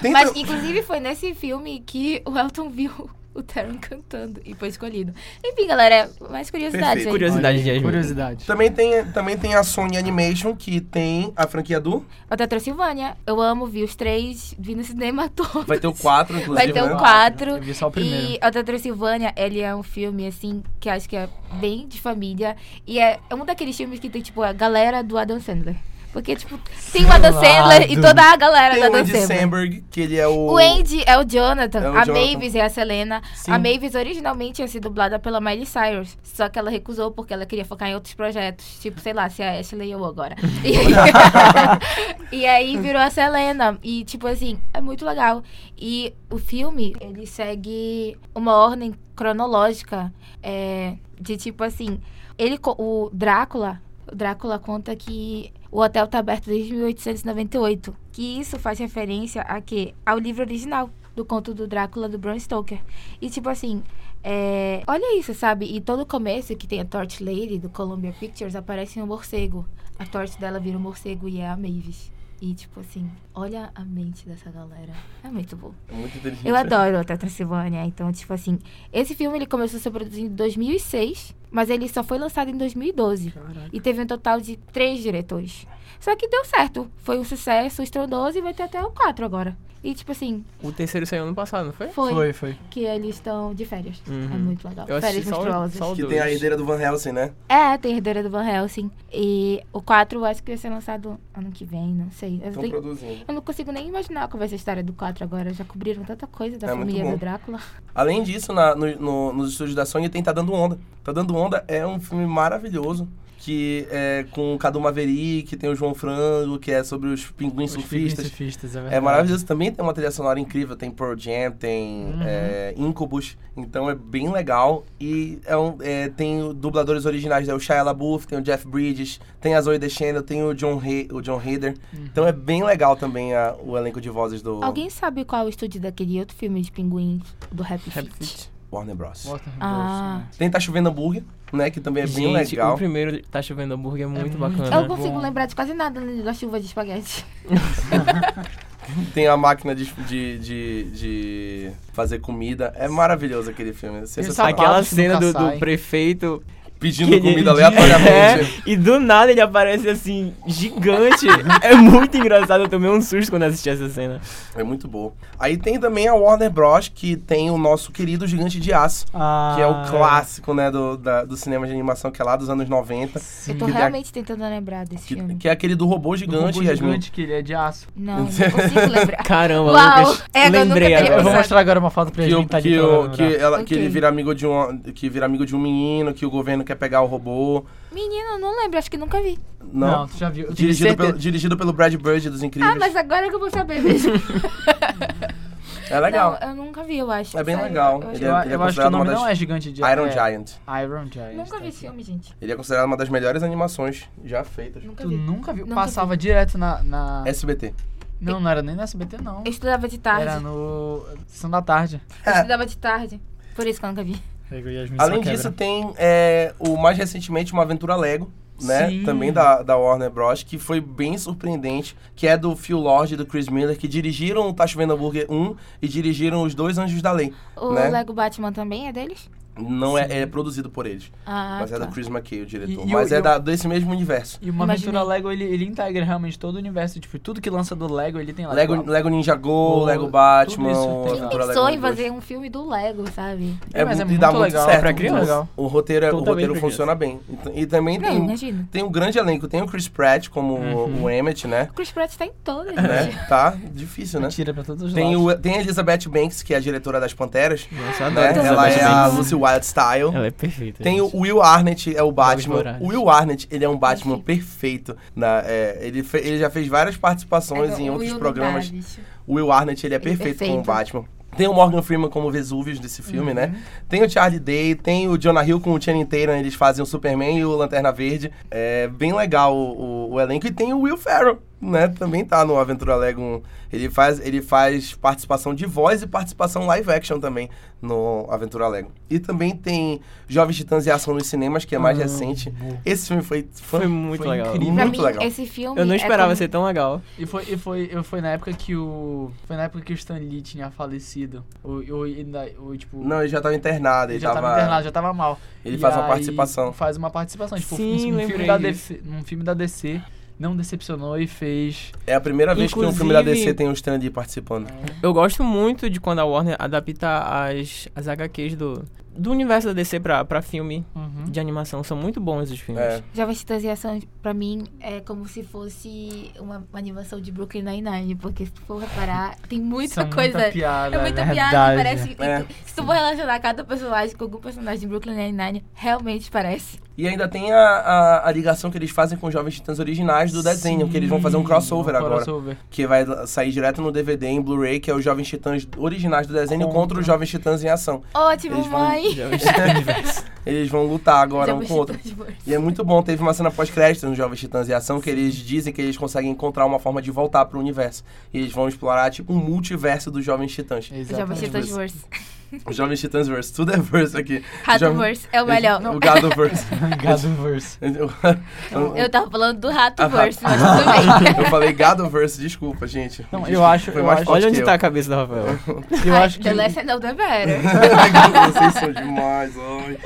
Speaker 1: Tem
Speaker 3: Mas,
Speaker 1: tam-
Speaker 3: inclusive, foi nesse filme que o Elton viu o Taron cantando e foi escolhido. Enfim, galera, mais curiosidades.
Speaker 1: Perfeito.
Speaker 3: aí.
Speaker 4: Curiosidade de Yasmin.
Speaker 2: Curiosidade.
Speaker 1: Também tem, também tem a Sony Animation, que tem a franquia do...
Speaker 3: A Transilvânia, eu amo, vi os três, vi no cinema [laughs] todo.
Speaker 1: Vai ter o 4,
Speaker 3: Vai
Speaker 1: inclusive,
Speaker 3: ter
Speaker 1: né?
Speaker 3: o 4.
Speaker 2: Eu vi só o primeiro.
Speaker 3: E Hotel Transilvânia, ele é um filme, assim, que acho que é bem de família. E é é um daqueles filmes que tem, tipo, a galera do Adam Sandler. Porque, tipo, tem o Adam Sandler e toda a galera
Speaker 1: Tem o
Speaker 3: do Adam
Speaker 1: Andy
Speaker 3: Sandler.
Speaker 1: Samberg, que ele é o.
Speaker 3: O Andy é o Jonathan,
Speaker 1: É o
Speaker 3: a
Speaker 1: Jonathan.
Speaker 3: Mavis é a Selena.
Speaker 1: Sim.
Speaker 3: A Mavis originalmente ia ser dublada pela Miley Cyrus, só que ela recusou porque ela queria focar em outros projetos, tipo, sei lá, se é a Ashley ou
Speaker 1: [laughs]
Speaker 3: agora. [laughs] E, e aí virou a Selena, e tipo assim, é muito legal. E o filme, ele segue uma ordem cronológica, é, de tipo assim, ele, co- o Drácula, o Drácula conta que o hotel tá aberto desde 1898. Que isso faz referência a quê? Ao livro original do conto do Drácula do Bram Stoker. E tipo assim, é, olha isso, sabe? E todo o começo que tem a Torch Lady do Columbia Pictures aparece um morcego. A torte dela vira um morcego e é a Mavis. E tipo assim, olha a mente dessa galera. É muito bom.
Speaker 1: É muito inteligente.
Speaker 3: Eu adoro Hotel Transilvânia. Então, tipo assim, esse filme ele começou a ser produzido em 2006, mas ele só foi lançado em 2012. E teve um total de três diretores. Só que deu certo. Foi um sucesso estrondoso e vai ter até o 4 agora. E, tipo assim,
Speaker 4: O terceiro saiu ano passado, não foi?
Speaker 3: foi,
Speaker 2: Foi, foi.
Speaker 3: que eles estão de férias.
Speaker 4: Uhum.
Speaker 3: É muito legal.
Speaker 4: Eu assisti
Speaker 3: férias
Speaker 4: só o-
Speaker 3: monstruosas.
Speaker 4: só o
Speaker 1: Que
Speaker 4: dois.
Speaker 1: tem a herdeira do Van Helsing, né?
Speaker 3: É, tem Herdeira do Van Helsing. E o 4 eu acho que vai ser lançado ano que vem, não sei. Eu,
Speaker 1: Estão
Speaker 3: tenho-
Speaker 1: produzindo.
Speaker 3: eu não consigo nem imaginar como vai ser a história do 4 agora. Já cobriram tanta coisa da
Speaker 1: É muito
Speaker 3: família
Speaker 1: bom.
Speaker 3: do Drácula.
Speaker 1: Além disso, na- no- no- nos estúdios da Sony tem Tá Dando Onda. Tá Dando Onda é um filme maravilhoso. Que é com o Cadu Maverick, tem o João Frango, que é sobre os pinguins
Speaker 2: Os
Speaker 1: surfistas.
Speaker 2: surfistas,
Speaker 1: É
Speaker 2: verdade.
Speaker 1: maravilhoso. Também tem uma trilha sonora incrível. Tem Pearl Jam, tem
Speaker 4: Uhum.
Speaker 1: é, Incubus. Então é bem legal. E é um- é, tem o- dubladores originais. É o Shia LaBeouf, tem o Jeff Bridges, tem a Zoe Deschanel, tem o John, He o John Hader.
Speaker 4: Uhum.
Speaker 1: Então é bem legal também a- o elenco de vozes do
Speaker 3: Alguém sabe qual é o estúdio daquele outro filme de pinguins do Happy,
Speaker 4: Happy
Speaker 3: Feet?
Speaker 4: Feet.
Speaker 1: Warner Bros.
Speaker 2: Walter
Speaker 3: Ah.
Speaker 2: Gross, né?
Speaker 1: Tem Tá Chovendo Hambúrguer, né? Que também é bem
Speaker 4: Gente,
Speaker 1: legal.
Speaker 4: o primeiro Tá Chovendo Hambúrguer é muito
Speaker 2: muito
Speaker 4: bacana.
Speaker 3: Eu
Speaker 2: bom.
Speaker 3: não consigo lembrar de quase nada da chuva de espaguete.
Speaker 1: Tem a máquina de, de, de- de fazer comida. É maravilhoso aquele filme. É sensacional.
Speaker 2: sapato.
Speaker 4: Aquela
Speaker 2: Sapatos que
Speaker 4: cena
Speaker 2: nunca
Speaker 4: do, do
Speaker 2: saem.
Speaker 4: prefeito.
Speaker 1: Pedindo
Speaker 4: que ele-
Speaker 1: comida aleatoriamente.
Speaker 4: [laughs] É, e do nada ele aparece assim, gigante. [laughs] é muito engraçado. Eu tomei um susto quando assisti essa cena.
Speaker 1: É muito boa. Aí tem também a Warner Bros, que tem o nosso querido Gigante de Aço, que é
Speaker 2: Ah,
Speaker 1: o clássico, né, do, da- do cinema de animação, que é lá dos anos 90.
Speaker 3: Eu tô
Speaker 1: Que dá-
Speaker 3: realmente tentando lembrar desse
Speaker 1: Que,
Speaker 3: filme.
Speaker 1: que é aquele do robô
Speaker 2: Do
Speaker 1: gigante,
Speaker 2: robô
Speaker 1: Yasmin.
Speaker 2: gigante, que ele é de aço.
Speaker 3: Não, não
Speaker 1: [laughs]
Speaker 3: consigo lembrar.
Speaker 4: Caramba,
Speaker 3: Uau,
Speaker 4: Lucas.
Speaker 3: é, eu nunca
Speaker 4: lembrei
Speaker 3: teria
Speaker 2: Eu vou
Speaker 3: Exato.
Speaker 4: agora.
Speaker 2: mostrar agora uma foto pra
Speaker 1: Que,
Speaker 2: gente
Speaker 1: o,
Speaker 2: tá
Speaker 1: que, o, que, ela, que
Speaker 3: Ok.
Speaker 1: ele vira amigo de um que vira amigo de um menino, que o governo quer pegar o robô.
Speaker 3: Menino, não lembro, acho que nunca vi.
Speaker 1: Não.
Speaker 2: Não, tu já viu. Eu tenho
Speaker 1: Dirigido,
Speaker 2: certeza.
Speaker 1: pelo, dirigido pelo Brad Bird dos Incríveis.
Speaker 3: Ah, mas agora que eu vou saber mesmo.
Speaker 1: É legal.
Speaker 3: Não, eu nunca vi, eu acho.
Speaker 1: É bem
Speaker 3: Sério,
Speaker 1: legal.
Speaker 3: eu
Speaker 1: Ele é-
Speaker 2: Eu,
Speaker 3: acho-
Speaker 1: ele é
Speaker 2: eu acho que o
Speaker 1: considerado uma
Speaker 2: nome
Speaker 1: das-
Speaker 2: não é Gigante de
Speaker 1: Iron
Speaker 2: é,
Speaker 1: Giant.
Speaker 2: Iron Giant.
Speaker 3: Nunca vi
Speaker 2: tá
Speaker 3: esse
Speaker 2: aqui.
Speaker 3: filme, gente.
Speaker 1: Ele é considerado uma das melhores animações já feitas.
Speaker 3: Nunca
Speaker 2: Tu
Speaker 3: vi.
Speaker 2: nunca viu?
Speaker 3: Nunca
Speaker 2: Passava direto na. na-
Speaker 1: SBT.
Speaker 2: Não, não era nem na SBT, não.
Speaker 3: Eu estudava de tarde.
Speaker 2: Era no. Sessão da tarde.
Speaker 3: Eu
Speaker 1: É.
Speaker 3: estudava de tarde. Por isso que eu nunca vi.
Speaker 1: Além disso, tem é, o mais recentemente uma aventura Lego, né?
Speaker 2: Sim.
Speaker 1: Também da, da Warner Bros. Que foi bem surpreendente, que é do Phil Lord e do Chris Miller, que dirigiram o Tá Chovendo Hambúrguer 1 e dirigiram os dois Anjos da Lei.
Speaker 3: O
Speaker 1: Né?
Speaker 3: Lego Batman também é deles?
Speaker 1: Não é, é produzido por eles,
Speaker 3: Ah,
Speaker 1: mas é
Speaker 3: tá.
Speaker 1: do Chris McKay, o diretor.
Speaker 2: E- e
Speaker 1: mas
Speaker 2: o-
Speaker 1: é
Speaker 2: e o-
Speaker 1: da- desse mesmo universo.
Speaker 2: E o Uma
Speaker 3: Imaginei.
Speaker 2: Aventura Lego, ele, ele integra realmente todo o universo. Tipo, tudo que lança do Lego, ele tem lá.
Speaker 1: Lego,
Speaker 2: Tipo,
Speaker 1: Lego Ninja Go,
Speaker 2: Go,
Speaker 1: Lego
Speaker 2: tudo
Speaker 1: Batman,
Speaker 2: isso tem.
Speaker 1: o
Speaker 2: Quem
Speaker 3: Quem
Speaker 1: Aventura
Speaker 3: pensou
Speaker 1: é Lego
Speaker 3: em
Speaker 1: 2.
Speaker 3: fazer um filme do Lego, sabe?
Speaker 1: É,
Speaker 2: Mas
Speaker 1: muito,
Speaker 2: é
Speaker 1: e
Speaker 2: muito
Speaker 1: dá muito
Speaker 2: legal,
Speaker 1: certo.
Speaker 2: pra
Speaker 1: muito
Speaker 2: criança. Então tá
Speaker 1: legal. O roteiro, é- o
Speaker 4: Totalmente
Speaker 1: roteiro
Speaker 4: pra
Speaker 1: funciona bem. Então, E, e também
Speaker 3: Não,
Speaker 1: tem,
Speaker 3: imagina.
Speaker 1: tem um grande elenco. Tem o Chris Pratt como
Speaker 2: Uhum.
Speaker 1: o Emmett, né?
Speaker 3: O Chris Pratt tá em todas,
Speaker 1: né?
Speaker 3: gente.
Speaker 1: Tá difícil, né?
Speaker 2: Tira pra todos os
Speaker 1: Tem,
Speaker 2: lados.
Speaker 1: o, tem a Elizabeth Banks, que é a diretora das Panteras.
Speaker 4: Nossa, eu
Speaker 1: Né?
Speaker 4: adoro
Speaker 3: Elizabeth
Speaker 1: Ela é a
Speaker 3: Banks.
Speaker 1: Lucy Wildstyle.
Speaker 4: Ela é perfeita.
Speaker 1: Tem o
Speaker 4: gente.
Speaker 1: Will Arnett, é o Batman.
Speaker 4: Morales.
Speaker 1: O Will Arnett, ele é um Batman perfeito. Na, é, ele, fe- ele já fez várias participações
Speaker 3: É,
Speaker 1: em
Speaker 3: o
Speaker 1: outros
Speaker 3: Will
Speaker 1: programas.
Speaker 3: não dá, bicho.
Speaker 1: O Will Arnett, ele é
Speaker 3: Ele é
Speaker 1: perfeito, como
Speaker 3: perfeito.
Speaker 1: Batman. Tem o Morgan Freeman como Vesúvius desse filme,
Speaker 2: Uhum.
Speaker 1: né? Tem o Charlie Day, tem o Jonah Hill com o Channing Tatum, eles fazem o Superman e o Lanterna Verde. É bem legal o, o- o elenco. E tem o Will Ferrell, né? Também tá no Aventura Lego 1. Ele faz, ele faz participação de voz e participação live action também no Aventura Lego. E também tem Jovens Titãs e Ação nos Cinemas, que é
Speaker 2: Ah,
Speaker 1: mais recente. Esse filme foi, fan-
Speaker 4: Foi muito legal.
Speaker 1: incrível.
Speaker 3: Pra
Speaker 1: Muito
Speaker 3: mim,
Speaker 1: legal.
Speaker 3: esse filme.
Speaker 4: Eu não
Speaker 3: é
Speaker 4: esperava
Speaker 3: como-
Speaker 4: ser tão legal.
Speaker 2: E foi, e foi, e foi na época que o. Foi na época que o Stan Lee tinha falecido. O, o, ainda- o, tipo.
Speaker 1: Não, ele já tava internado,
Speaker 2: ele
Speaker 1: ele,
Speaker 2: já tava internado, já tava mal.
Speaker 1: Ele
Speaker 2: E
Speaker 1: faz uma
Speaker 2: aí
Speaker 1: participação.
Speaker 2: Faz uma participação. Tipo,
Speaker 4: Sim,
Speaker 2: um, filme
Speaker 4: lembrei
Speaker 2: da
Speaker 4: disso.
Speaker 2: DC, um filme da DC não decepcionou e fez.
Speaker 1: É a primeira vez que um filme da
Speaker 4: Inclusive-
Speaker 1: DC tem um Stan Lee participando.
Speaker 4: Eu gosto muito de quando a Warner adapta as, as HQs do, do universo da DC pra, pra filme
Speaker 2: Uhum.
Speaker 4: de animação. São muito bons os filmes.
Speaker 1: É.
Speaker 3: Jovens Titãs e Ação, pra mim, é como se fosse uma uma animação de Brooklyn Nine-Nine, porque se tu for reparar, tem muita
Speaker 2: São
Speaker 3: coisa.
Speaker 2: Muita piada, né?
Speaker 3: é muita
Speaker 2: verdade.
Speaker 3: piada, parece.
Speaker 1: É.
Speaker 3: e tu- Se tu for relacionar cada personagem com algum personagem de Brooklyn Nine-Nine, realmente parece.
Speaker 1: E ainda tem a, a, a ligação que eles fazem com os Jovens Titãs originais do desenho, que eles vão fazer um
Speaker 2: Sim,
Speaker 1: crossover
Speaker 2: um
Speaker 1: agora.
Speaker 2: crossover.
Speaker 1: Que vai sair direto no DVD, em Blu-ray, que é os Jovens Titãs originais do desenho
Speaker 2: Contra.
Speaker 1: contra os Jovens Titãs em ação.
Speaker 3: Ótimo,
Speaker 1: Eles vão-
Speaker 3: mãe!
Speaker 4: Já vi.
Speaker 1: [laughs] Eles vão lutar agora um
Speaker 3: Jovens
Speaker 1: com o outro.
Speaker 3: Titãs Verso.
Speaker 1: E é muito bom, teve uma cena pós-crédito no Jovens Titãs em Ação que eles dizem que eles conseguem encontrar uma forma de voltar pro universo. E eles vão explorar, tipo, um multiverso dos Jovens Titãs.
Speaker 3: Jovens
Speaker 2: Exatamente.
Speaker 3: Titãs Verse.
Speaker 1: Os Jovens Titãs versus, tudo é verso aqui.
Speaker 3: Ratoverse é o melhor.
Speaker 1: O gado verso.
Speaker 2: [laughs] Gadoverse.
Speaker 3: [laughs] Eu tava falando do
Speaker 1: Ah,
Speaker 3: Ratoverse, mas tudo bem.
Speaker 1: Eu falei gado verso, desculpa, gente.
Speaker 2: Não, eu
Speaker 1: Desculpa,
Speaker 2: acho-
Speaker 1: foi
Speaker 2: eu
Speaker 1: mais
Speaker 2: acho-
Speaker 1: forte
Speaker 4: Olha
Speaker 1: que
Speaker 4: onde
Speaker 1: eu. [laughs]
Speaker 4: tá a cabeça da Rafaela.
Speaker 2: [laughs] Eu acho que
Speaker 3: The Last and the é Better.
Speaker 1: [laughs] Vocês são demais, homem.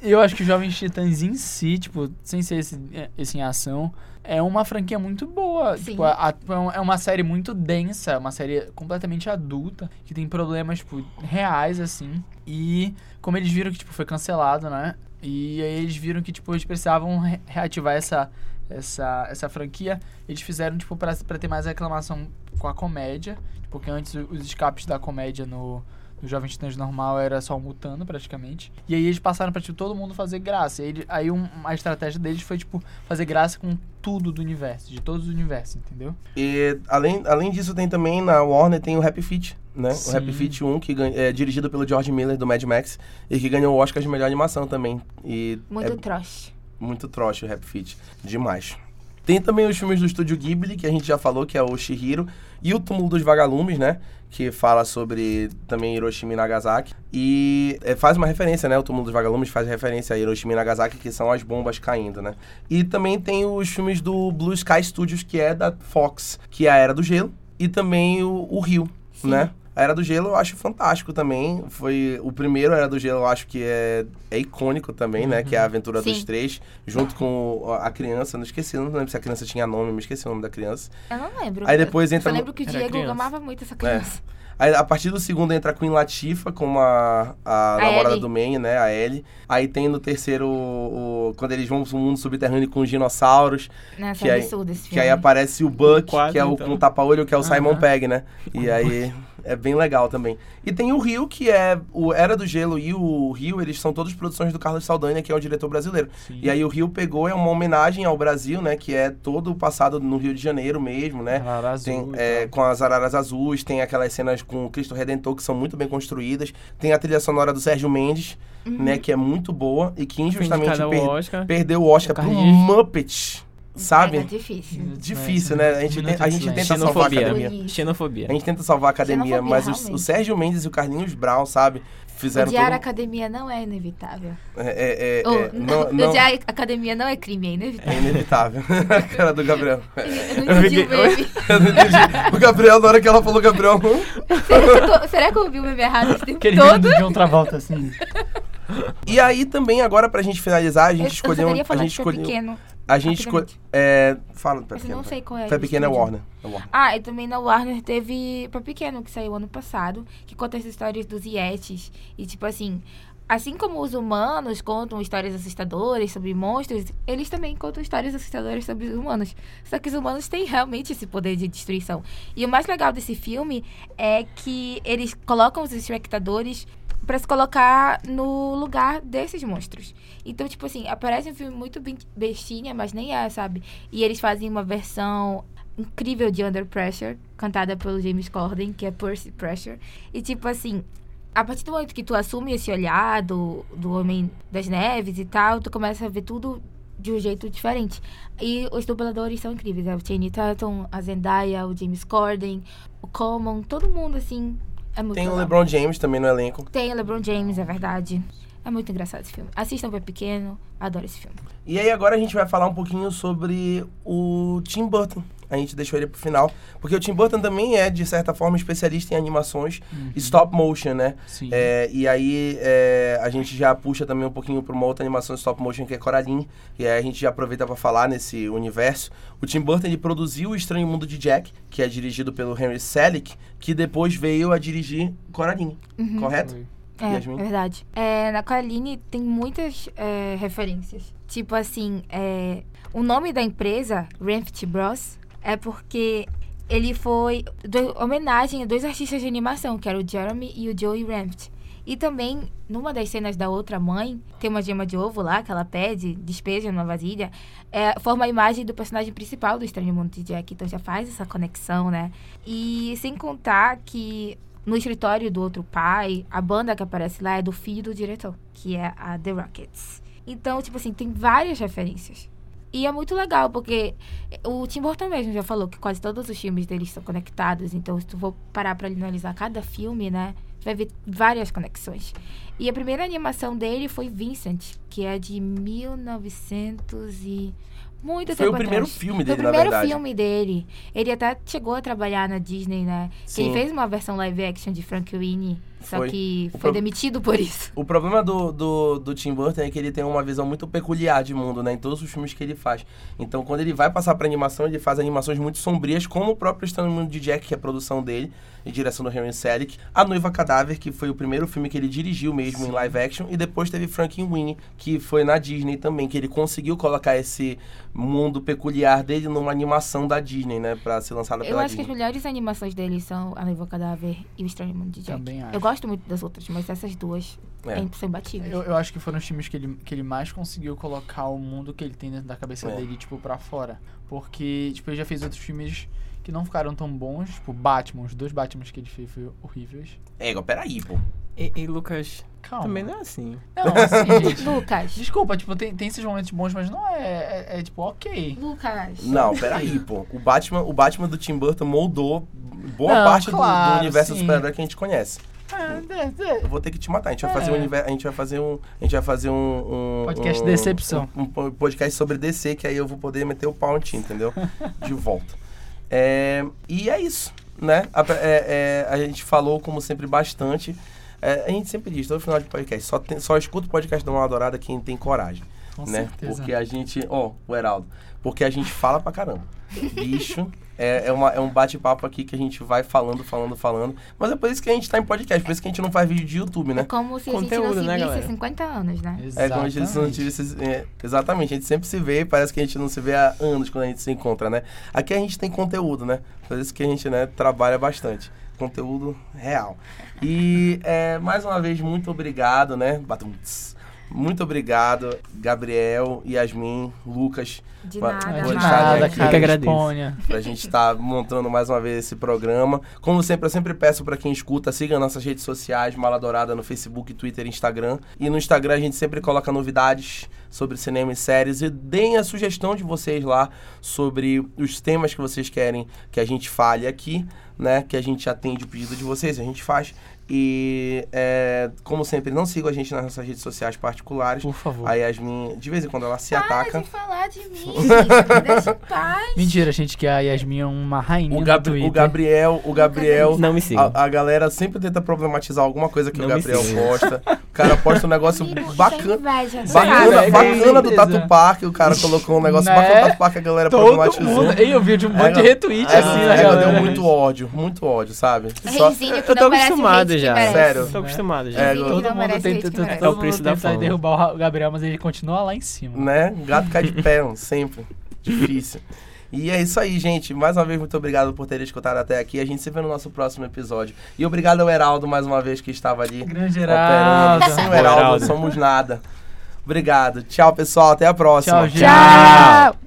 Speaker 2: eu acho que Jovens Titãs em si, tipo, sem ser esse, esse em ação, é uma franquia muito boa.
Speaker 3: Sim.
Speaker 2: Tipo, a- a- é uma série muito densa, uma série completamente adulta, que tem problemas, tipo, reais, assim. E como eles viram que, tipo, foi cancelado, né? E aí eles viram que, tipo, eles precisavam re- reativar essa, essa, essa franquia. Eles fizeram, tipo, pra, pra ter mais reclamação com a comédia. Porque antes o- os escapes da comédia no, no Jovem Titãs normal era só um mutando, praticamente. E aí eles passaram pra, tipo, todo mundo fazer graça. E aí, ele- aí um- a estratégia deles foi, tipo, fazer graça com tudo do universo. De todos os universos, entendeu?
Speaker 1: E além, além disso, tem também na Warner tem o Happy Feet, né?
Speaker 2: Sim.
Speaker 1: O Happy Feet 1, que ganha- é dirigido pelo George Miller do Mad Max e que ganhou o Oscar de melhor animação também. E
Speaker 3: Muito
Speaker 1: é
Speaker 3: troche.
Speaker 1: muito trote o Happy Feet. Demais. Tem também os filmes do estúdio Ghibli, que a gente já falou, que é o Shihiro, e o Túmulo dos Vagalumes, né? Que fala sobre também Hiroshima e Nagasaki. E é, faz uma referência, né? O Túmulo dos Vagalumes faz referência a Hiroshima e Nagasaki, que são as bombas caindo, né? E também tem os filmes do Blue Sky Studios, que é da Fox, que é a Era do Gelo, e também o, o Rio,
Speaker 3: Sim.
Speaker 1: né? A Era do Gelo eu acho fantástico também. Foi o primeiro Era do Gelo, eu acho que é, é icônico também, né? Que é a Aventura dos
Speaker 3: Sim.
Speaker 1: Três, junto com o- a criança. Não esqueci, não lembro se a criança tinha nome, me esqueci o nome da criança.
Speaker 3: Eu não lembro.
Speaker 1: Aí depois
Speaker 3: Eu
Speaker 1: entra
Speaker 3: Só
Speaker 1: no-
Speaker 3: lembro que o
Speaker 4: Era
Speaker 3: Diego
Speaker 4: criança.
Speaker 3: amava muito essa criança.
Speaker 1: Aí, a partir do segundo entra a Queen Latifa, como a, a,
Speaker 3: A
Speaker 1: namorada
Speaker 3: Ellie.
Speaker 1: do Manny, né? A Ellie. Aí tem no terceiro, o- o- quando eles vão pro mundo subterrâneo com os dinossauros,
Speaker 3: Nossa,
Speaker 1: Que
Speaker 3: é
Speaker 1: aí-
Speaker 3: absurdo esse filme.
Speaker 1: que aí aparece o Buck,
Speaker 4: Quase,
Speaker 1: que é o
Speaker 4: então.
Speaker 1: com tapa-olho, que é o Simon
Speaker 2: Aham.
Speaker 1: Pegg, né? E aí É bem legal também. E tem o Rio, que é o Era do Gelo e o Rio, eles são todas produções do Carlos Saldanha, que é o diretor brasileiro. E aí o Rio pegou, é uma homenagem ao Brasil, né? Que é todo o passado no Rio de Janeiro mesmo, né?
Speaker 2: Arara azul
Speaker 1: Tem,
Speaker 2: e
Speaker 1: é,
Speaker 2: tal.
Speaker 1: com as araras azuis, tem aquelas cenas com o Cristo Redentor que são muito bem construídas. Tem a trilha sonora do Sérgio Mendes, né? Que é muito boa e que
Speaker 4: Foi
Speaker 1: injustamente
Speaker 4: indicada ao
Speaker 1: per-
Speaker 4: Oscar.
Speaker 1: perdeu o Oscar pro
Speaker 4: Cardi F.
Speaker 1: Muppet,
Speaker 3: Era
Speaker 1: sabe?
Speaker 3: difícil.
Speaker 1: Difícil, né? A gente,
Speaker 2: Minuto
Speaker 1: a
Speaker 2: de
Speaker 1: gente tenta
Speaker 2: silêncio.
Speaker 1: salvar a
Speaker 4: Xenofobia.
Speaker 1: academia.
Speaker 4: Xenofobia.
Speaker 1: A gente tenta salvar a academia,
Speaker 3: Xenofobia,
Speaker 1: mas o,
Speaker 3: realmente.
Speaker 1: o Sérgio Mendes e o Carlinhos Brown, sabe? Fizeram
Speaker 3: Odiar a
Speaker 1: todo...
Speaker 3: academia não é inevitável.
Speaker 1: É, é, é,
Speaker 3: Ou, [laughs]
Speaker 1: é, não, não,
Speaker 3: Odiar a academia não é crime, é
Speaker 1: é [laughs]
Speaker 3: inevitável.
Speaker 1: inevitável. a cara do Gabriel. [laughs]
Speaker 3: Eu não entendi
Speaker 1: fiquei-
Speaker 3: o
Speaker 1: [laughs]
Speaker 3: meme.
Speaker 1: Eu não entendi. O Gabriel, na hora que ela falou Gabriel... hum?
Speaker 3: Será que eu- Será que eu ouvi o meme errado esse tempo
Speaker 2: Aquele
Speaker 3: todo?
Speaker 2: vídeo de um travolta assim.
Speaker 4: [laughs]
Speaker 1: E aí também, agora pra gente finalizar, a
Speaker 3: Eu-
Speaker 1: gente escolheu... um-
Speaker 3: Eu só queria
Speaker 1: a
Speaker 3: falar
Speaker 1: gente
Speaker 3: que foi
Speaker 1: escolheu...
Speaker 3: pequeno.
Speaker 1: a gente escolheu...
Speaker 3: rapidamente.
Speaker 1: É, fala, Pé
Speaker 3: Mas eu
Speaker 1: Pequeno.
Speaker 3: não sei qual é.
Speaker 1: Pé
Speaker 3: o
Speaker 1: Pequeno é
Speaker 3: estúdio.
Speaker 1: Warner. É Warner.
Speaker 3: Ah, e também na Warner teve Pra Pequeno, que saiu ano passado, que conta as histórias dos Yetis. E tipo assim, assim como os humanos contam histórias assustadoras sobre monstros, eles também contam histórias assustadoras sobre os humanos. Só que os humanos têm realmente esse poder de destruição. E o mais legal desse filme é que eles colocam os espectadores pra se colocar no lugar desses monstros. Então, tipo assim, aparece um filme muito bin- bestinha, mas nem é, sabe? E eles fazem uma versão incrível de Under Pressure, cantada pelo James Corden, que é Percy Pressure. E tipo assim, a partir do momento que tu assume esse olhar do, do Homem das Neves e tal, tu começa a ver tudo de um jeito diferente. E os dubladores são incríveis, é o Channing Tatum, a Zendaya, o James Corden, o Common, todo mundo assim, é muito
Speaker 1: Tem um o
Speaker 3: legal.
Speaker 1: LeBron James também no elenco.
Speaker 3: Tem o LeBron James, é verdade. É muito engraçado esse filme. Assistam Pé Pequeno, adoro esse filme.
Speaker 1: E aí agora a gente vai falar um pouquinho sobre o Tim Burton. A gente deixou ele pro final, porque o Tim Burton também é, de certa forma, especialista em animações stop motion, né?
Speaker 2: Sim.
Speaker 1: É, e aí é, a gente já puxa também um pouquinho para uma outra animação stop motion que é Coraline, e aí a gente já aproveita para falar nesse universo. O Tim Burton ele produziu O Estranho Mundo de Jack, que é dirigido pelo Henry Selick, que depois veio a dirigir Coraline,
Speaker 3: Uhum.
Speaker 1: correto?
Speaker 3: É,
Speaker 1: Yasmin?
Speaker 3: é verdade. É, na Coraline tem muitas é, referências. Tipo assim, é, o nome da empresa, Ramft Bros, é porque ele foi do- homenagem a dois artistas de animação, que eram o Jeremy e o Joey Ramft. E também, numa das cenas da outra mãe, tem uma gema de ovo lá que ela pede, despeja numa vasilha, é, forma a imagem do personagem principal do Estranho Mundo de Jack. Então já faz essa conexão, né? E sem contar que no escritório do outro pai, a banda que aparece lá é do filho do diretor, que é a The Rockets. Então, tipo assim, tem várias referências. E é muito legal, porque o Tim Burton mesmo já falou que quase todos os filmes deles são conectados. Então, se tu for parar pra analisar cada filme, né? Tu vai ver várias conexões. E a primeira animação dele foi Vincent, que é de 1900 e... Muito
Speaker 1: Foi o
Speaker 3: tempo
Speaker 1: primeiro
Speaker 3: atrás.
Speaker 1: filme
Speaker 3: Foi
Speaker 1: dele,
Speaker 3: o
Speaker 1: na
Speaker 3: primeiro
Speaker 1: verdade.
Speaker 3: filme dele. Ele até chegou a trabalhar na Disney, né? Que
Speaker 1: Sim.
Speaker 3: Ele fez uma versão live action de Frank Winnie, só
Speaker 1: Foi.
Speaker 3: que foi
Speaker 1: pro-
Speaker 3: demitido por isso.
Speaker 1: O problema do, do, do Tim Burton é que ele tem uma visão muito peculiar de mundo, né? Em todos os filmes que ele faz. Então, quando ele vai passar pra animação, ele faz animações muito sombrias, como o próprio Estranho Mundo de Jack, que é a produção dele, e direção do Henry Selick. A Noiva Cadáver, que foi o primeiro filme que ele dirigiu mesmo em live action. E depois teve Frankenweenie, que foi na Disney também, que ele conseguiu colocar esse mundo peculiar dele numa animação da Disney, né? Pra ser lançada
Speaker 3: Eu
Speaker 1: pela
Speaker 3: acho que as
Speaker 1: Disney.
Speaker 3: melhores animações dele são A Noiva Cadáver e O Estranho Mundo de Jack.
Speaker 2: Também acho.
Speaker 3: Eu gosto muito das outras, mas essas duas
Speaker 1: É.
Speaker 3: é. são imbatíveis. [laughs]
Speaker 2: Eu, eu acho que foram os times que ele, que ele mais conseguiu colocar o mundo que ele tem dentro da cabeça
Speaker 1: É.
Speaker 2: dele, tipo, pra fora. Porque, tipo, ele já fez outros filmes que não ficaram tão bons, tipo, Batman, os dois Batmans que ele fez foram horríveis.
Speaker 1: É, igual, peraí, pô.
Speaker 4: Ei, ei, Lucas,
Speaker 2: Calma.
Speaker 4: também não é assim.
Speaker 2: Não,
Speaker 1: [laughs]
Speaker 2: assim, gente.
Speaker 3: Lucas,
Speaker 2: Desculpa, tipo, tem, tem esses momentos bons, mas não é, é, é, tipo, ok.
Speaker 3: Lucas.
Speaker 1: Não, peraí, pô. O Batman, o Batman do Tim Burton moldou boa
Speaker 2: Não,
Speaker 1: parte do- do,
Speaker 2: claro,
Speaker 1: universo
Speaker 2: sim.
Speaker 1: super-herói que a gente conhece.
Speaker 2: É, é, é.
Speaker 1: Eu vou ter que te matar. A gente vai
Speaker 2: É.
Speaker 1: fazer um univer- a gente vai fazer um, a gente vai fazer um, um-
Speaker 2: Podcast
Speaker 1: um-
Speaker 2: Decepção.
Speaker 1: Um, um podcast sobre DC que aí eu vou poder meter o pau em ti, entendeu?
Speaker 2: [laughs]
Speaker 1: De volta. É, e é isso, né? A, é- é, a gente falou como sempre bastante. É, a gente sempre diz, todo final de podcast, só, tem- só escuta o podcast da Uma Dourada quem tem coragem
Speaker 2: Com
Speaker 1: né?
Speaker 2: certeza.
Speaker 1: Porque a gente. Ó, o Heraldo. Porque a gente fala pra caramba. Bicho. É, é, uma- é um bate-papo aqui que a gente vai falando, falando, falando. Mas é por isso que a gente tá em podcast, por isso que a gente não faz vídeo de YouTube,
Speaker 3: É
Speaker 1: né?
Speaker 3: como se a
Speaker 4: Conteúdo,
Speaker 3: gente não se
Speaker 4: né,
Speaker 3: visse
Speaker 4: galera?
Speaker 3: há 50 anos, né?
Speaker 1: É como a gente não tivesse. é, exatamente, a gente sempre se vê, parece que a gente não se vê há anos quando a gente se encontra, né? Aqui a gente tem conteúdo, né? Por isso que a gente né, trabalha bastante. conteúdo real. E é, mais uma vez, muito obrigado, né? Batum. tss. Muito obrigado, Gabriel, Yasmin, Lucas,
Speaker 3: De
Speaker 1: Vai-
Speaker 3: nada,
Speaker 1: vai
Speaker 2: De
Speaker 1: Boa
Speaker 3: mas-
Speaker 1: tarde,
Speaker 2: nada,
Speaker 1: aqui.
Speaker 2: cara.
Speaker 4: Eu que agradeço.
Speaker 2: disponha.
Speaker 1: pra gente estar montando mais uma vez esse programa. Como sempre, eu sempre peço para quem escuta, siga nossas redes sociais, Mala Dourada, no Facebook, Twitter e Instagram. E no Instagram a gente sempre coloca novidades sobre cinema e séries. E deem a sugestão de vocês lá sobre os temas que vocês querem que a gente fale aqui, né? Que a gente atende o pedido de vocês, a gente faz. E, é, como sempre, não sigam a gente nas nossas redes sociais particulares.
Speaker 2: Por favor.
Speaker 1: A Yasmin, de vez em quando, ela
Speaker 2: Ah,
Speaker 1: se
Speaker 3: Para
Speaker 1: ataca.
Speaker 3: de falar de mim, gente. Deixa em paz.
Speaker 2: Mentira, gente, que a Yasmin é uma rainha
Speaker 1: O,
Speaker 2: do
Speaker 1: Gabri-
Speaker 2: Twitter.
Speaker 1: o Gabriel, o Gabriel
Speaker 4: Não me siga.
Speaker 1: A, a galera sempre tenta problematizar alguma coisa que
Speaker 4: Não
Speaker 1: o
Speaker 4: me
Speaker 1: Gabriel
Speaker 4: siga.
Speaker 1: posta. O cara posta um negócio
Speaker 3: Amigo, isso é
Speaker 1: bacana.
Speaker 3: inveja, do
Speaker 1: Bacana,
Speaker 3: cara.
Speaker 2: com
Speaker 1: bacana do
Speaker 2: certeza.
Speaker 1: Tatu Park, o cara colocou um negócio
Speaker 2: Né?
Speaker 1: bacana do Tatu Park, a galera
Speaker 2: Todo
Speaker 1: problematizou.
Speaker 2: mundo. Ei, eu vi de um monte de
Speaker 1: É,
Speaker 2: retweet
Speaker 1: É,
Speaker 2: assim na
Speaker 1: é,
Speaker 2: galera.
Speaker 1: deu muito ódio, muito ódio, sabe? Só-
Speaker 3: Reizinho que
Speaker 4: Eu tô
Speaker 3: não merece
Speaker 4: acostumado
Speaker 3: hate tipo, que
Speaker 4: já.
Speaker 3: merece.
Speaker 1: Sério.
Speaker 4: Tô acostumado já.
Speaker 1: É,
Speaker 3: Reizinho que
Speaker 1: todo
Speaker 3: não merece hate que merece.
Speaker 4: É o preço da
Speaker 2: tentar
Speaker 4: fama.
Speaker 2: derrubar o Gabriel, mas ele continua lá em cima.
Speaker 1: né? Gato cai de pé, mano, sempre. Difícil. E é isso aí, gente. Mais uma vez, muito obrigado por terem escutado até aqui. A gente se vê no nosso próximo episódio. E obrigado ao Heraldo, mais uma vez, que estava ali.
Speaker 2: Grande
Speaker 1: operando.
Speaker 2: Geraldo.
Speaker 1: Sem o
Speaker 4: Boa,
Speaker 1: Heraldo,
Speaker 4: Heraldo.
Speaker 1: somos nada. Obrigado. Tchau, pessoal. Até a próxima.
Speaker 2: Tchau, gente.
Speaker 3: Tchau.